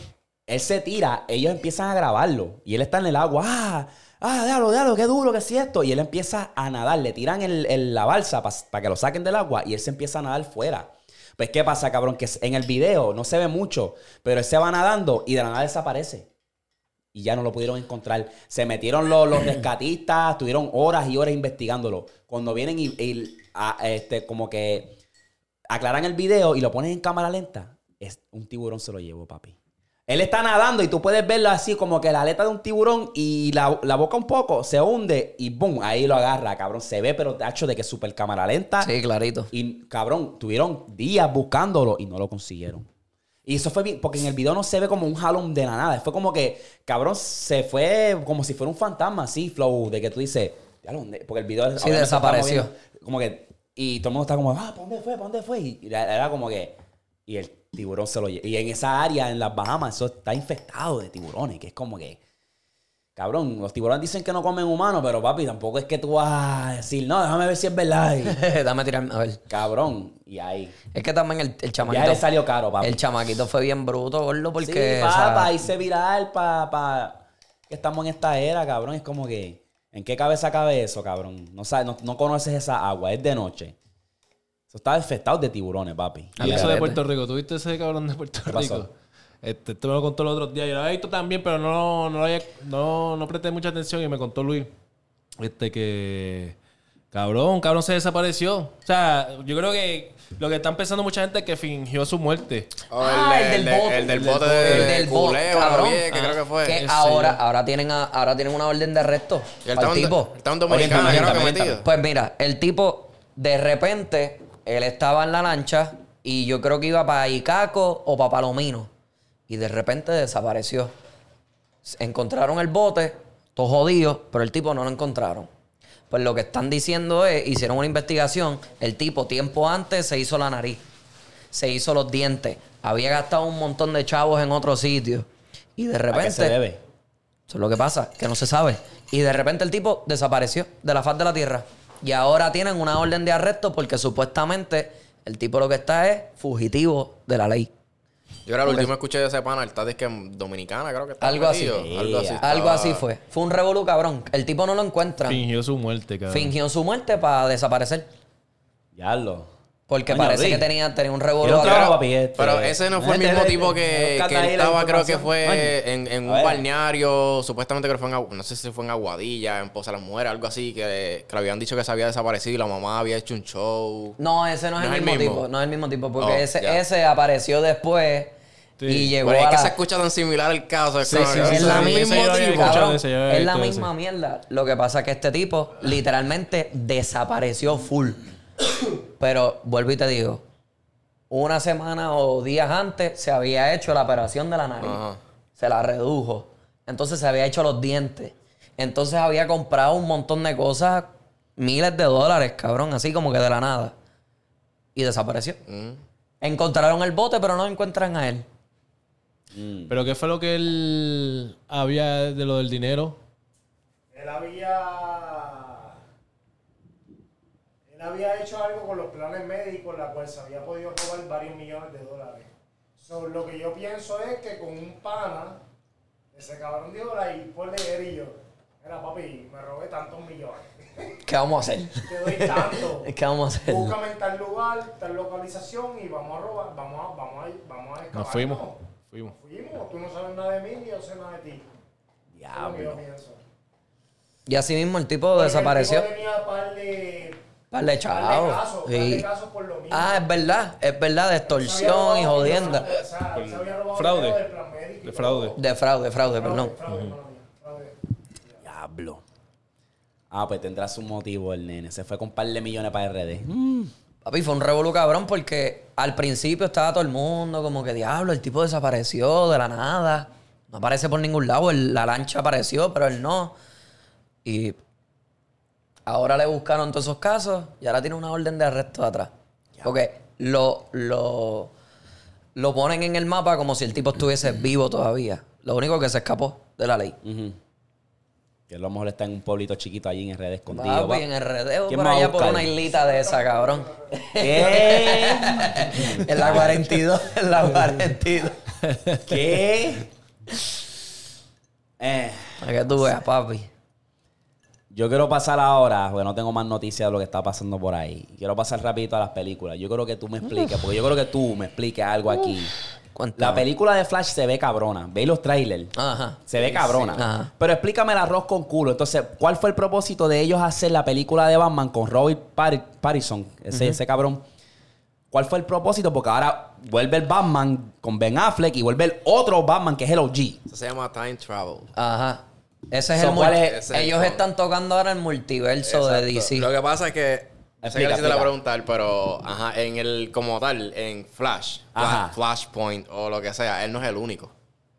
él se tira, ellos empiezan a grabarlo. Y él está en el agua, ah, ah, déjalo, déjalo, qué duro, qué es esto. Y él empieza a nadar, le tiran el, el- la balsa para que lo saquen del agua y él se empieza a nadar fuera. Pues, ¿qué pasa, cabrón? Que en el video no se ve mucho, pero él se va nadando y de la nada desaparece. Y ya no lo pudieron encontrar. Se metieron los, los rescatistas, estuvieron horas y horas investigándolo. Cuando vienen y, y, a- este, como que aclaran el video y lo ponen en cámara lenta, es, un tiburón se lo llevó, papi. Él está nadando y tú puedes verlo así como que la aleta de un tiburón y la, la boca un poco se hunde y boom, ahí lo agarra, cabrón. Se ve, pero tacho de que es súper cámara lenta.
Sí, clarito. [LAUGHS]
Y cabrón, tuvieron días buscándolo y no lo consiguieron. Y eso fue bien, porque en el video no se ve como un jalón de la nada. Fue como que, cabrón, se fue como si fuera un fantasma así, Flow, de que tú dices, "Ya lo- ¿dónde?" porque el video
Sí,
obviamente se está
desapareció.
moviendo, Como que, y todo el mundo está como, ah, ¿para dónde fue? ¿Para dónde fue? Y era, era como que, y el tiburón se lo llevó. Y en esa área, en las Bahamas, eso está infectado de tiburones, que es como que, cabrón, los tiburones dicen que no comen humanos, pero papi, tampoco es que tú vas a decir, no, déjame ver si es verdad. Y-
Dame tirarme. A ver.
Cabrón, y ahí.
Es que también el, el chamaquito.
Ya le salió caro, papi.
El chamaquito fue bien bruto, gordo,
sí,
porque. o sea,
papá, hice viral, papá. Que estamos en esta era, cabrón. Es como que. ¿En qué cabeza cabe eso, cabrón? No, sabes, no, no conoces esa agua, es de noche. Eso está infectado de tiburones, papi.
Y eso de
Garete.
Puerto Rico, ¿tú viste ese cabrón de Puerto
pasó?
Rico? Este, esto me lo contó los otros días. Yo lo había visto también, pero no, no, lo había- no, no presté mucha atención y me contó Luis. Este que. Cabrón, cabrón se desapareció. O sea, yo creo que lo que están pensando mucha gente es que fingió su muerte.
O
Ah, el del bote.
Oh, El del bote de,
El del bote,
Culebra,
cabrón.
bien, que
Ah.
creo que fue.
Que
Y
ahora, ahora, tienen a- ahora tienen una orden de arresto.
él
al
estaba en-
tipo.
estaba en dominicano,
Oriéntame,
creo que
oriéntame,
metido.
Pues mira, el tipo, de repente, él estaba en la lancha y yo creo que iba para Icaco o para Palomino. Y de repente desapareció. S- Encontraron el bote, todo jodido, pero el tipo no lo encontraron. Pues lo que están diciendo es, hicieron una investigación, el tipo tiempo antes se hizo la nariz, se hizo los dientes, había gastado un montón de chavos en otro sitio. Y de
¿A
repente...
qué se debe?
Eso es lo que pasa, que no se sabe. Y de repente el tipo desapareció de la faz de la tierra. Y ahora tienen una orden de arresto porque supuestamente el tipo lo que está es fugitivo de la ley.
Yo era el último que escuché de ese pana, el Tadis que en Dominicana, creo que estaba
Algo así.
metido. Algo así.
Algo
estaba.
así fue. Fue un revolú, cabrón. El tipo no lo encuentran.
Fingió su muerte, cabrón.
Fingió su muerte para desaparecer.
Ya lo.
Porque
Coño,
parece
Luis.
que tenía, tenía un revolú.
Quiero un
atrás.
trabajo, papi. este.
Pero ese no fue el
Gente,
mismo
ve-
tipo
ve-
que,
busca
que
ahí
él
la
estaba, creo que
información.
fue
Coño.
en, en
A
un
ver.
balneario, supuestamente creo que fue en, Agu- no sé si fue en Aguadilla, en Poza de las Mujeres, algo así, que, que le habían dicho que se había desaparecido y la mamá había hecho un show.
No, ese no es el mismo, tipo. No es el mismo tipo. Porque
Oh,
ese,
ya.
ese apareció después
Sí.
y llegó
Pero es
a
que
la-
se escucha tan similar el caso.
Sí,
como
sí,
que-
sí,
Es la
sí,
mismo
sí, yo había
tipo.
escuchado
Cabrón,
ese, yo había
es la
visto
misma mierda. Lo que pasa es que este tipo literalmente desapareció full. [COUGHS] Pero vuelvo y te digo, una semana o días antes se había hecho la operación de la nariz.
Ajá.
Se la redujo. Entonces se había hecho los dientes. Entonces había comprado un montón de cosas, miles de dólares, cabrón, así como que de la nada. Y desapareció. Encontraron el bote, pero no encuentran a él.
Pero ¿qué fue lo que él había de lo del dinero?
Él había. Él había hecho algo con los planes médicos, la cual se había podido robar varios millones de dólares. So, lo que yo pienso es que con un pana, ese cabrón de dólares y por de él y yo, era papi, me robé tantos millones.
¿Qué vamos a hacer? [LAUGHS]
Te doy tanto.
¿Qué vamos a hacer?
Búscame en tal lugar, tal localización y vamos a robar, vamos a, vamos a, vamos a
Nos
excavar.
fuimos.
No,
Fuimos.
Fuimos, tú no sabes nada de mí ni yo sé nada de ti. Es lo que yo
Diablo.
pienso.
Y así mismo el tipo
Porque
desapareció.
Pues El tipo tenía par de,
Par de
par de
chavos.
casos, par
Sí.
de casos por lo mismo.
Ah, es verdad, es verdad, de
Se había robado
extorsión y
dinero,
jodienda.
o sea, él se había robado
Fraude.
dinero del plan médico y
De fraude.
todo.
De fraude, fraude, perdón.
Fraude, fraude, economía, fraude.
Diablo. Ah, pues tendrás un motivo el nene. Se fue con un par de millones para RD.
Papi, fue un revolú cabrón porque al principio estaba todo el mundo como que diablo, el tipo desapareció de la nada. No aparece por ningún lado, el- la lancha apareció, pero él no. Y ahora le buscaron todos esos casos y ahora tiene una orden de arresto atrás. Porque lo, lo, lo ponen en el mapa como si el tipo estuviese
Mm.
vivo todavía. Lo único que se escapó de la ley.
Ujú. Que a lo mejor está en un pueblito chiquito allí en RD escondido.
Papi,
va.
en el redeo
¿Quién
por
me va a
allá por
buscar?
una islita de
[LAUGHS]
esa, cabrón.
¿Qué?
en la 42,
[LAUGHS]
en la 42.
¿Qué? Eh,
Para que tú veas, papi.
yo quiero pasar ahora, porque no tengo más noticias de lo que está pasando por ahí. Quiero pasar rapidito a las películas. Yo creo que tú me expliques, porque yo creo que tú me expliques algo aquí.
Cuéntame.
La película de Flash se ve cabrona. Veis los trailers.
Ajá.
Se ve cabrona.
sí. Ajá.
Pero explícame el arroz con culo. Entonces, ¿cuál fue el propósito de ellos hacer la película de Batman con Robert Patri- Pattinson? Ese, ese cabrón. ¿Cuál fue el propósito? Porque ahora vuelve el Batman con Ben Affleck y vuelve el otro Batman que es el OG.
Eso se llama Time Travel.
Ajá. Ese es
So,
el
¿cuál
mul-
es-
ese es el
Ellos
con-
están tocando ahora el multiverso de DC.
Lo que pasa es que.
Explica,
sé que le hiciste la
explica.
preguntar, pero ajá, en el como tal, en Flash,
Ajá.
Fla- Flashpoint o lo que sea, él no es el único.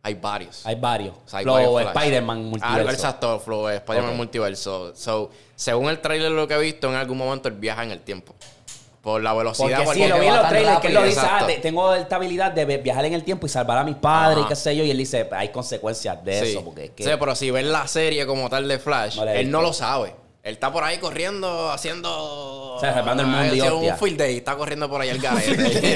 Hay varios.
Hay varios.
O sea, hay
Flow,
varios Ah, Flash.
Spider-man,
Algo
multiverso.
exacto, Flow, Spider-Man
Ok.
multiverso. So, según el trailer lo que he visto, en algún momento él viaja en el tiempo. Por la velocidad.
Porque
por
sí, lo
que
vi en
va
los
tan
trailers que él lo
rápido.
dice, ah,
Exacto.
te- tengo esta habilidad de vi- viajar en el tiempo y salvar a mis padres y
Ajá.
qué sé yo. Y él dice, hay consecuencias de eso. Porque es que...
Sí, pero si ves la serie como tal de Flash,
No la he
él
visto.
no lo sabe. Él está por ahí corriendo, haciendo. Ah,
O sea, salvando el mundo y
haciendo
hostia.
un field day, está corriendo por
[LAUGHS]
ahí el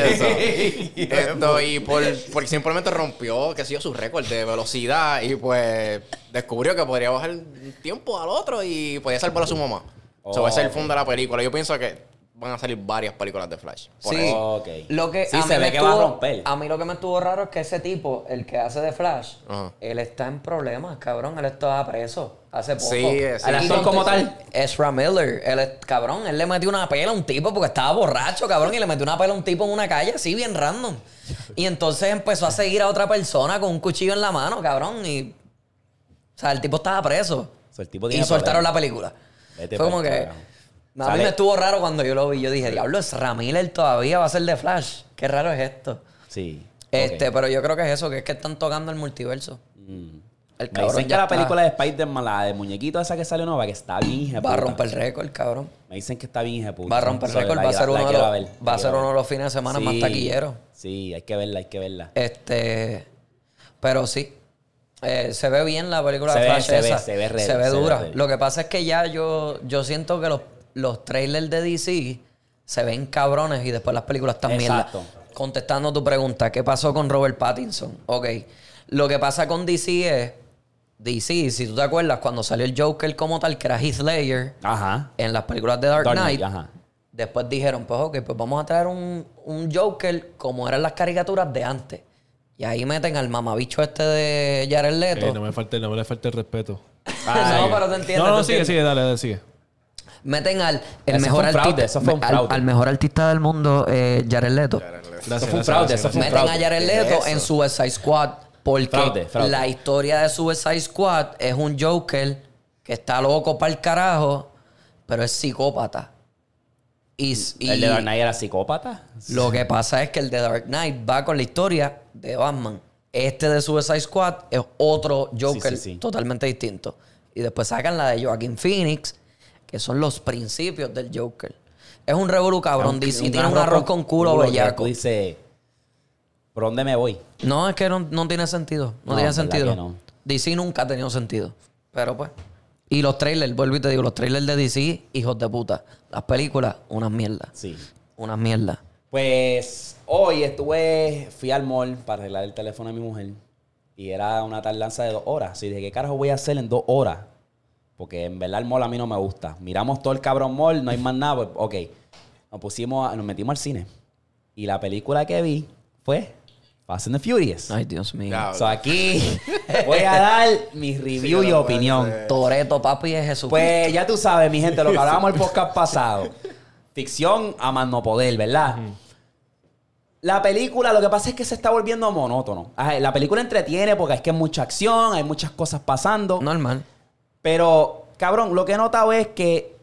garete. y eso. Esto, y por, por simplemente rompió, qué sé yo, su récord de velocidad. Y pues descubrió que podría bajar un tiempo al otro y podía salvar a su mamá.
Oh,
so, ese es el
ok.
fondo de la película. Yo pienso que van a salir varias películas de Flash. Por
Sí.
eso.
Ok.
Lo que
Sí,
a
se
mí
ve
me
que va a
estuvo-
romper.
A mí lo que me estuvo raro es que ese tipo, el que hace de Flash,
Ajá.
él está en problemas, cabrón. Él estaba preso. Hace poco.
Sí, sí.
Al actor como tal.
Ezra Miller, él, es- cabrón, él le metió una pela a un tipo porque estaba borracho, cabrón, y le metió una pela a un tipo en una calle así, bien random. Y entonces empezó a seguir a otra persona con un cuchillo en la mano, cabrón, y... O sea, el tipo estaba preso.
O sea, el tipo
y
tiene
soltaron
problemas.
la película.
Vete
Fue
pa'l
como que...
carajo.
A mí
Sale-
me estuvo raro cuando yo lo vi. Yo dije, diablo, Ezra Miller todavía va a ser de Flash. Qué raro es esto.
Sí.
Este,
Ok. Mm.
pero yo creo que es eso, que es que están tocando el multiverso. El
Me
cabrón
dicen que
ya
la
está-
película de Spider-Man, la de muñequito esa que salió nueva, que está bien hija de
va a
puta.
romper récord, cabrón.
Me dicen que está bien hija de puta.
Va a romper
So,
récord,
la-
va a
la-
ser
la
uno de
quiero
los-
ver,
va a
quiero
ser uno de
ver.
los fines de semana más taquilleros.
Sí, hay que verla, hay que verla.
Este, pero sí. Eh, se ve bien la película
Se
de
ve-
Flash
se ve-
esa.
se ve real, se ve
dura.
real.
Lo que pasa es que ya yo, yo siento que los, los trailers de DC se ven cabrones y después las películas están mierda.
Exacto.
Contestando tu pregunta, ¿qué pasó con Robert Pattinson? Ok. Lo que pasa con DC es. DC, si tú te acuerdas, cuando salió el Joker como tal, que era Heath Ledger,
Ajá.
en las películas de Dark,
Dark
Knight,
Knight, ajá.
después dijeron, pues ok, pues vamos a traer un, un Joker como eran las caricaturas de antes. Y ahí meten al mamabicho este de Jared Leto.
no, me falte, no me le falte el respeto.
Ay.
[LAUGHS] no, pero te entiendes.
No, no,
te
sigue,
entiendes.
sigue, dale, dale, sigue.
Meten al el
Eso
mejor
fue un fraude,
artista.
eso fue un
al-
fraude.
Al, mejor artista del mundo, eh, Jared Leto.
Gracias,
Eso fue un
gracias,
fraude,
gracias,
eso fue un
Meten
fraude.
a Jared
¿Qué es
Leto
eso?
en Suicide Squad porque
Fraude, fraude.
la historia de Suicide Squad es un Joker que está loco para el carajo, pero es psicópata. Y, y-
El de Dark Knight era psicópata.
Lo que pasa es que el de Dark Knight va con la historia de Batman. Este de Suicide Squad es otro
Sí,
Joker
sí, sí.
totalmente distinto. Y después sacan la de Joaquin Phoenix, que son los principios del Joker. Es un revolú cabrón.
Un-
DC tiene un arroz con culo
que
bellaco.
tú dices, ¿por dónde me voy?
No, es que no, no tiene sentido. No,
No,
tiene
en verdad
sentido.
que no.
DC nunca ha tenido sentido. Pero pues. Y los trailers, vuelvo y te digo, los trailers de DC, hijos de puta. Las películas, unas mierdas.
Sí.
Unas mierdas.
Pues hoy estuve, fui al mall para arreglar el teléfono de mi mujer y era una tardanza de dos horas. Así dije, ¿qué carajo voy a hacer en dos horas? Porque en verdad el mall a mí no me gusta. Miramos todo el cabrón mall, no hay más nada. Pues, ok, nos pusimos, a- nos metimos al cine y la película que vi fue Fast and the Furious.
Ay, Dios mío.
Ya,
So, aquí voy a dar mi review
Sí,
y
no
opinión.
puede ser.
Toreto, papi, es Jesús.
Pues ya tú sabes, mi gente, lo que hablábamos el podcast pasado. Ficción a más no poder, ¿verdad? La película, lo que pasa es que se está volviendo monótono. Ajá, La película entretiene porque es que hay mucha acción, hay muchas cosas
pues,
pasando.
Normal.
Pero, cabrón, lo que he notado es que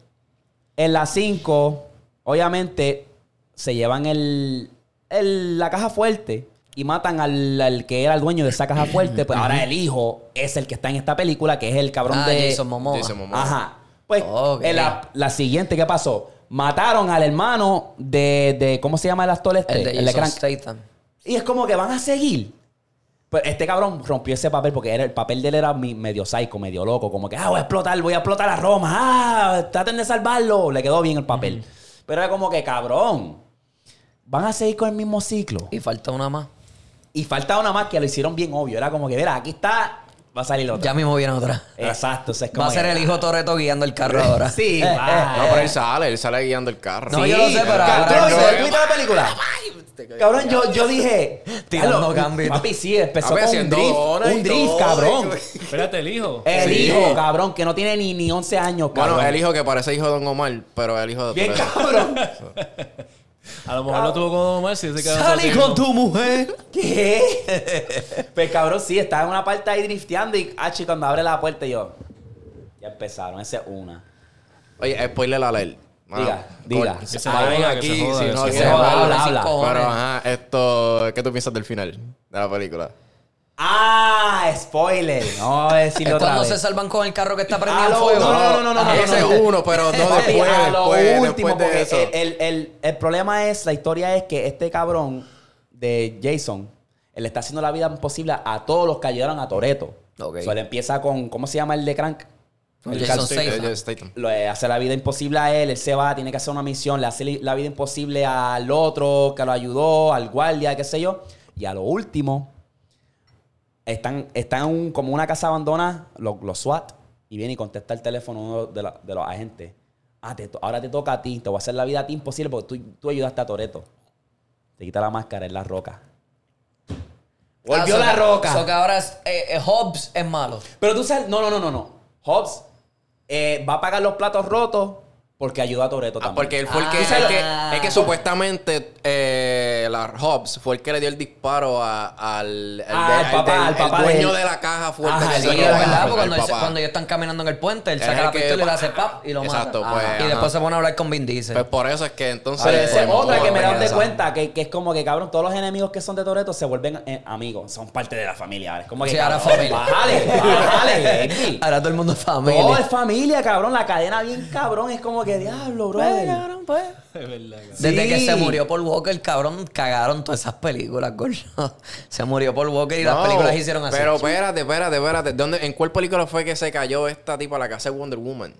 en la 5, obviamente, se llevan el, el- la caja fuerte y matan al, al que era el dueño de esa caja fuerte. Pues ahora el hijo es el que está en esta película, que es el cabrón
Ah,
de...
Jason Momoa.
Jason Momoa.
Ajá. Pues
Ok.
en la, la siguiente, ¿qué pasó? Mataron al hermano de, de- ¿cómo se llama el actor este?
El de
de
Jason
Crank.
Statham.
Y es como que van a seguir. Pero este cabrón rompió ese papel porque era, el papel de él era mi- medio psycho, medio loco. Como que, ah, voy a explotar, voy a explotar a Roma. Ah, traten de salvarlo. Le quedó bien el papel. Pero era como que, cabrón, van a seguir con el mismo ciclo.
Y falta una más.
Y falta una más que lo hicieron bien obvio. Era como que, mira, aquí está, va a salir otra.
Ya mismo viene otra.
Exacto. o sea, es
Va
como
a ser
que-
el hijo Toreto guiando el carro ahora.
Sí,
Eh,
va.
No, pero él sale, él sale guiando el carro.
No, yo lo sé, pero
Cabrón,
ahora
¿tú
no
viste-
veo.
tú viste la película? Cabrón, yo, yo dije.
Tirando
"Halo,
gambito".
Papi, sí, empezó
Papi,
con un
haciendo
drift.
donas
Un
y
drift,
todo,
cabrón.
güey.
Espérate, el hijo.
El
Sí.
hijo, cabrón, que no tiene ni, ni 11 años, cabrón.
Bueno, el hijo que parece hijo de Don Omar, pero el hijo de
Bien,
Toreto.
cabrón.
A lo mejor lo tuvo con Don Omar, si ese cabrón
Salí
está
con
haciendo-
tu mujer.
¿Qué? [LAUGHS] pues, cabrón, sí, estaba en una parte ahí drifteando y, achi, cuando abre la puerta, yo. Ya empezaron, esa es una.
Oye, spoiler alert. Mano,
Diga, diga.
cor-
Que
se
vayan
joda, que
aquí,
se joda,
si
que
no
se
quieren
joda.
hablar.
habla, habla.
Pero ajá, esto, ¿qué tú piensas del final de la película?
¡Ah! Spoiler. No voy a decirlo
Es
otra
cuando
vez.
se salvan con el carro que está
Ah,
prendido en
lo-
fuego.
no, no, no, no, no, no, no,
Ese
no.
es uno, pero no
Papi,
después,
a lo
después,
último,
después de
porque
eso.
El, el- el- el problema es, la historia es que este cabrón de Jason, él está haciendo la vida imposible a todos los que ayudaron a Toreto.
Ok.
O sea, él empieza con, ¿cómo se llama el de Crank?
Con
El calcio-
Jason
Sí, de
Statham.
Jason Statham.
lo eh, hace la vida imposible a él, él se va, tiene que hacer una misión, le hace li- la vida imposible al otro que lo ayudó, al guardia, qué sé yo. Y a lo último, están, están en un- como una casa abandonada, los, los SWAT, y viene y contesta el teléfono uno de, la- de los agentes. Ah, te to- ahora te toca a ti, te voy a hacer la vida a ti imposible porque tú, tú ayudaste a Toreto. Te quita la máscara, es la roca. Volvió
Ah, so
la
que-
roca.
Ah, so que ahora es, eh, eh, Hobbs es malo.
Pero tú sabes, no, no, no, no, no. Hobbs eh, va a pagar los platos rotos porque ayuda a Toreto
Ah,
también.
porque él fue el
Ah.
que, el que- es que supuestamente eh, la Hobbs fue el que le dio el disparo a- al, al-
Ah, al papá, al papá
el dueño
de
de,
él.
la caja fuerte.
Ajá,
que
sí,
sacó
es
la
verdad,
caja,
porque cuando,
el
ellos-
papá.
cuando ellos están caminando en el puente, él
Es
saca
el
la
que-
pistola y le hace pap y lo mata.
Exacto,
Ajá.
pues,
Y
ajá.
después se pone a hablar con Vin Diesel.
Pues por eso es que entonces...
Ah, Pero esa es
Pues,
otra que me he dado de
esa.
cuenta, que, que es como que, cabrón, todos los enemigos que son de Toreto se vuelven eh, amigos, son parte de la familia. ahora. Es como que,
Sí, ahora
cabrón,
familia.
bájale, bájale,
[LAUGHS]
baby.
Ahora todo el mundo es familia.
Todo es familia, cabrón, la cadena bien cabrón, es como que, diablo, bro.
Pues, cabrón, pues.
Es verdad, cabrón.
Desde
Sí.
que se murió Paul Walker, cabrón, cagaron todas esas películas, [LAUGHS] gordo. Se murió Paul Walker y
No,
las películas hicieron así.
Pero espérate, espérate, espérate. ¿Dónde, ¿En cuál película fue que se cayó esta tipa la que hace Wonder Woman?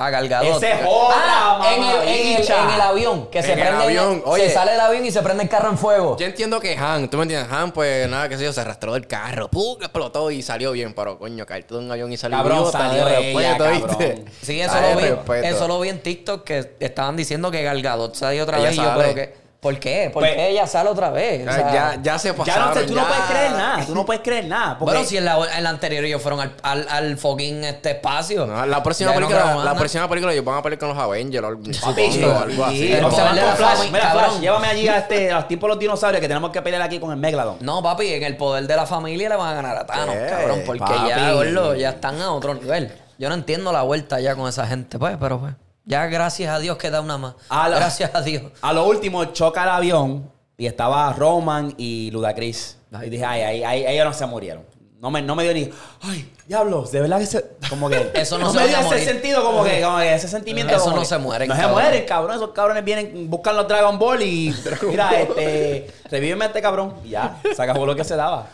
A Gal Gadot.
Ese es otra,
Ah, en el, en el-
mamabicha.
en el avión. Que se
En el
prende.
avión,
Se
oye.
sale del avión y se prende el carro en fuego.
Yo entiendo que Han, tú me entiendes, Han, pues nada, qué sé yo, se arrastró del carro, ¡pum! explotó y salió bien, pero coño, caer todo un avión y salió
Cabrón,
vivo,
salió
de
ella, cabrón.
Sí, eso
Dale
lo, vi,
respeto.
eso lo vi en TikTok que estaban diciendo que Gal Gadot salió otra
Ella
vez. y yo,
sale.
pero que, ¿por qué? ¿Por
Pues-
qué ella sale otra vez? O
Ya-
sea,
ya, ya se
Ya
pasaron.
no sé, tú no
ya.
puedes creer nada, tú no puedes creer nada. Porque
Bueno, si en la, en la anterior ellos fueron al, al, al fucking este espacio.
No, la próxima
Ya no
película,
graban
la
nada.
próxima película ellos van a pelear con los Avengers o algo,
Papi,
supongo, algo así.
sí,
El
vamos a hablar
poder
con
de
Flash.
la fama,
Mira,
cabrón.
Flash, llévame allí a este, a los tiempos de los dinosaurios que tenemos que pelear aquí con el Megalodon.
No, papi, en el poder de la familia le van a ganar a Thanos,
Eh,
cabrón. Porque ya,
papi.
gordo, ya están a otro nivel. Yo no entiendo la vuelta ya con esa gente, pues, pero pues. Ya gracias a Dios queda una más.
A Ah, la-
Gracias a Dios.
A lo último choca el avión y estaba Roman y Ludacris. Y dije, ay, ay, ay, ellos no se murieron. No me, no me dio ni, ay, diablos, de verdad que se. Como que.
[LAUGHS] Eso no se
me
van
dio
a
ese
morir.
sentido, como que, como que ese sentimiento.
Eso
como
no
que-
se mueren,
No se
cabrón.
mueren, cabrón. Esos cabrones vienen, buscan los Dragon Ball
[LAUGHS]
y. mira, este. Revíveme a este cabrón. Y ya, se acabó lo que se daba.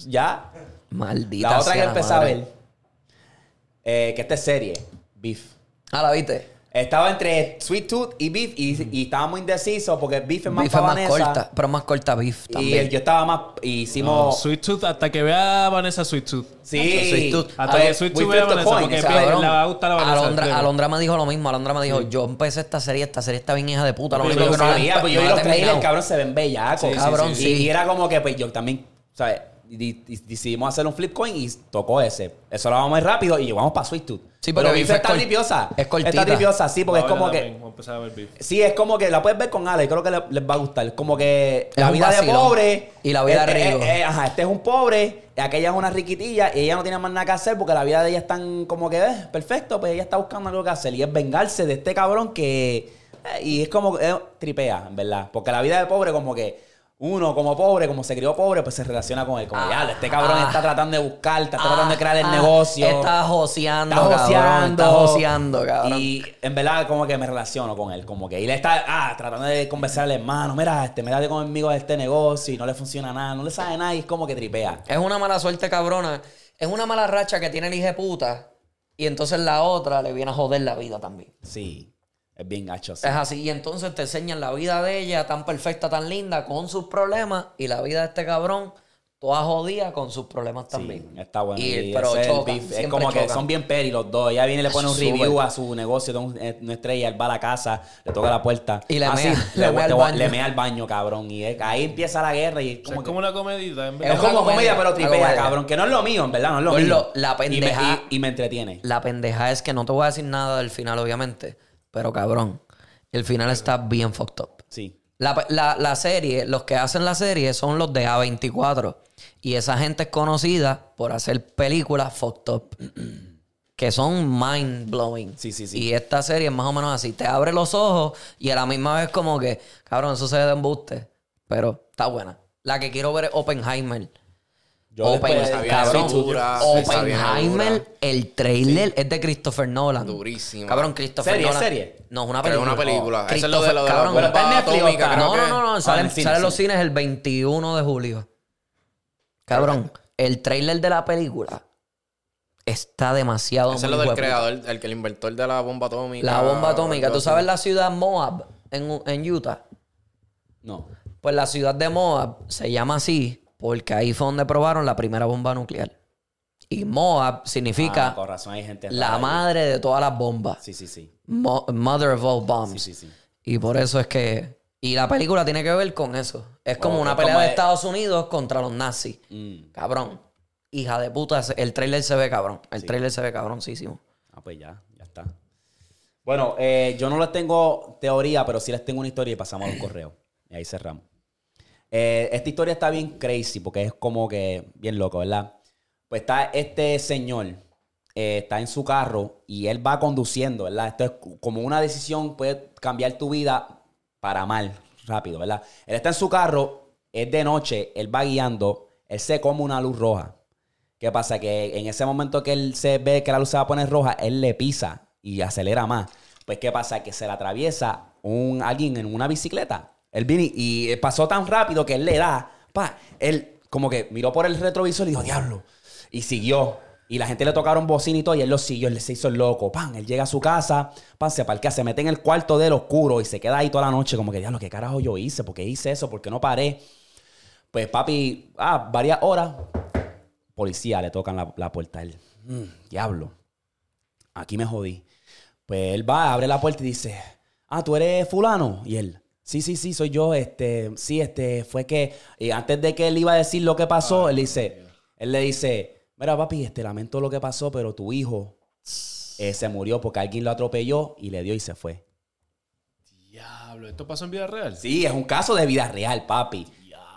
Ya.
Maldita
La otra
sea
que empecé a
madre.
ver, eh, que esta es serie, Beef.
Ah, la viste.
Estaba entre Sweet Tooth y Beef y, y estaba muy indeciso porque Beef es más,
Beef
pa'
es más
Vanessa,
corta, pero más corta Beef
Y
también.
yo estaba más... y
No,
hicimos...
Sweet Tooth, hasta que vea a Vanessa Sweet Tooth.
Oh. sí.
Sweet Tooth.
Hasta
eh,
que Sweet
we flip
Tooth vea
the
Vanessa,
coin,
porque
esa-
le
Cabrón,
va a gustar la Vanessa.
Alondra,
creo.
Alondra me dijo lo mismo. Alondra me dijo, yo empecé esta serie, esta serie está bien hija de puta. Lo
Yo
único
no
que no la
sabía,
empe-
pues yo
no
vi
la
los
he
trailers,
terminado.
cabrón, se ven bellacos.
Sí, sí, Cabrón, sí. sí.
Y, y era como que, pues yo también, ¿sabes? Y- y- decidimos hacer un flip coin y tocó ese. Eso lo vamos muy rápido y vamos para Sweet Tooth.
Sí, porque
pero
Beef
Beef
es
está
cort-
tripiosa.
es cortita.
Está tripiosa, sí, porque es
Voy a
como
verla
que...
también, voy a empezar a ver Beef.
Sí, es como que la puedes ver con Ale, creo que le- les, va a gustar. Es Como que la
un
vida de
vacilón.
pobre.
Y la vida
este,
de rico.
eh, eh, ajá, este es un pobre, aquella es una riquitilla y ella no tiene más nada que hacer porque la vida de ella es tan como que eh, perfecto, pues ella está buscando algo que hacer y es vengarse de este cabrón que. eh, y es como eh, tripea, en verdad. Porque la vida de pobre, como que. Uno como pobre, como se crió pobre, pues se relaciona con él. Como, ya, este cabrón
ah.
está tratando de buscar, está tratando de
Ah,
crear el
ah,
negocio.
Está joseando,
Está
cabrón.
joseando.
Está joseando, cabrón.
Y en verdad, como que me relaciono con él. Como que él está ah, tratando de conversar al hermano. Mira, este, me da de conmigo a este negocio y no le funciona nada. No le sabe nada y es como que tripea.
Es una mala suerte, cabrona. Es una mala racha que tiene el hijo de puta. Y entonces la otra le viene a joder la vida también.
Sí, es bien gacho. sí.
Es así. Y entonces te enseñan la vida de ella tan perfecta, tan linda, con sus problemas. Y la vida de este cabrón, toda jodida con sus problemas
Sí,
también.
está bueno.
Y-
Y
pero
ese es el
chocan,
beef. es
siempre
como que
chocan.
son bien peri los dos. Ella viene y le pone un
Súper.
review a su negocio de un- eh, una estrella. Él va a la casa, le toca la puerta.
Y le
Así,
mea,
le,
le mea al
te voy a-
baño.
le mea al baño, cabrón. Y es- ahí empieza la guerra y es
O sea,
como
es
que-
como una comedita, en
Es
verdad.
una
como comedia,
comedia,
pero
una
tripea,
comedia.
cabrón. Que no es lo mío, en verdad, no es lo
Gordo,
mío.
la
Y me-
pendeja-
Y, y me entretiene.
La pendeja es que no te voy a decir nada del final, obviamente. Pero cabrón, el final está bien fucked up.
Sí.
La, la- la serie, los que hacen la serie son los de A24. Y esa gente es conocida por hacer películas fucked up. [CLEARS THROAT] Que son mind blowing.
Sí, sí, sí.
Y esta serie es más o menos así. Te abre los ojos y a la misma vez como que, cabrón, eso se ve de embuste. Pero está buena. La que quiero ver es Oppenheimer.
Yo después
Open-
de-
sabía
cabrón,
esa dura, esa bien
Oppenheimer,
dura.
el trailer es de Christopher Nolan.
Durísima.
Cabrón, Christopher
¿Serie,
Nolan.
serie?
No, es una
Pero
película.
es una película. Eso es lo de
Christopher-
lo de la
cabrón,
Pero está en
bomba
Netflix,
atómica,
¿o
creo
Ah, no,
que-
no, no, no, sale,
en cine,
sale en los
cine.
cines el 21 de julio. Cabrón, el trailer de la película está demasiado
Ese es
muy
lo del
hueputa.
creador, el que el inventor de la bomba atómica.
La bomba atómica.
algo
¿Tú sabes
así.
la ciudad Moab en, en Utah?
No.
Pues la ciudad de Moab se llama así porque ahí fue donde probaron la primera bomba nuclear. Y Moab significa
Ah, con razón hay gente. rara
la
ahí.
madre de todas las bombas.
Sí, sí, sí.
Mo- mother of all bombs.
Sí, sí, sí.
Y por eso es que. Y la película tiene que ver con eso. Es como
Bueno,
una
es
pelea
como
de
es-
Estados Unidos contra los nazis.
Mm.
Cabrón. hija de puta, se- el trailer se ve cabrón. El trailer se ve cabroncísimo.
Ah, pues ya, ya está. Bueno, eh, yo no les tengo teoría, pero sí les tengo una historia y pasamos a los correos. Y ahí cerramos. Eh, esta historia está bien crazy porque es como que bien loco, ¿verdad? Pues está este señor, eh, está en su carro y él va conduciendo, ¿verdad? Esto es cu- como una decisión, puede cambiar tu vida para mal, rápido, ¿verdad? Él está en su carro, es de noche, él va guiando, él se come una luz roja. ¿Qué pasa? Que en ese momento que él se ve que la luz se va a poner roja, él le pisa y acelera más. Pues, ¿qué pasa? Que se le atraviesa un, alguien en una bicicleta. Él vino y, y pasó tan rápido que él le da. Pa, él como que miró por el retrovisor y dijo, diablo. Y siguió. Y la gente le tocaron bocina y todo, y él lo siguió, él se hizo el loco. Pan, él llega a su casa, pan, se parquea, se mete en el cuarto del oscuro y se queda ahí toda la noche, como que, diablo, ¿qué carajo yo hice? ¿Por qué hice eso? ¿Por qué no paré? Pues papi, ah, varias horas, policía le tocan la, la puerta a él. Mm, diablo, aquí me jodí. Pues él va, abre la puerta y dice, ah, tú eres fulano. Y él, sí, sí, sí, soy yo. Este, sí, este, fue que, y antes de que él iba a decir lo que pasó, él dice, él le dice, mira papi, este, lamento lo que pasó, pero tu hijo eh, se murió porque alguien lo atropelló y le dio y se fue.
Diablo, ¿esto pasó en vida real?
Sí, es un caso de vida real, papi.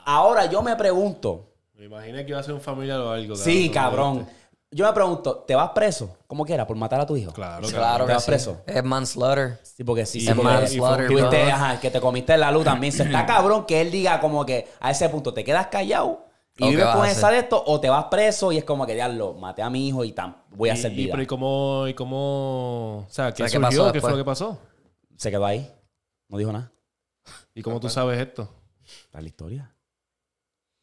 Ahora yo me pregunto,
Me imaginé que iba a ser un familiar o algo.
Sí,
No
cabrón.
me
Yo me pregunto, ¿te vas preso? Como quiera, por matar a tu hijo.
Claro,
Claro
¿Te
que
vas
sí.
preso?
Es manslaughter.
Sí, porque sí,
Y
sí,
es
porque
manslaughter,
tuviste,
bro.
ajá, que te comiste la luz también. Se está cabrón que él diga como que a ese punto te quedas callado y
¿O qué
vives
vas
con
a
esa
hacer?
de esto o te vas preso y es como que diablo, maté a mi hijo y tan, voy a hacer
Y, y,
vida.
pero ¿y cómo, y cómo... O sea, ¿qué,
O sea, ¿qué
surgió?
pasó
¿Qué fue
después?
lo que pasó?
Se quedó ahí. No dijo nada.
¿Y cómo tú sabes esto?
Está la historia.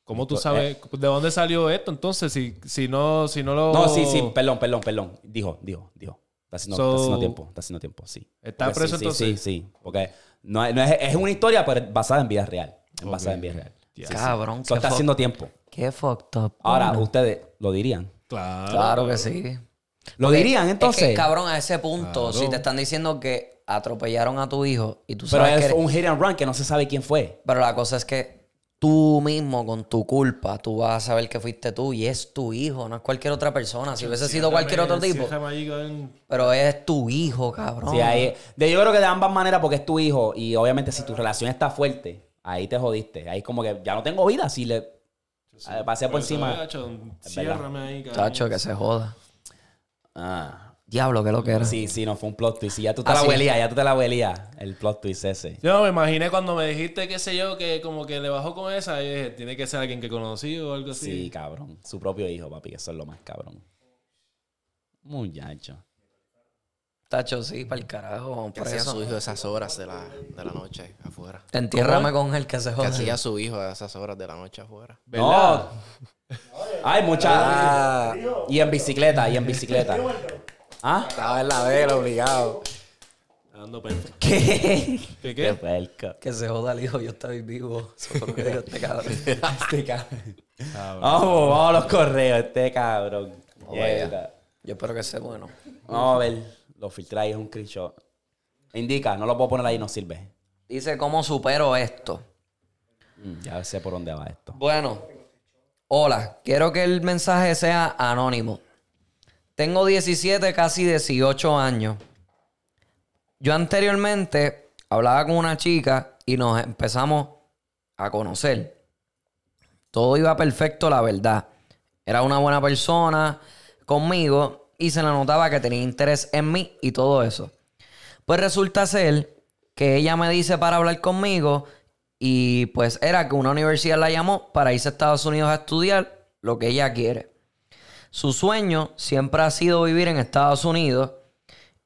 ¿Cómo tú
Esto-
sabes? ¿De dónde salió esto entonces? Si, si, no, si no lo...
No, sí, sí, perdón, perdón, perdón. Dijo, dijo, dijo. Está haciendo, está
Oh. So-
haciendo tiempo, está haciendo tiempo, sí.
¿Está
Porque sí,
preso
sí,
entonces?
Sí, sí, porque no, no es, es una historia pero basada en vida real.
Ok.
Basada en vida real.
Ya.
Cabrón.
Eso
qué
está
fuck-
haciendo tiempo.
Qué fucked up.
Ahora,
mano.
ustedes lo dirían.
Claro.
Claro que sí.
¿Lo dirían entonces?
Es que, cabrón, a ese punto,
Claro.
si te están diciendo que atropellaron a tu hijo y tú
Pero
sabes
es
que...
un hit and run que no se sabe quién fue.
Pero la cosa es que tú mismo, con tu culpa, tú vas a saber que fuiste tú y es tu hijo, no es cualquier otra persona. Si hubiese sido cualquier otro tipo,
Enciérrame ahí con-
pero es tu hijo, cabrón.
Oh.
Sí, ahí- de, yo creo que de ambas maneras, porque es tu hijo. Y obviamente, si tu relación está fuerte, ahí te jodiste. Ahí como que ya no tengo vida. Si le eh, pasé por
Pero eso,
encima.
gacho, Enciérrame Pues, ahí, cabrón.
Chacho, que se joda.
Ah.
Diablo, que lo que era.
Sí, sí, no fue un plot twist. Y ya tú te
Ah,
la
sí.
huelías, ya tú te la huelías. El plot twist ese.
Yo me imaginé cuando me dijiste, qué sé yo, que como que le bajó con esa. Y dije, tiene que ser alguien que conocí o algo
Sí,
así.
cabrón. Su propio hijo, papi, que eso es lo más cabrón. Muchacho.
Tacho, sí, para el carajo, vamos
Que
por
hacía
eso.
su hijo a esas horas de la, de la noche afuera.
Entiérrame con el que se
Que
joda.
hacía su hijo a esas horas de la noche afuera.
[LAUGHS]
¿Verdad?
Hay mucha.
Ah.
ah, y en bicicleta, y en
[LAUGHS]
bicicleta. ¿Ah?
Estaba en la vela, obligado.
Dando perfecto.
¿Qué? Qué
¿Qué qué?
puerco.
Que se joda el hijo, yo estoy vivo. Eso es lo que digo, este cabrón.
Vamos, vamos a los correos, este cabrón.
Oh,
Mierda.
Yo espero que sea bueno.
Vamos a ver. Lo filtráis, es un screenshot. Indica, no lo puedo poner ahí, no sirve.
Dice, ¿cómo supero esto?
Mm, Ya sé por dónde va esto.
Bueno, hola, quiero que el mensaje sea anónimo. Tengo 17, casi 18 años. Yo anteriormente hablaba con una chica y nos empezamos a conocer. Todo iba perfecto, la verdad. Era una buena persona conmigo y se le notaba que tenía interés en mí y todo eso. Pues resulta ser que ella me dice para hablar conmigo y pues era que una universidad la llamó para irse a Estados Unidos a estudiar lo que ella quiere. Su sueño siempre ha sido vivir en Estados Unidos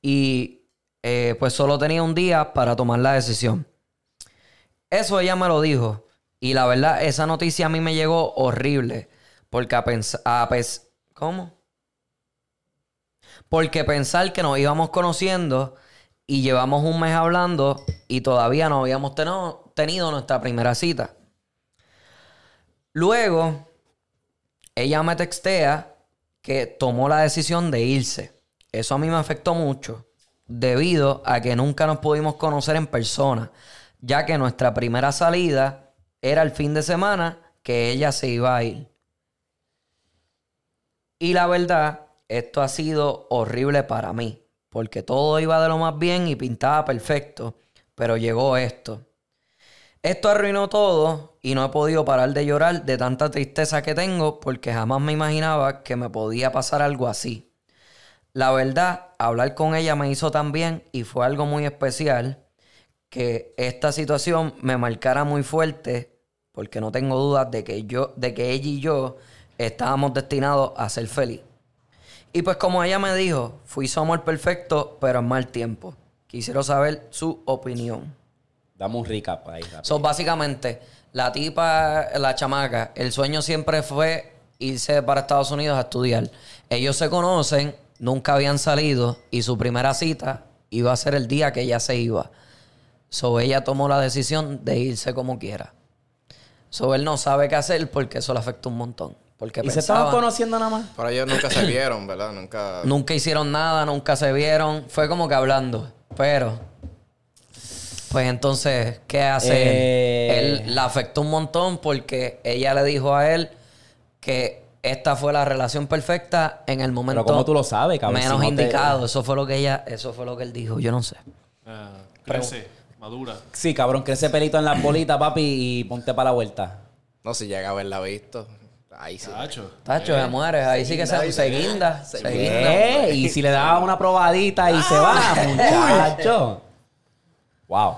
y eh, pues solo tenía un día para tomar la decisión. Eso ella me lo dijo y la verdad esa noticia a mí me llegó horrible porque a pensar... ¿Cómo? Porque pensar que nos íbamos conociendo y llevamos un mes hablando y todavía no habíamos teno- tenido nuestra primera cita. Luego, ella me textea que tomó la decisión de irse. Eso a mí me afectó mucho, debido a que nunca nos pudimos conocer en persona, ya que nuestra primera salida era el fin de semana que ella se iba a ir. Y la verdad, esto ha sido horrible para mí, porque todo iba de lo más bien y pintaba perfecto, pero llegó esto. Esto arruinó todo y no he podido parar de llorar de tanta tristeza que tengo porque jamás me imaginaba que me podía pasar algo así. La verdad, hablar con ella me hizo tan bien y fue algo muy especial que esta situación me marcara muy fuerte porque no tengo dudas de que yo de que ella y yo estábamos destinados a ser feliz. Y pues como ella me dijo, fui su amor perfecto, pero en mal tiempo. Quisiera saber su opinión.
Dame un recap ahí. rápido.
So, básicamente, la tipa, la chamaca, el sueño siempre fue irse para Estados Unidos a estudiar. Ellos se conocen, nunca habían salido y su primera cita iba a ser el día que ella se iba. So, ella tomó la decisión de irse como quiera. So, él no sabe qué hacer porque eso le afecta un montón. Porque
y se estaban
pensaban-
conociendo nada más.
Pero ellos
[COUGHS]
nunca se vieron, ¿verdad? Nunca.
Nunca hicieron nada, nunca se vieron. Fue como que hablando. Pero. Pues entonces, ¿qué hace
Eh.
él? Él la afectó un montón porque ella le dijo a él que esta fue la relación perfecta en el momento
Pero ¿cómo tú lo sabes, cabrón?
menos
Si no te-
indicado. Eso fue lo que ella, eso fue lo que él dijo. Yo no sé.
Ah, crece, madura.
Sí, cabrón, crece pelito en las bolitas, papi, y ponte para la vuelta.
No, si llega a haberla visto. Ahí sí.
Tacho.
Tacho,
Eh.
se muere. Ahí sí que se, se guinda. Se guinda.
¿Qué? Y si le daba una probadita y se
Ah.
va,
[LAUGHS]
muchacho. Wow.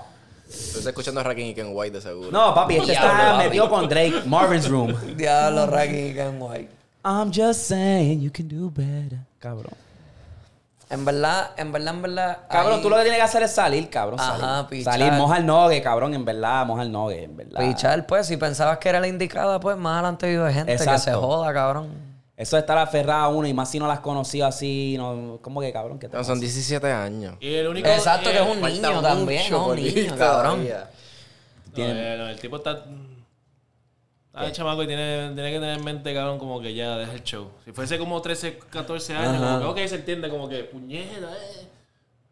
Estoy escuchando a Rakim y Ken White de seguro.
No, papi, este
Diablo,
está
papi.
metido con Drake, Marvin's Room.
Diablo, Rocky Kenway.
I'm just saying you can do better. Cabrón.
En verdad, en verdad, en verdad.
Cabrón,
ahí-
tú lo que tienes que hacer es salir, cabrón.
Ajá,
salir.
pichar.
Salir, moja el nogue, cabrón, en verdad, moja el nogue, en verdad.
Pichar, pues, si pensabas que era la indicada, pues más adelante vive gente que se
Exacto.
joda, cabrón.
Eso de estar aferrado a uno y más si no las conocido así, no, ¿cómo que cabrón? ¿Qué te
No,
pasa?
son 17 años.
Y el único.
Exacto,
y
que es
el-
un
Falta
niño también,
mucho
¿no? un
por ir
niño, cabrón.
todavía.
Tiene-
No, eh, no, el tipo está. Ah, el chamaco y tiene, tiene que tener en mente, cabrón, como que ya deja el show. Si fuese como 13, 14 años, como que, ok, se entiende, como que puñeta, eh.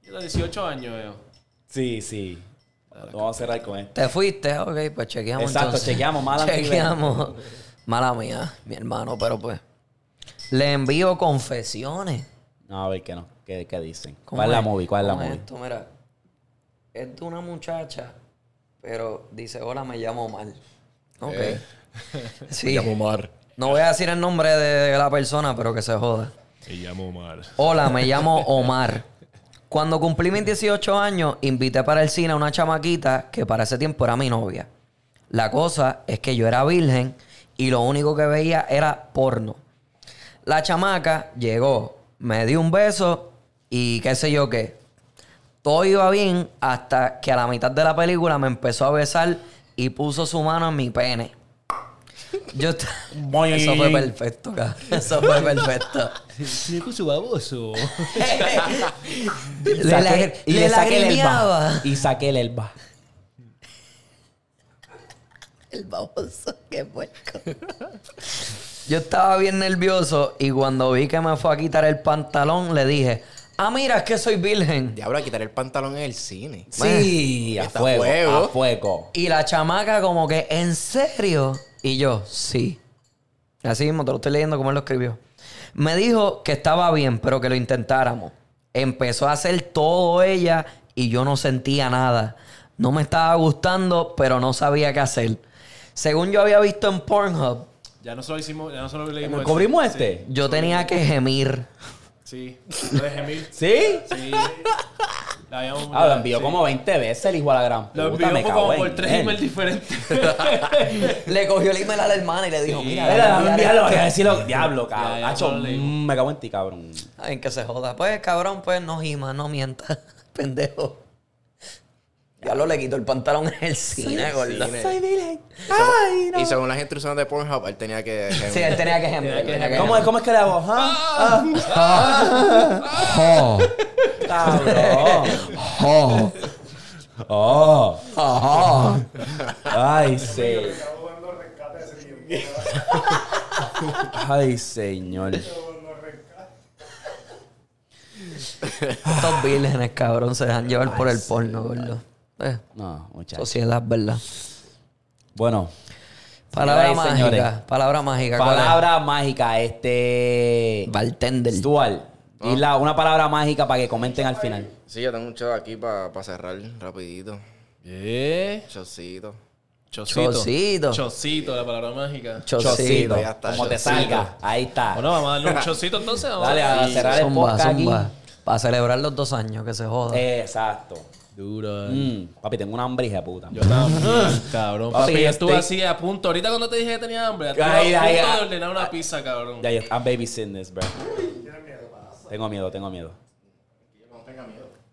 Era 18 años, veo.
Sí, sí. Vamos a cerrar con esto.
Te fuiste, ok, pues chequeamos
Exacto,
entonces.
chequeamos, mala mía.
Chequeamos. Mala mía, mi hermano, pero pues. Le envío confesiones.
No, a ver qué no, qué, qué dicen.
¿Cómo
¿Cuál es la
es?
movie? ¿Cuál es la
¿Cómo
movie?
Esto, mira. Es de una muchacha, pero dice, hola, me llamo mal. Ok.
Eh. [LAUGHS]
Sí.
Omar.
No voy a decir el nombre de la persona, pero que se joda.
Te llamo Omar.
Hola, me llamo Omar. Cuando cumplí mis 18 años, invité para el cine a una chamaquita que para ese tiempo era mi novia. La cosa es que yo era virgen y lo único que veía era porno. La chamaca llegó, me dio un beso y qué sé yo qué. Todo iba bien hasta que a la mitad de la película me empezó a besar y puso su mano en mi pene. Yo est-
Boing.
[LAUGHS] Eso fue perfecto, cabrón. Eso fue perfecto.
Chico su baboso.
Le
Saqué-
lagri-
[LAUGHS] y le saqué el
lagrimeaba.
elba. Y saqué el elba.
El baboso, qué puerco. Yo estaba bien nervioso y cuando vi que me fue a quitar el pantalón, le dije, ah, mira, es que soy virgen.
Diablo, a quitar el pantalón en el cine.
Sí, a
está
fuego,
fuego.
a fuego.
Y la chamaca como que, ¿en serio? Y yo, sí. Así mismo, te lo estoy leyendo como él lo escribió. Me dijo que estaba bien, pero que lo intentáramos. Empezó a hacer todo ella y yo no sentía nada. No me estaba gustando, pero no sabía qué hacer. Según yo había visto en Pornhub,
Ya no solo hicimos, ya no solo leímos.
¿Cubrimos este?
yo tenía que gemir.
Sí. sí. Lo de gemir.
¿Sí? [LAUGHS]
Sí. La habíamos.
Ah, lo envió
sí.
como 20 veces el hijo a la gran puta.
Lo envió
me cago
como
en
por tres
él. [LAUGHS]
emails diferentes. [LAUGHS]
Le cogió el email a la hermana y le dijo, mira,
Mira,
dale,
dame
dale,
enviarlo, voy
dale".
a decirlo. Diablo,
Ya,
cabrón.
ya,
Hacho,
no lo leímos.
mm, me cago en ti, cabrón.
Ay, que se joda. Pues, cabrón, pues, no gima, no mienta, [LAUGHS] pendejo. Ya lo le quitó el pantalón en el cine, gordo.
cine.
virgen.
Y según las instrucciones de Pornhub, él tenía que.
Sí, él tenía que gemir. tenía que
¿Cómo es, ¿Cómo es que le hago? ¿Ah?
gemir.
Ah, cabrón.
Oh,
Oh.
oh, oh.
Ay, se...
Estamos dando rescate hace tiempo.
Ay, señor.
Estamos dando rescate.
Estos vírgenes, cabrón, se dejan llevar por el porno, gordo. Eh,
No, muchachos.
sociedad, ¿verdad?
Bueno,
Palabra
Señoras y
mágica.
señores.
Palabra mágica. ¿cuál es?
Palabra mágica, este.
Bartender.
Stuart. Y la, una palabra mágica para que comenten al final.
Sí, yo tengo un show aquí para cerrar rapidito.
Yeah.
Chocito.
Eh, Chocito.
Chocito.
Chocito, la palabra mágica.
Chocito.
Chocito.
ya está,
Como te
chocito.
salga. Ahí está.
Bueno, vamos a darle un chocito entonces. vamos.
Dale, a
Sí,
cerrar el
Zumba,
podcast Eh.
zumba. Para celebrar los dos años, que se joda.
aquí. Exacto.
Duro. eh.
Mm, papi, tengo una hambre hija de puta.
Yo también, cabrón.
Ah. Papi,
Papi,
yo
yo estuve
estoy-
así a punto. Ahorita cuando te dije que tenía hambre, estuve
Ay,
a
ay,
punto
ay.
de ordenar una pizza, cabrón.
Ya, yo, I'm babysitting this, bro. Tengo miedo, tengo miedo.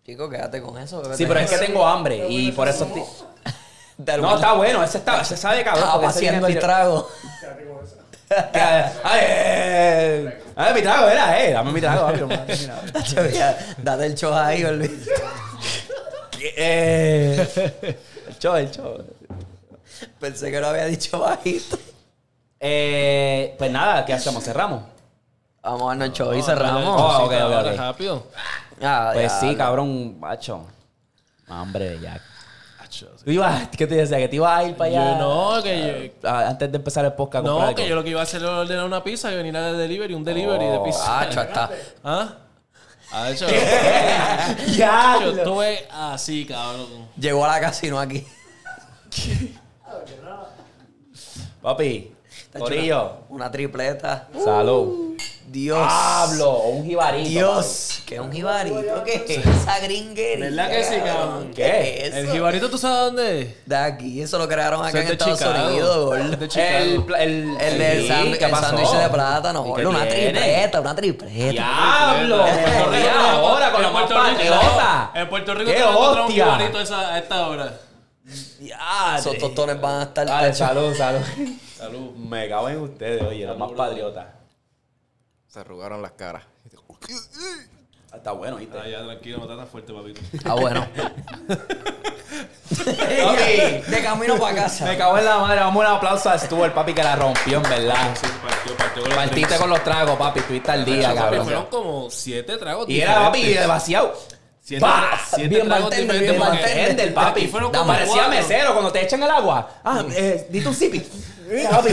Chico, quédate con eso.
Sí, pero es que tengo hambre y por eso estoy... No, está bueno, ese, está, ese sabe cabrón.
Estaba
porque ese
haciendo el
tiene-
trago.
[LAUGHS] Ay, ay, ay. Dame mi trago, era, eh. Dame mi trago, [LAUGHS] papi, no me hagas ni nada.
Ya, Date el show ahí, olvídate.
Eh, El show, el show.
Pensé que lo había dicho bajito.
Eh, pues nada, ¿qué hacemos? ¿Cerramos?
Vamos a darnos el show y
Oh,
cerramos.
ok,
Chocito,
ok,
ahora,
ok.
Rápido.
Ah,
Pues
ya.
sí, cabrón, macho. Hambre de Jack. Tú ibas- ¿Qué te decía? ¿Que te ibas a ir para allá?
Yo no, que
Ah, Antes de empezar el podcast.
yo,
comprar
no,
algo. [LAUGHS] Oh,
que yo lo que iba a hacer era ordenar una pizza y venir al delivery, un delivery de pizza.
Ah, cho, está.
[LAUGHS] ¿Ah? Ah, yo, yo
Ya, lo-
estuve así, cabrón.
Llegó a la casino aquí.
Papi, Corillo,
Una tripleta.
Uh.
salud.
Dios.
Pablo, o un jibarito.
Dios. Que un jibarito. ¿Qué es esa gringuería?
¿Verdad que sí, cabrón?
¿Qué es
El
eso?
jibarito, ¿tú sabes dónde es?
De aquí. Eso lo crearon acá
Eso
en
es de
Estados
Chicago.
Unidos, gordo.
Es de
papi. El,
Chicago.
pla- el,
El del
sí,
sándwich
¿qué
el
pasó?
sándwich de plátano,
¿Y qué
gordo. Una
tiene?
tripleta, una tripleta.
¡Diablo! [LAUGHS]
Puerto
Puerto
Rico,
ahora con la
En Puerto Rico,
panelota.
En Puerto Rico
¡Qué
te vas a encontrar un
hostia!
jibarito a esa- a esta hora.
Esos tostones van a estar
Vale,
pechos.
salud,
[LAUGHS]
salud. Salud. Me cago en ustedes, oye, los más patriotas.
Se arrugaron las caras.
Ah, Está bueno, ¿viste?
ya, tranquilo, no tan fuerte, papito.
Ah, bueno. [LAUGHS] De camino para
Me
casa.
cago en la madre. Vamos a un aplauso a Stuart, papi, que la rompió, en verdad. Partiste con los tragos, papi. Estuviste al día,
Fueron
cabrón.
como siete tragos
Y era, papi,
diferentes.
vaciado.
Siete,
¡Pah!
siete
Bien
tragos
bartender,
diferentes
bien
porque-
bartender.
Bartender, papi.
Y fueron
Da,
como
parecía
cuatro.
mesero cuando te echan el agua. Ah, eh, dite un sipi. [LAUGHS] Papi.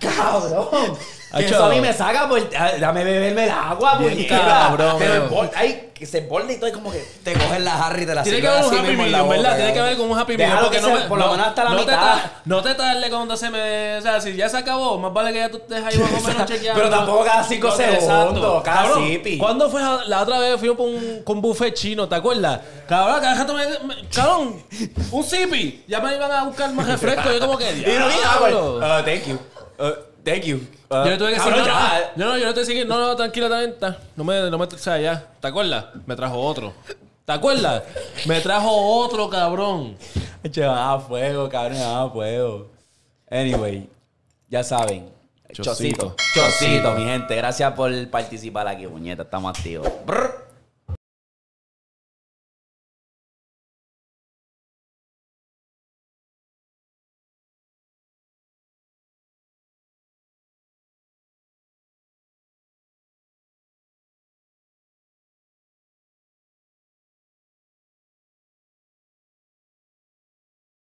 cabrón. Que
Acho.
eso a mí me saca por... ah, Dame beberme el agua,
Bien
puñeta.
cabrón,
Pero
bro.
el bol- Ay, que se borde y todo es como que...
Te cogen la Harry y te la
Tiene que
sirven
haber
así
un happy
mismo en la
medium, ¿verdad?
boca,
Tiene que
cabrón.
haber como un happy medium.
Déjalo
porque
que
no
sea,
me-
por lo
no-
menos hasta la
no te
mitad.
ta- no te tardes cuando se me. O sea, si ya se acabó, más vale que ya tú estés ahí
[LAUGHS]
más o menos chequeando.
Pero tampoco cada cinco
No, exacto.
segundos, cada
Cabrón,
sipi.
¿Cuándo fue la- la otra vez? Fuimos por un, con un buffet chino, ¿te acuerdas? Cabrón, cada rato me- me- Cabrón, un sipi. Ya me iban a buscar más refresco. Yo como
[LAUGHS]
que.
Y no dije, ah, güey,
"Diablo".
uh, thank you. Uh, thank you. Uh,
Yo le tuve que decir,
cabrón,
no,
ya.
no, no, yo le tuve que decir, no, no, tranquila, también, ta- no me, no me, o sea, ya, ¿te acuerdas? Me trajo otro. ¿Te acuerdas? Me trajo otro, cabrón.
Che, va a fuego, cabrón, va a fuego. Anyway, ya saben. Chocito.
Chocito.
Chocito, mi gente. Gracias por participar aquí, puñeta. Estamos activos. Brr.